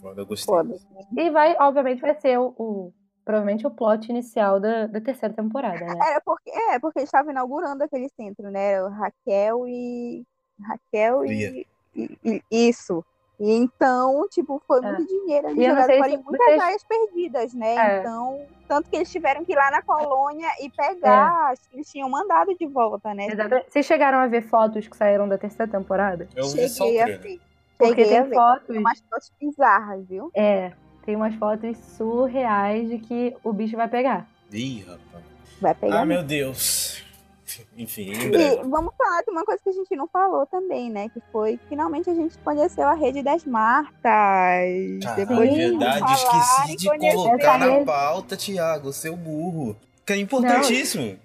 Speaker 1: Foda, eu gostei.
Speaker 3: foda.
Speaker 4: E vai, obviamente, vai ser o. o- provavelmente o plot inicial da, da terceira temporada, né?
Speaker 3: Era porque, é, porque eles estavam inaugurando aquele centro, né? Era o Raquel e. Raquel e, e- e- Isso. E então, tipo, foi muito dinheiro ali
Speaker 4: É. E eu não
Speaker 3: jogado
Speaker 4: sei
Speaker 3: fora
Speaker 4: se
Speaker 3: e muitas
Speaker 4: vocês-
Speaker 3: áreas perdidas, né?
Speaker 4: É.
Speaker 3: Então, tanto que eles tiveram que ir lá na colônia e
Speaker 4: É.
Speaker 3: pegar, acho que eles tinham mandado de volta, né?
Speaker 4: Exatamente. Vocês chegaram a ver fotos que saíram da terceira temporada?
Speaker 1: Eu vi só o
Speaker 3: Cheguei a
Speaker 1: trailer.
Speaker 3: ver.
Speaker 4: Porque
Speaker 3: Cheguei a
Speaker 4: tem
Speaker 3: ver.
Speaker 4: fotos
Speaker 3: Tem umas fotos bizarras, viu?
Speaker 4: É, tem umas fotos surreais de que o bicho vai pegar.
Speaker 1: Ih, rapaz.
Speaker 3: Vai pegar.
Speaker 1: Ah, meu Deus. Enfim, em breve.
Speaker 3: E vamos falar de uma coisa que a gente não falou também, né? Que foi que finalmente a gente conheceu a rede das marcas.
Speaker 1: Caralho, é
Speaker 3: Depois de
Speaker 1: verdade,
Speaker 3: falar
Speaker 1: esqueci
Speaker 3: e
Speaker 1: de
Speaker 3: conhecer-
Speaker 1: colocar
Speaker 4: Essa
Speaker 1: na
Speaker 4: rede.
Speaker 1: pauta, Thiago, seu burro. Que é importantíssimo.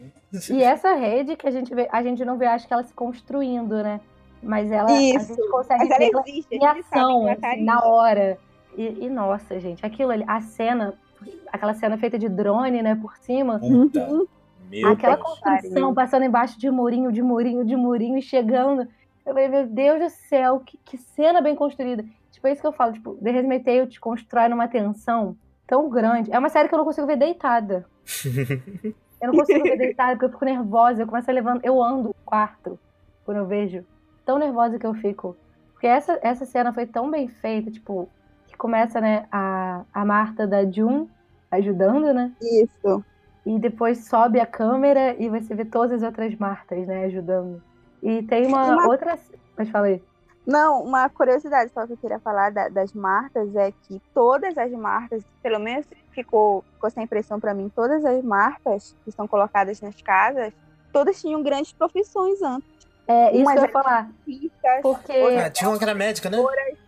Speaker 4: E é essa rede que a gente vê, a gente não vê, acho que ela se construindo, né? Mas ela a
Speaker 3: Isso.
Speaker 4: gente consegue
Speaker 3: Mas ela
Speaker 4: ver ela
Speaker 3: existe,
Speaker 4: em
Speaker 3: a gente sabe que
Speaker 4: ação,
Speaker 3: ela tá
Speaker 4: assim,
Speaker 3: ali.
Speaker 4: na hora. E, e, nossa, gente, aquilo ali, a cena, aquela cena feita de drone, né, por cima.
Speaker 1: Puta.
Speaker 3: Uhum.
Speaker 1: Meu
Speaker 4: aquela
Speaker 1: Deus.
Speaker 4: construção passando embaixo de murinho, de murinho, de murinho e chegando. Eu falei, meu Deus do céu, que, que cena bem construída. Tipo, é isso que eu falo, tipo, The Handmaid's Tale te constrói numa tensão tão grande. É uma série que eu não consigo ver deitada. eu não consigo ver deitada porque eu fico nervosa, eu começo a levantar, eu ando o quarto quando eu vejo. Tão nervosa que eu fico. Porque essa, essa cena foi tão bem feita, tipo, que começa, né, a, a Marta da June ajudando, né?
Speaker 3: Isso.
Speaker 4: E depois sobe a câmera e você vê todas as outras Martas, né, ajudando. E tem uma,
Speaker 3: Uma-
Speaker 4: outra. Mas falei.
Speaker 3: Não, uma curiosidade só que eu queria falar da- das marcas é que todas as marcas, pelo menos ficou, ficou essa impressão pra mim, todas as marcas que são colocadas nas casas, todas tinham grandes profissões antes.
Speaker 4: É isso
Speaker 3: Uma
Speaker 4: que eu ia
Speaker 3: já-
Speaker 4: falar.
Speaker 3: Físicas,
Speaker 4: Porque
Speaker 1: Ah, tinha uma que era médica, né?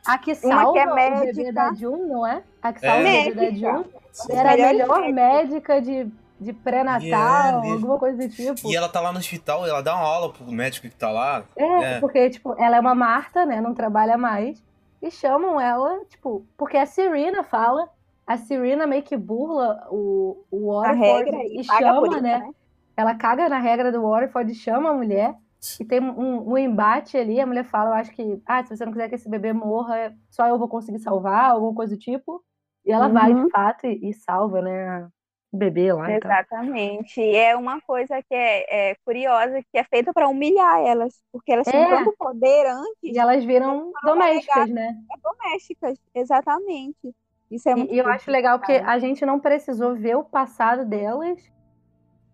Speaker 4: a que
Speaker 3: uma
Speaker 4: salva
Speaker 3: que é
Speaker 4: o bebê
Speaker 3: médica.
Speaker 4: da Jun, não é? A que salva o bebê da
Speaker 3: Médica.
Speaker 4: Jun
Speaker 3: das
Speaker 4: era a
Speaker 3: melhores
Speaker 4: melhor
Speaker 3: médicas.
Speaker 4: médica de, de
Speaker 1: Yeah,
Speaker 4: pré-natal,
Speaker 1: mesmo.
Speaker 4: alguma coisa do tipo.
Speaker 1: E ela tá lá no hospital, ela dá uma aula pro médico que tá lá.
Speaker 4: É,
Speaker 1: É.
Speaker 4: porque, tipo, ela é uma Marta, né? Não trabalha mais. E chamam ela, tipo, porque a Serena fala, a Serena meio que burla o, o
Speaker 3: a
Speaker 4: Warford
Speaker 3: regra é
Speaker 4: e
Speaker 3: paga por
Speaker 4: chama,
Speaker 3: isso,
Speaker 4: né? Ela caga na regra do Waterford, chama a mulher. E tem um, um embate ali, a mulher fala, eu acho que, ah, se você não quiser que esse bebê morra, só eu vou conseguir salvar, alguma coisa do tipo. E ela vai, de
Speaker 3: Uhum.
Speaker 4: fato, e, e salva, né, o bebê lá. e tal.
Speaker 3: Exatamente. E É uma coisa que é, é curiosa, que é feita para humilhar elas, porque elas tinham
Speaker 4: É.
Speaker 3: tanto poder antes
Speaker 4: E elas viram domésticas, né?
Speaker 3: das domésticas. Exatamente. Isso é muito
Speaker 4: E, e eu acho legal porque
Speaker 3: complicado.
Speaker 4: a gente não precisou ver o passado delas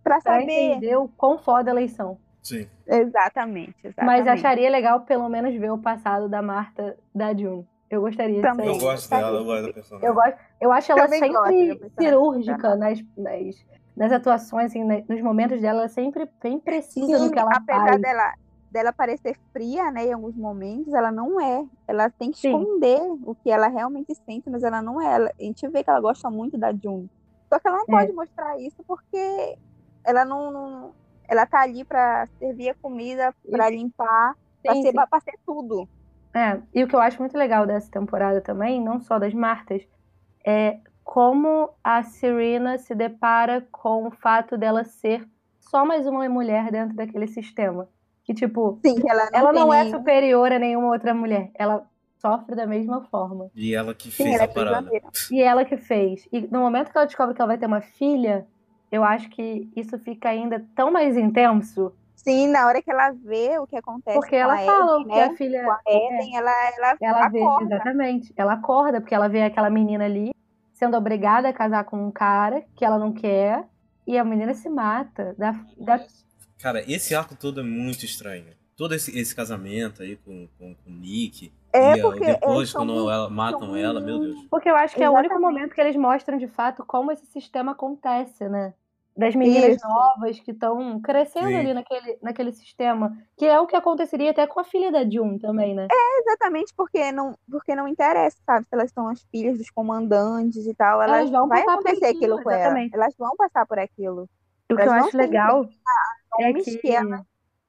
Speaker 3: Pra
Speaker 4: pra
Speaker 3: saber.
Speaker 4: entender o quão foda elas são.
Speaker 1: Sim.
Speaker 3: Exatamente, exatamente.
Speaker 4: Mas acharia legal pelo menos ver o passado da Marta da June. Eu gostaria
Speaker 3: Também.
Speaker 1: Eu
Speaker 4: disso.
Speaker 1: gosto dela, eu gosto da personagem.
Speaker 4: Eu gosto, eu acho ela
Speaker 3: Também gosto, é eu
Speaker 4: sempre
Speaker 3: pensava que
Speaker 4: cirúrgica nas, nas, nas atuações, assim, na- nos momentos dela, ela sempre bem precisa do
Speaker 3: Sim,
Speaker 4: que ela
Speaker 3: apesar
Speaker 4: faz.
Speaker 3: dela dela parecer fria, né, em alguns momentos, ela não é. Ela tem que
Speaker 4: Sim.
Speaker 3: esconder o que ela realmente sente, mas ela não é. Ela- a gente vê que ela gosta muito da June. Só que ela não
Speaker 4: É.
Speaker 3: pode mostrar isso porque ela não, não- ela tá ali pra servir a comida, pra limpar, pra
Speaker 4: Sim,
Speaker 3: ser
Speaker 4: sim.
Speaker 3: pra ser tudo.
Speaker 4: É, e o que eu acho muito legal dessa temporada também, não só das Martas, é como a Serena se depara com o fato dela ser só mais uma mulher dentro daquele sistema. Que, tipo,
Speaker 3: Sim, que ela não
Speaker 4: ela
Speaker 3: tem
Speaker 4: não é
Speaker 3: nem-
Speaker 4: superior a nenhuma outra mulher. Ela sofre da mesma forma.
Speaker 1: E ela que fez
Speaker 3: é
Speaker 1: a parada.
Speaker 4: E ela que fez. E no momento que ela descobre que ela vai ter uma filha, eu acho que isso fica ainda tão mais intenso.
Speaker 3: Sim, na hora que ela vê o que acontece
Speaker 4: Porque
Speaker 3: com
Speaker 4: ela
Speaker 3: a
Speaker 4: fala
Speaker 3: Ellen,
Speaker 4: que
Speaker 3: É, né?
Speaker 4: a filha.
Speaker 3: Com a Ellen, ela, ela,
Speaker 4: Ela vê,
Speaker 3: acorda.
Speaker 4: exatamente. Ela acorda, porque ela vê aquela menina ali sendo obrigada a casar com um cara que ela não quer. E a menina se mata. Da, da...
Speaker 1: Cara, esse arco todo é muito estranho. Todo esse, esse casamento aí com, com, com o Nick.
Speaker 3: É,
Speaker 1: e ó,
Speaker 3: porque
Speaker 1: depois,
Speaker 3: eles são
Speaker 1: quando
Speaker 3: muito-
Speaker 1: ela, matam
Speaker 3: são
Speaker 1: ela, meu Deus.
Speaker 4: Porque eu acho que é o único
Speaker 3: Exatamente.
Speaker 4: momento que eles mostram de fato como esse sistema acontece, né? Das meninas
Speaker 3: Isso.
Speaker 4: novas que estão crescendo
Speaker 1: Sim.
Speaker 4: ali naquele, naquele sistema. Que é o que aconteceria até com a filha da June também, né?
Speaker 3: Exatamente porque não, porque não interessa, sabe? Se elas são as filhas dos comandantes e tal, elas,
Speaker 4: Elas vão
Speaker 3: vai
Speaker 4: passar por
Speaker 3: acontecer
Speaker 4: aquilo,
Speaker 3: aquilo com ela.
Speaker 4: exatamente.
Speaker 3: Elas vão passar por aquilo.
Speaker 4: O que eu
Speaker 3: Elas não
Speaker 4: acho
Speaker 3: têm
Speaker 4: legal é
Speaker 3: nomes
Speaker 4: que...
Speaker 3: que ela-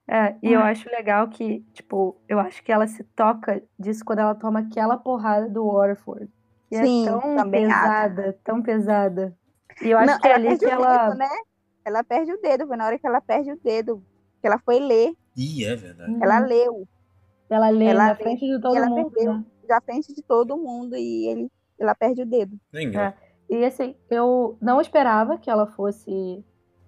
Speaker 4: É, e eu
Speaker 3: Ah.
Speaker 4: acho legal que, tipo, eu acho que ela se toca disso quando ela toma aquela porrada do Waterford. E
Speaker 3: Sim,
Speaker 4: é tão
Speaker 3: também acho.
Speaker 4: pesada, tão pesada. E eu acho
Speaker 3: Não,
Speaker 4: que é ali
Speaker 3: perde
Speaker 4: que
Speaker 3: o
Speaker 4: ela...
Speaker 3: dedo, né? Ela perde o dedo, foi na hora que ela perde o dedo. Que ela foi ler,
Speaker 1: Ih, é verdade.
Speaker 3: ela
Speaker 4: Uhum.
Speaker 3: leu
Speaker 4: Ela lê
Speaker 3: ela
Speaker 4: na
Speaker 3: lê
Speaker 4: frente de todo
Speaker 3: ela
Speaker 4: mundo,
Speaker 3: perdeu.
Speaker 4: né?
Speaker 3: na frente de todo mundo e ele, ela perde o dedo.
Speaker 1: É engraçado.
Speaker 4: E assim, eu não esperava que ela fosse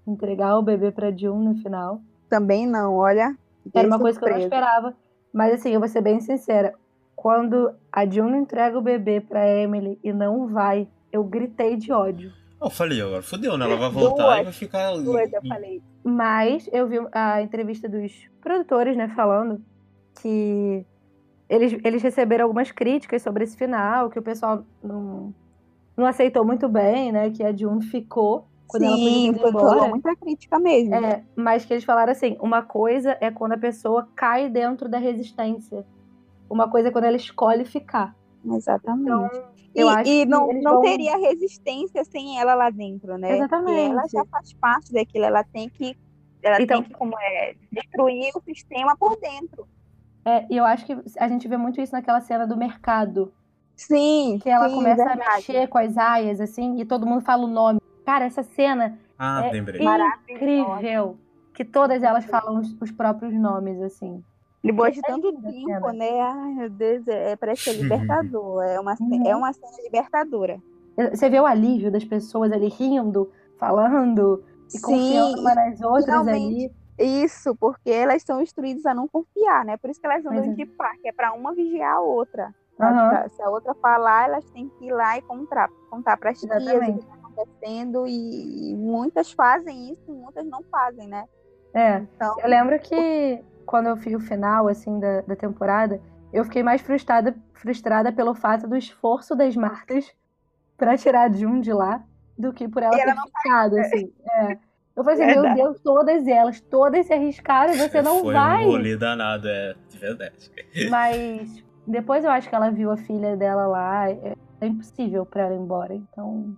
Speaker 4: entregar o bebê pra June no final.
Speaker 3: Também não, olha.
Speaker 4: Era
Speaker 3: fiquei
Speaker 4: uma coisa que eu não
Speaker 3: surpresa.
Speaker 4: esperava. Mas assim, eu vou ser bem sincera. Quando a June entrega o bebê pra Emily e não vai, eu gritei de ódio.
Speaker 1: Eu falei agora, fodeu, né? Ela vai voltar e vai ficar.
Speaker 3: é. Duas, eu falei.
Speaker 4: Mas eu vi a entrevista dos produtores, né, falando que eles, eles receberam algumas críticas sobre esse final, que o pessoal não, não aceitou muito bem, né, que a June ficou quando ela podia
Speaker 3: Sim,
Speaker 4: ter ido
Speaker 3: foi- rolou
Speaker 4: embora.
Speaker 3: muita crítica mesmo.
Speaker 4: É, mas que eles falaram assim, uma coisa é quando a pessoa cai dentro da resistência. Uma coisa é quando ela escolhe ficar.
Speaker 3: Exatamente. E,
Speaker 4: Então, eu acho
Speaker 3: e
Speaker 4: que
Speaker 3: não,
Speaker 4: eles
Speaker 3: não
Speaker 4: vão-
Speaker 3: teria resistência sem ela lá dentro, né?
Speaker 4: Exatamente.
Speaker 3: E ela já faz parte daquilo, ela tem que, ela
Speaker 4: Então-
Speaker 3: tem que como é, destruir o sistema por dentro.
Speaker 4: É, e eu acho que a gente vê muito isso naquela cena do mercado,
Speaker 3: Sim,
Speaker 4: que ela
Speaker 3: sim,
Speaker 4: começa
Speaker 3: verdade.
Speaker 4: a mexer com as aias, assim, e todo mundo fala o nome. Cara, essa cena
Speaker 1: Ah,
Speaker 4: É,
Speaker 1: lembrei.
Speaker 4: é incrível. Que todas elas falam os, os próprios nomes, assim.
Speaker 3: Depois de
Speaker 4: É
Speaker 3: tanto
Speaker 4: linda a
Speaker 3: tempo,
Speaker 4: cena.
Speaker 3: né? Ai, meu Deus, é, é- parece que é libertador. É uma, ce-
Speaker 4: Uhum.
Speaker 3: é uma cena libertadora.
Speaker 4: Você vê o alívio das pessoas ali rindo, falando e confiando umas nas outras
Speaker 3: finalmente.
Speaker 4: ali.
Speaker 3: Isso, porque elas são instruídas a não confiar, né? Por isso que elas andam
Speaker 4: Pois é.
Speaker 3: de par, que é para uma vigiar a outra.
Speaker 4: Aham.
Speaker 3: Pra- Se a outra falar, elas têm que ir lá e contar, contar para as tias o que
Speaker 4: Exatamente.
Speaker 3: está acontecendo. E e muitas fazem isso, muitas não fazem, né?
Speaker 4: É.
Speaker 3: Então,
Speaker 4: Eu lembro que quando eu fiz o final, assim, da, da temporada, eu fiquei mais frustrada, frustrada pelo fato do esforço das marcas <laughs> pra tirar a Jun de lá do que por ela
Speaker 3: E ela
Speaker 4: ter ficado, assim. É. Eu falei assim, meu
Speaker 3: Verdade.
Speaker 4: Deus, todas elas, todas se arriscaram, você não
Speaker 1: Foi
Speaker 4: vai.
Speaker 1: um rolê danado, é de verdade.
Speaker 4: Mas depois eu acho que ela viu a filha dela lá, é, é impossível pra ela ir embora, então...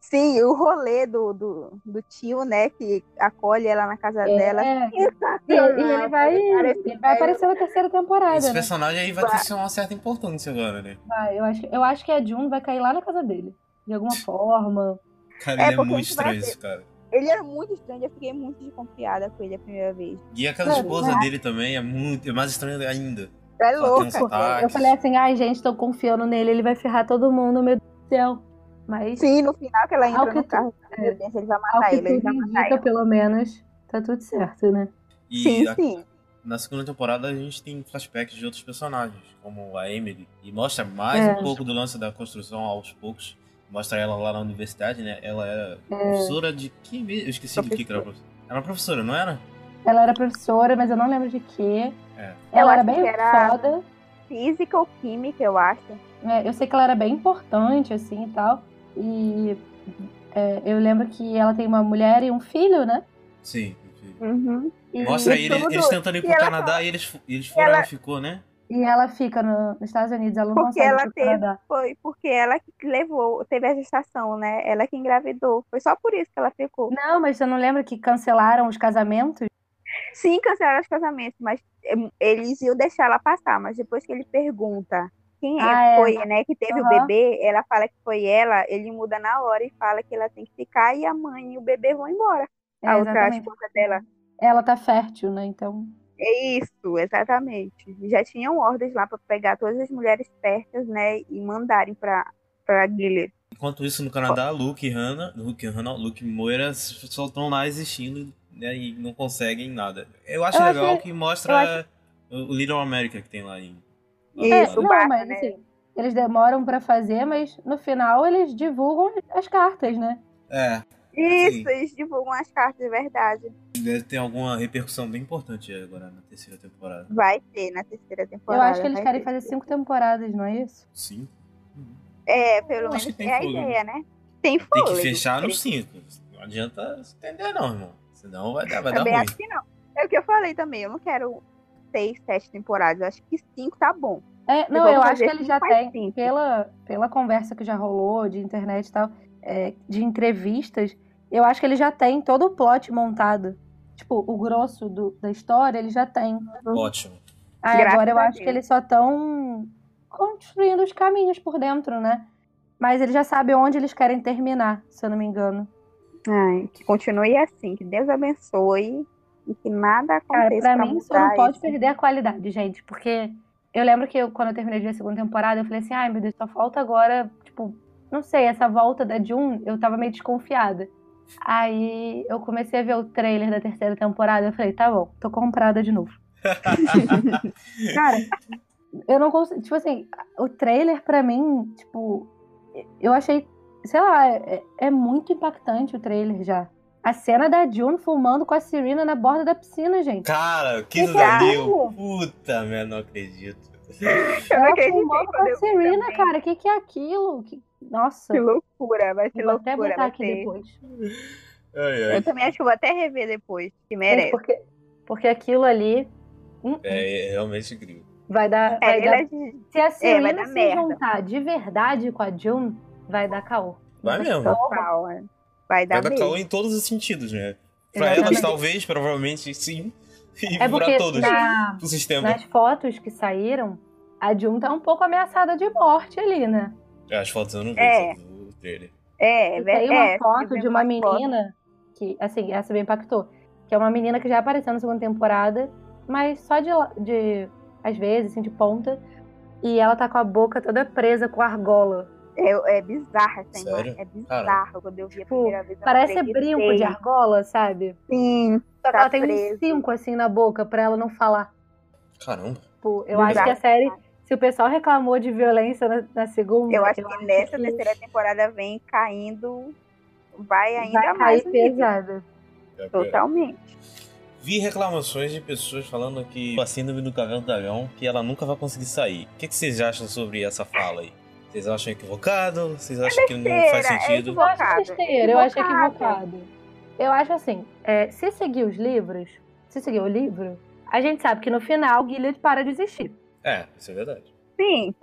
Speaker 3: sim, o rolê do, do, do tio, né? Que acolhe ela na casa
Speaker 4: É,
Speaker 3: dela. tá
Speaker 4: e, e ele vai,
Speaker 3: Parece-
Speaker 4: ele vai aparecer na terceira temporada,
Speaker 1: Esse
Speaker 4: né?
Speaker 1: personagem aí vai ter sim, uma certa importância agora, né?
Speaker 4: Vai, eu, acho, que- eu acho que a Jun vai cair lá na casa dele, de alguma forma.
Speaker 1: Cara,
Speaker 3: É,
Speaker 1: ele é
Speaker 3: porque
Speaker 1: muito
Speaker 3: isso vai
Speaker 1: estranho
Speaker 3: ser-
Speaker 1: isso, cara.
Speaker 3: Ele era muito estranho, eu fiquei muito desconfiada com ele a primeira vez.
Speaker 1: E aquela
Speaker 4: Não,
Speaker 1: esposa dele também é muito. É mais estranho ainda.
Speaker 3: É
Speaker 1: Ela tem uns
Speaker 3: louca.
Speaker 1: ataques.
Speaker 4: Eu falei assim, ai gente, tô confiando nele, ele vai ferrar todo mundo, meu Deus do céu. Mas
Speaker 3: Sim, no final que ela entra
Speaker 4: Ao que
Speaker 3: no
Speaker 4: tu- é,
Speaker 3: carro, meu Deus, ele vai
Speaker 4: ao
Speaker 3: matar
Speaker 4: que
Speaker 3: ele, ele
Speaker 4: tudo
Speaker 3: vai matar
Speaker 4: indica,
Speaker 3: ele.
Speaker 4: pelo menos, tá tudo certo, né?
Speaker 1: E
Speaker 3: Sim,
Speaker 1: a-
Speaker 3: sim.
Speaker 1: na segunda temporada a gente tem flashbacks de outros personagens, como a Emily. E mostra mais
Speaker 4: É.
Speaker 1: um pouco do lance da construção aos poucos. Mostra ela lá na universidade, né? Ela era
Speaker 3: É.
Speaker 4: É,
Speaker 1: professora de que mesmo? Eu esqueci do que, que era professora. Era uma professora, não era?
Speaker 4: Ela era professora, mas eu não lembro de quê.
Speaker 1: É.
Speaker 3: Eu
Speaker 4: Ela era
Speaker 3: acho
Speaker 4: bem
Speaker 3: que era-
Speaker 4: foda.
Speaker 3: Física ou química, eu acho.
Speaker 4: né? Eu sei que ela era bem importante, assim, e tal. E é, eu lembro que ela tem uma mulher e um filho, né?
Speaker 1: Sim. enfim.
Speaker 3: Uhum.
Speaker 4: E,
Speaker 1: Mostra aí
Speaker 3: E
Speaker 1: eles,
Speaker 3: tudo.
Speaker 1: eles tentando ir pro
Speaker 3: E ela-
Speaker 1: Canadá e eles, fo- eles foram,
Speaker 3: ela-
Speaker 1: ela ficou, né?
Speaker 4: e ela fica no- nos Estados Unidos, ela não
Speaker 3: Porque
Speaker 4: consegue
Speaker 3: ela
Speaker 4: ir pro
Speaker 3: teve-
Speaker 4: Canadá.
Speaker 3: Foi porque ela que levou, teve a gestação, né? Ela que engravidou. Foi só por isso que ela ficou.
Speaker 4: Não, mas você não lembra que cancelaram os casamentos?
Speaker 3: Sim, cancelaram os casamentos, mas em, eles iam deixar ela passar. Mas depois que ele pergunta quem é,
Speaker 4: Ah, é.
Speaker 3: foi, né, que teve o
Speaker 4: Aham.
Speaker 3: bebê, ela fala que foi ela, ele muda na hora e fala que ela tem que ficar e a mãe e Ah, o bebê vão embora.
Speaker 4: É,
Speaker 3: a outra
Speaker 4: exatamente.
Speaker 3: esposa dela.
Speaker 4: Ela tá fértil, né? Então.
Speaker 3: É isso, exatamente. Já tinham ordens lá para pegar todas as mulheres persas, né, e mandarem para para Gilead.
Speaker 1: Enquanto isso, no Canadá, Luke e Hannah, Luke e Hannah, não, Luke e Moira só estão lá existindo né, e não conseguem nada. Eu acho
Speaker 4: Eu acho
Speaker 1: legal
Speaker 4: que-
Speaker 1: que
Speaker 4: eu
Speaker 1: mostra o Little America que tem lá em. lá
Speaker 3: É,
Speaker 1: do lado.
Speaker 3: o
Speaker 4: não,
Speaker 3: barco,
Speaker 4: mas
Speaker 3: né?
Speaker 4: assim, eles demoram pra fazer, mas no final eles divulgam as cartas, né?
Speaker 1: É,
Speaker 3: Isso,
Speaker 1: Sim.
Speaker 3: eles divulgam as cartas de verdade.
Speaker 1: deve ter alguma repercussão bem importante agora na terceira temporada.
Speaker 3: Vai ter na terceira
Speaker 4: Eu
Speaker 3: temporada.
Speaker 4: acho que eles
Speaker 3: vai
Speaker 4: querem
Speaker 3: ter.
Speaker 4: fazer assim um cinco temporadas, não é isso?
Speaker 1: Cinco. Uhum.
Speaker 3: É, pelo
Speaker 1: Eu acho
Speaker 3: menos
Speaker 1: que tem
Speaker 3: é a
Speaker 1: fôlego.
Speaker 3: ideia, né?
Speaker 1: Tem
Speaker 3: Tem fôlego.
Speaker 1: que fechar
Speaker 3: Eles
Speaker 1: nos cinco. Não adianta se entender, não, irmão. Senão vai dar, vai
Speaker 4: Tá
Speaker 1: dar
Speaker 3: Também
Speaker 1: ruim.
Speaker 4: assim.
Speaker 3: acho que não. É o que eu falei também. Eu não quero seis, sete temporadas. Eu acho que cinco tá bom.
Speaker 4: É, não,
Speaker 3: vão
Speaker 4: eu acho que
Speaker 3: fazer
Speaker 4: eles já
Speaker 3: cinco mais
Speaker 4: têm,
Speaker 3: cinco.
Speaker 4: pela, pela conversa que já rolou de internet e tal, é, de entrevistas, eu acho que eles já têm todo o plot montado. Tipo, o grosso do- da história eles já têm.
Speaker 1: Ótimo.
Speaker 4: Aí
Speaker 3: Graças
Speaker 4: agora eu
Speaker 3: a
Speaker 4: acho que
Speaker 3: Deus.
Speaker 4: eles só estão construindo os caminhos por dentro, né? Mas eles já sabem onde eles querem terminar, se eu não me engano.
Speaker 3: Ai, que continue assim. Que Deus abençoe. E que nada
Speaker 4: Cara,
Speaker 3: aconteça.
Speaker 4: pra mim só não
Speaker 3: mudar
Speaker 4: pode
Speaker 3: isso.
Speaker 4: perder a qualidade, gente, porque eu lembro que eu, quando eu terminei de ver a segunda temporada, eu falei assim, ai meu Deus, só falta agora, tipo, não sei, essa volta da June, eu tava meio desconfiada. Aí eu comecei a ver o trailer da terceira temporada, eu falei, tá bom, tô comprada de novo.
Speaker 3: <laughs>
Speaker 4: Cara, eu não consigo. Tipo assim, o trailer pra mim, tipo, eu achei. Sei lá, é, é muito impactante o trailer já. A cena da June fumando com a Serena na borda da piscina, gente.
Speaker 1: Cara, que
Speaker 4: Que
Speaker 1: valeu!
Speaker 4: caralho!
Speaker 1: Puta merda, não acredito. <laughs>
Speaker 3: Eu não
Speaker 4: Ela
Speaker 3: acreditei
Speaker 4: fumando com
Speaker 3: quando
Speaker 4: a
Speaker 3: eu vi
Speaker 4: Serena,
Speaker 3: também.
Speaker 4: cara. O que, que é aquilo? Que... Nossa,
Speaker 3: Que loucura. Vai ser
Speaker 4: vou até
Speaker 3: loucura.
Speaker 4: botar
Speaker 3: Vai
Speaker 4: aqui
Speaker 3: ser...
Speaker 4: depois.
Speaker 1: Ai, ai.
Speaker 3: Eu também acho que eu vou até rever depois. Que
Speaker 4: Gente,
Speaker 3: merece.
Speaker 4: porque, porque aquilo ali hum,
Speaker 1: É, é realmente incrível.
Speaker 4: vai dar.
Speaker 3: É,
Speaker 4: vai dar-
Speaker 3: ela de-
Speaker 4: Se a Serena
Speaker 3: vai dar
Speaker 4: se
Speaker 3: merda.
Speaker 4: juntar de verdade com a June, vai dar caô.
Speaker 1: Vai mesmo.
Speaker 3: total, né? Vai
Speaker 1: Vai
Speaker 3: dar
Speaker 1: dar
Speaker 3: mesmo.
Speaker 1: caô em todos os sentidos, né? Pra elas,
Speaker 4: Exatamente.
Speaker 1: talvez, provavelmente, sim. <laughs> E pra
Speaker 4: É porque
Speaker 1: todos.
Speaker 4: na,
Speaker 1: Pro sistema.
Speaker 3: né?
Speaker 4: Nas fotos que saíram, a Jun tá um pouco ameaçada de morte ali, né?
Speaker 1: É, As fotos eu não vi
Speaker 3: É.
Speaker 1: isso do trailer.
Speaker 3: É,
Speaker 4: E
Speaker 3: ver-
Speaker 4: tem uma
Speaker 3: é,
Speaker 4: foto
Speaker 3: vendo
Speaker 4: de uma
Speaker 3: as fotos.
Speaker 4: menina que, assim, essa me impactou. Que é uma menina que já apareceu na segunda temporada, mas só de, la- de às vezes, assim, de ponta. E ela tá com a boca toda presa com argola.
Speaker 3: É, é bizarra essa
Speaker 1: Sério?
Speaker 3: imagem. É bizarro
Speaker 1: Caramba.
Speaker 3: quando eu vi a
Speaker 4: Tipo,
Speaker 3: primeira vez. eu
Speaker 4: Parece
Speaker 3: acreditei.
Speaker 4: brinco de argola, sabe?
Speaker 3: Sim,
Speaker 4: Só que
Speaker 3: Tá
Speaker 4: ela tem
Speaker 3: preso.
Speaker 4: uns cinco, assim, na boca pra ela não falar.
Speaker 1: Caramba.
Speaker 4: Tipo, eu
Speaker 1: Exato.
Speaker 4: acho que a série, se o pessoal reclamou de violência na, na segunda.
Speaker 3: eu acho que nessa
Speaker 4: que
Speaker 3: terceira temporada vem caindo, vai ainda
Speaker 4: vai
Speaker 3: mais.
Speaker 4: cair
Speaker 3: o nível.
Speaker 4: pesado.
Speaker 1: É, é.
Speaker 3: Totalmente.
Speaker 1: Vi reclamações de pessoas falando que a síndrome do Caverna do Dragão, que ela nunca vai conseguir sair. O que, que vocês acham sobre essa fala aí? Vocês acham equivocado? Vocês acham que não faz
Speaker 3: besteira, é
Speaker 1: sentido?
Speaker 4: Eu acho
Speaker 3: Equivocado,
Speaker 4: besteira, eu acho
Speaker 3: equivocado.
Speaker 4: equivocado. Eu acho assim, é, se seguir os livros, se seguir o livro, a gente sabe que no final o Gilead para de existir.
Speaker 1: É, isso é verdade.
Speaker 3: Sim.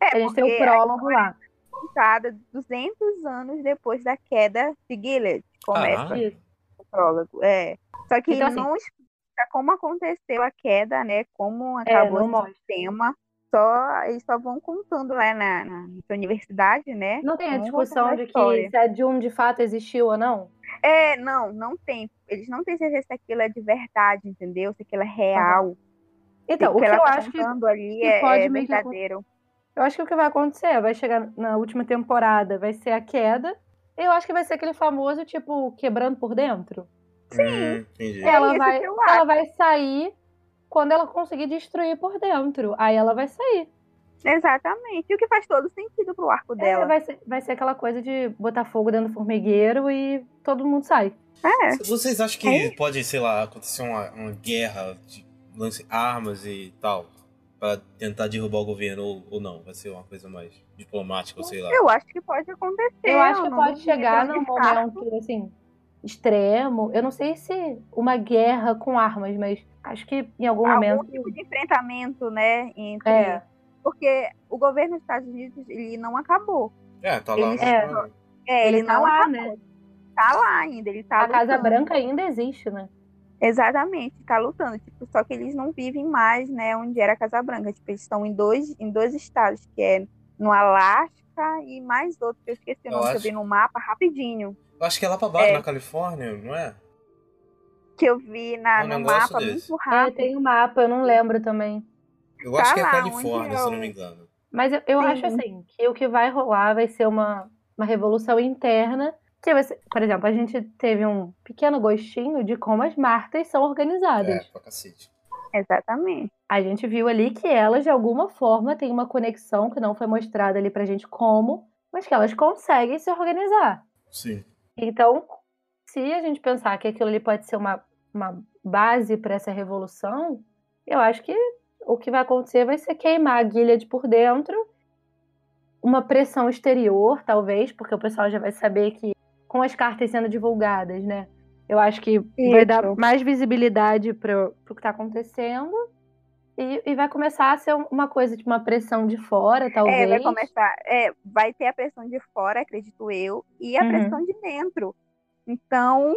Speaker 3: É,
Speaker 4: A gente tem o
Speaker 3: porque
Speaker 4: prólogo lá.
Speaker 3: é contada 200 anos depois da queda de Gilead. Começa
Speaker 1: Caralho.
Speaker 4: Isso.
Speaker 3: o prólogo. É. Só que
Speaker 4: Então, assim-
Speaker 3: não explica como aconteceu a queda, né? Como acabou
Speaker 4: É, não
Speaker 3: esse
Speaker 4: mostra.
Speaker 3: tema. Só, eles só vão contando lá na, na universidade, né?
Speaker 4: Não tem a
Speaker 3: Vamos voltar
Speaker 4: discussão
Speaker 3: na
Speaker 4: de que
Speaker 3: história.
Speaker 4: se a June de fato existiu ou não?
Speaker 3: É, não, não tem. Eles não têm certeza se aquilo é de verdade, entendeu? Se aquilo é real. Se
Speaker 4: Então, o que
Speaker 3: ela
Speaker 4: eu
Speaker 3: tá
Speaker 4: acho que
Speaker 3: contando ali
Speaker 4: que
Speaker 3: é,
Speaker 4: pode
Speaker 3: é
Speaker 4: meio que acon-
Speaker 3: verdadeiro.
Speaker 4: Eu acho que o que vai acontecer vai chegar na última temporada, vai ser a queda. Eu acho que vai ser aquele famoso, tipo, quebrando por dentro.
Speaker 1: Hum, entendi.
Speaker 3: É.
Speaker 4: ela
Speaker 3: isso
Speaker 4: vai,
Speaker 3: que eu
Speaker 4: ela vai sair quando ela conseguir destruir por dentro. Aí ela vai sair.
Speaker 3: Exatamente. O que faz todo sentido pro arco
Speaker 4: É,
Speaker 3: dela.
Speaker 4: vai, ser, vai ser aquela coisa de botar fogo dentro do formigueiro e todo mundo sai.
Speaker 3: É. <laughs>
Speaker 1: Vocês acham que
Speaker 3: É.
Speaker 1: pode, sei lá, acontecer uma, uma guerra de lance armas e tal? Pra tentar derrubar o governo ou, ou não? Vai ser uma coisa mais diplomática, ou sei lá.
Speaker 3: Eu acho que pode acontecer.
Speaker 4: Eu acho que
Speaker 3: É, não
Speaker 4: pode
Speaker 3: duvido,
Speaker 4: chegar
Speaker 3: não
Speaker 4: num
Speaker 3: descarto.
Speaker 4: momento, assim, extremo. Eu não sei se uma guerra com armas, mas acho que em algum
Speaker 3: Algum
Speaker 4: momento.
Speaker 3: tipo de enfrentamento, né? Entre...
Speaker 4: É.
Speaker 3: Porque o governo dos Estados Unidos, ele não acabou.
Speaker 1: É, tá lá.
Speaker 3: Eles-
Speaker 4: É.
Speaker 1: Ah,
Speaker 3: É, ele,
Speaker 4: tá
Speaker 3: não
Speaker 4: lá,
Speaker 3: acabou.
Speaker 4: né?
Speaker 3: Tá lá ainda, ele tá
Speaker 4: A Casa
Speaker 3: lutando.
Speaker 4: Branca ainda existe, né?
Speaker 3: Exatamente, tá lutando. Tipo, só que eles não vivem mais, né, onde era a Casa Branca. Tipo, eles estão em dois, em dois estados, que é no Alasca e mais outro, que eu esqueci o
Speaker 1: Eu
Speaker 3: nome, que eu
Speaker 1: acho-
Speaker 3: vi no mapa rapidinho.
Speaker 1: Eu acho que é lá pra baixo,
Speaker 3: É.
Speaker 1: na Califórnia, não é?
Speaker 3: que eu vi na,
Speaker 1: Um
Speaker 3: no
Speaker 1: negócio
Speaker 3: mapa
Speaker 1: desse.
Speaker 3: muito
Speaker 4: Ah,
Speaker 3: rápido.
Speaker 4: tem o mapa, eu não lembro também.
Speaker 1: Eu acho
Speaker 3: Tá
Speaker 1: que é
Speaker 3: lá,
Speaker 1: Califórnia,
Speaker 3: onde
Speaker 1: se eu
Speaker 3: eu-
Speaker 1: não me engano.
Speaker 4: Mas eu, eu
Speaker 3: Sim.
Speaker 4: acho assim, que o que vai rolar vai ser uma, uma revolução interna. Que vai ser, por exemplo, a gente teve um pequeno gostinho de como as martas são
Speaker 3: Tá
Speaker 1: É,
Speaker 4: organizadas.
Speaker 1: pra cacete.
Speaker 3: Exatamente.
Speaker 4: A gente viu ali que elas, de alguma forma, têm uma conexão que não foi mostrada ali pra gente como, mas que elas conseguem se organizar.
Speaker 1: Sim.
Speaker 4: Então, se a gente pensar que aquilo ali pode ser uma, uma base para essa revolução, eu acho que o que vai acontecer vai ser queimar a guilha de por dentro, uma pressão exterior, talvez, porque o pessoal já vai saber que com as cartas sendo divulgadas, né? Eu acho que vai
Speaker 3: Isso.
Speaker 4: dar mais visibilidade para o que está acontecendo e, e vai começar a ser um, uma coisa de uma pressão de fora, talvez.
Speaker 3: É, vai começar. é, vai ter a pressão de fora, acredito eu, e a
Speaker 4: Uhum.
Speaker 3: pressão de dentro. Então,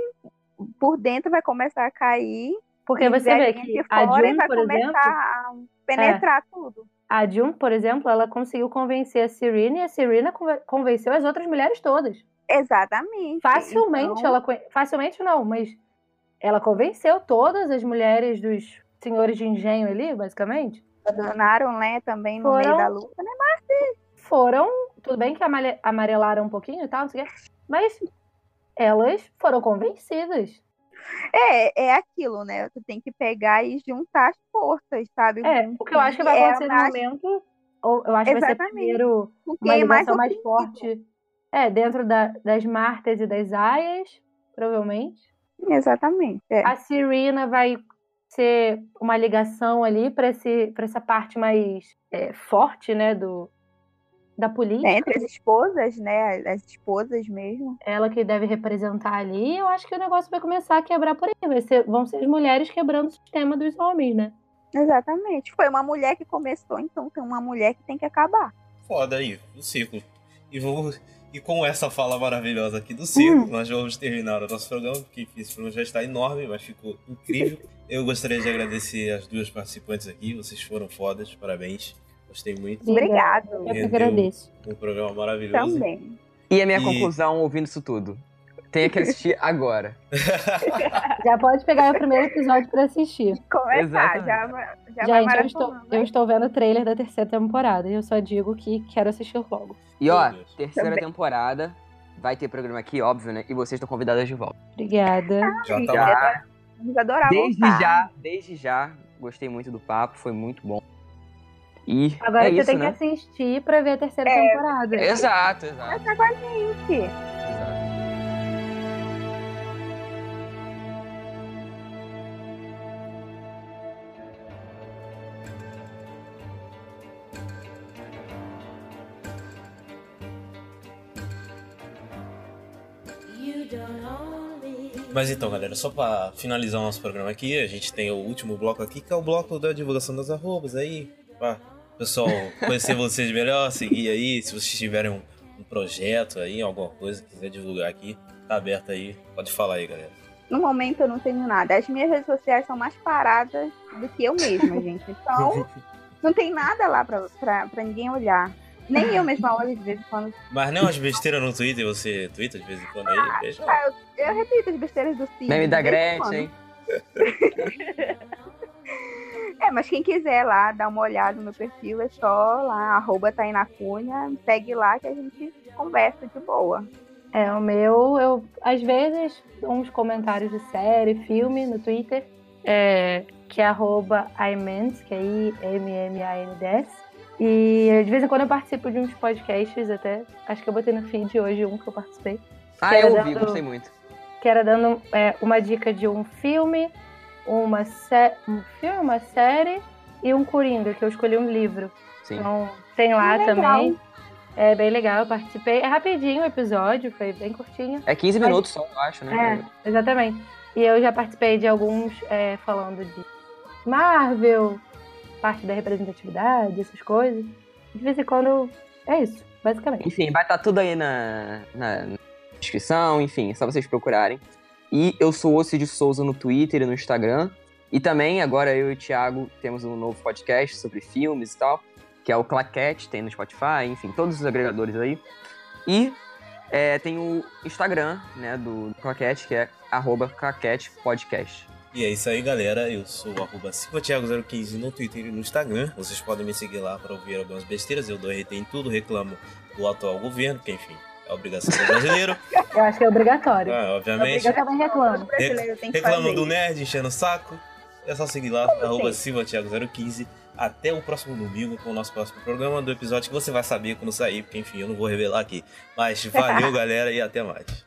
Speaker 3: por dentro vai começar a cair.
Speaker 4: Porque
Speaker 3: e
Speaker 4: você vê
Speaker 3: vai vir
Speaker 4: que
Speaker 3: é de
Speaker 4: a
Speaker 3: fora e
Speaker 4: June,
Speaker 3: vai
Speaker 4: por
Speaker 3: começar
Speaker 4: exemplo, é.
Speaker 3: a penetrar tudo.
Speaker 4: A June, por exemplo, ela conseguiu convencer a Serena e a Serena conven- convenceu as outras mulheres todas.
Speaker 3: Exatamente.
Speaker 4: Facilmente,
Speaker 3: Então,
Speaker 4: ela conhe- facilmente não, mas ela convenceu todas as mulheres dos senhores de engenho ali, basicamente.
Speaker 3: abandonaram, né, também no
Speaker 4: Foram-
Speaker 3: meio da luta, né?
Speaker 4: Foram, tudo bem que amale- amarelaram um pouquinho e tal, não sei o quê, mas elas foram convencidas.
Speaker 3: É, é aquilo, né? Tu tem que pegar e juntar as forças, sabe?
Speaker 4: É, o que eu acho que vai
Speaker 3: É,
Speaker 4: acontecer no
Speaker 3: mas-
Speaker 4: momento, ou eu acho que vai ser
Speaker 3: Exatamente.
Speaker 4: primeiro
Speaker 3: Com
Speaker 4: uma
Speaker 3: quem é mais
Speaker 4: ligação mais
Speaker 3: oprimido.
Speaker 4: forte é, dentro da- das Martas e das Aias, provavelmente.
Speaker 3: Exatamente. é.
Speaker 4: a Serena vai ser uma ligação ali para essa parte mais é, forte, né, do, da política.
Speaker 3: É, entre as esposas, né? As esposas mesmo.
Speaker 4: Ela que deve representar ali. Eu acho que o negócio vai começar a quebrar por aí. Vai ser- vão ser as mulheres quebrando o sistema dos homens, né?
Speaker 3: Exatamente. Foi uma mulher que começou, então tem uma mulher que tem que acabar.
Speaker 1: Foda aí, o ciclo. E vou. E com essa fala maravilhosa aqui do ciclo, nós vamos terminar o nosso programa, porque esse programa já está enorme, mas ficou incrível. Eu gostaria de agradecer as duas participantes aqui, vocês foram fodas, parabéns. Gostei muito.
Speaker 3: Obrigado.
Speaker 4: Eu que
Speaker 1: Rendeu.
Speaker 4: agradeço.
Speaker 1: Um programa maravilhoso.
Speaker 3: Também.
Speaker 2: E a minha
Speaker 1: E-
Speaker 2: conclusão ouvindo isso tudo? Tenha que
Speaker 4: <laughs>
Speaker 2: assistir agora.
Speaker 4: Já pode pegar o primeiro episódio para assistir.
Speaker 3: Começar,
Speaker 2: Exatamente.
Speaker 3: já, va- já vai
Speaker 4: Gente, eu estou,
Speaker 3: maratonando. né?
Speaker 4: eu estou vendo o trailer da terceira temporada e eu só digo que quero assistir logo.
Speaker 2: E ó,
Speaker 1: Meu Deus.
Speaker 2: terceira
Speaker 3: Também.
Speaker 2: temporada. Vai ter programa aqui, óbvio, né? E vocês estão convidadas de volta.
Speaker 4: Obrigada.
Speaker 1: já tá
Speaker 2: Já.
Speaker 3: Vamos
Speaker 4: tá
Speaker 3: adorar
Speaker 2: Desde
Speaker 3: voltar.
Speaker 2: já, desde já. Gostei muito do papo, foi muito bom. E
Speaker 4: Agora
Speaker 2: é
Speaker 4: você
Speaker 2: isso,
Speaker 4: tem
Speaker 2: né?
Speaker 4: que assistir para ver a terceira É. temporada.
Speaker 2: Exato, exato.
Speaker 3: Tá com a gente.
Speaker 2: exato.
Speaker 1: Mas então, galera, só pra finalizar o nosso programa aqui, a gente tem o último bloco aqui, que é o bloco da divulgação das arrobas aí. Pra pessoal conhecer vocês melhor, seguir aí. Se vocês tiverem um, um projeto aí, alguma coisa que quiser divulgar aqui, tá aberto aí. Pode falar aí, galera.
Speaker 3: No momento eu não tenho nada. As minhas redes sociais são mais paradas do que eu mesma, gente. Então, não tem nada lá pra, pra, pra ninguém olhar. Nem eu mesma olho de vez em quando.
Speaker 1: Mas não as besteiras no Twitter, você twitta de vez em quando aí? Deixa.
Speaker 3: Ah, eu, eu repito as besteiras do Cid.
Speaker 2: Meme da
Speaker 3: de vez em quando.
Speaker 2: Gretchen.
Speaker 3: É, mas quem quiser lá dar uma olhada no meu perfil, é só lá, arroba Tainá Cunha, segue lá que a gente conversa de boa.
Speaker 4: É, o meu, eu às vezes dou uns comentários de série, filme no Twitter, é, que é arroba imens, que é I-M-M-A-N-D-S. E de vez em quando eu participo de uns podcasts até. Acho que eu botei no feed hoje um que eu participei.
Speaker 2: Ah, eu
Speaker 4: Quero
Speaker 2: ouvi,
Speaker 4: dar-
Speaker 2: gostei muito.
Speaker 4: Que era dando é, uma dica de um filme, uma sé- um filme, uma série e um Coringa, que eu escolhi um livro.
Speaker 2: Sim.
Speaker 4: Então tem lá
Speaker 3: Legal.
Speaker 4: também. É bem legal, eu participei. É rapidinho o episódio, foi bem curtinho.
Speaker 2: É 15
Speaker 4: Mas-
Speaker 2: minutos só, eu acho, né?
Speaker 4: É, exatamente. E eu já participei de alguns é, falando de Marvel, parte da representatividade, essas coisas. De vez em quando eu- é isso, basicamente.
Speaker 2: Enfim, vai estar tudo aí na, na na descrição, enfim, é só vocês procurarem. E eu sou o Cid Souza no Twitter e no Instagram. E também, agora eu e o Thiago temos um novo podcast sobre filmes e tal, que é o Claquete, tem no Spotify, enfim, todos os agregadores aí. E é, tem o Instagram, né, do, do Claquete, que é arroba claquetepodcast.
Speaker 1: E é isso aí, galera. Eu sou o arroba silvatiago015 no Twitter e no Instagram. Vocês podem me seguir lá para ouvir algumas besteiras. Eu dou RT em tudo, reclamo do atual governo, que enfim, é obrigação do brasileiro.
Speaker 5: Eu acho que é obrigatório.
Speaker 1: Ah, obviamente.
Speaker 5: Eu também reclamo.
Speaker 3: Todo brasileiro tem que
Speaker 1: Reclamo
Speaker 3: fazer
Speaker 1: do
Speaker 3: isso.
Speaker 1: nerd enchendo o saco. É só seguir lá,
Speaker 5: Como
Speaker 1: arroba
Speaker 5: tem?
Speaker 1: silvatiago015. Até o próximo domingo com o nosso próximo programa do episódio que você vai saber quando sair, porque enfim, eu não vou revelar aqui. Mas valeu, galera, e até mais.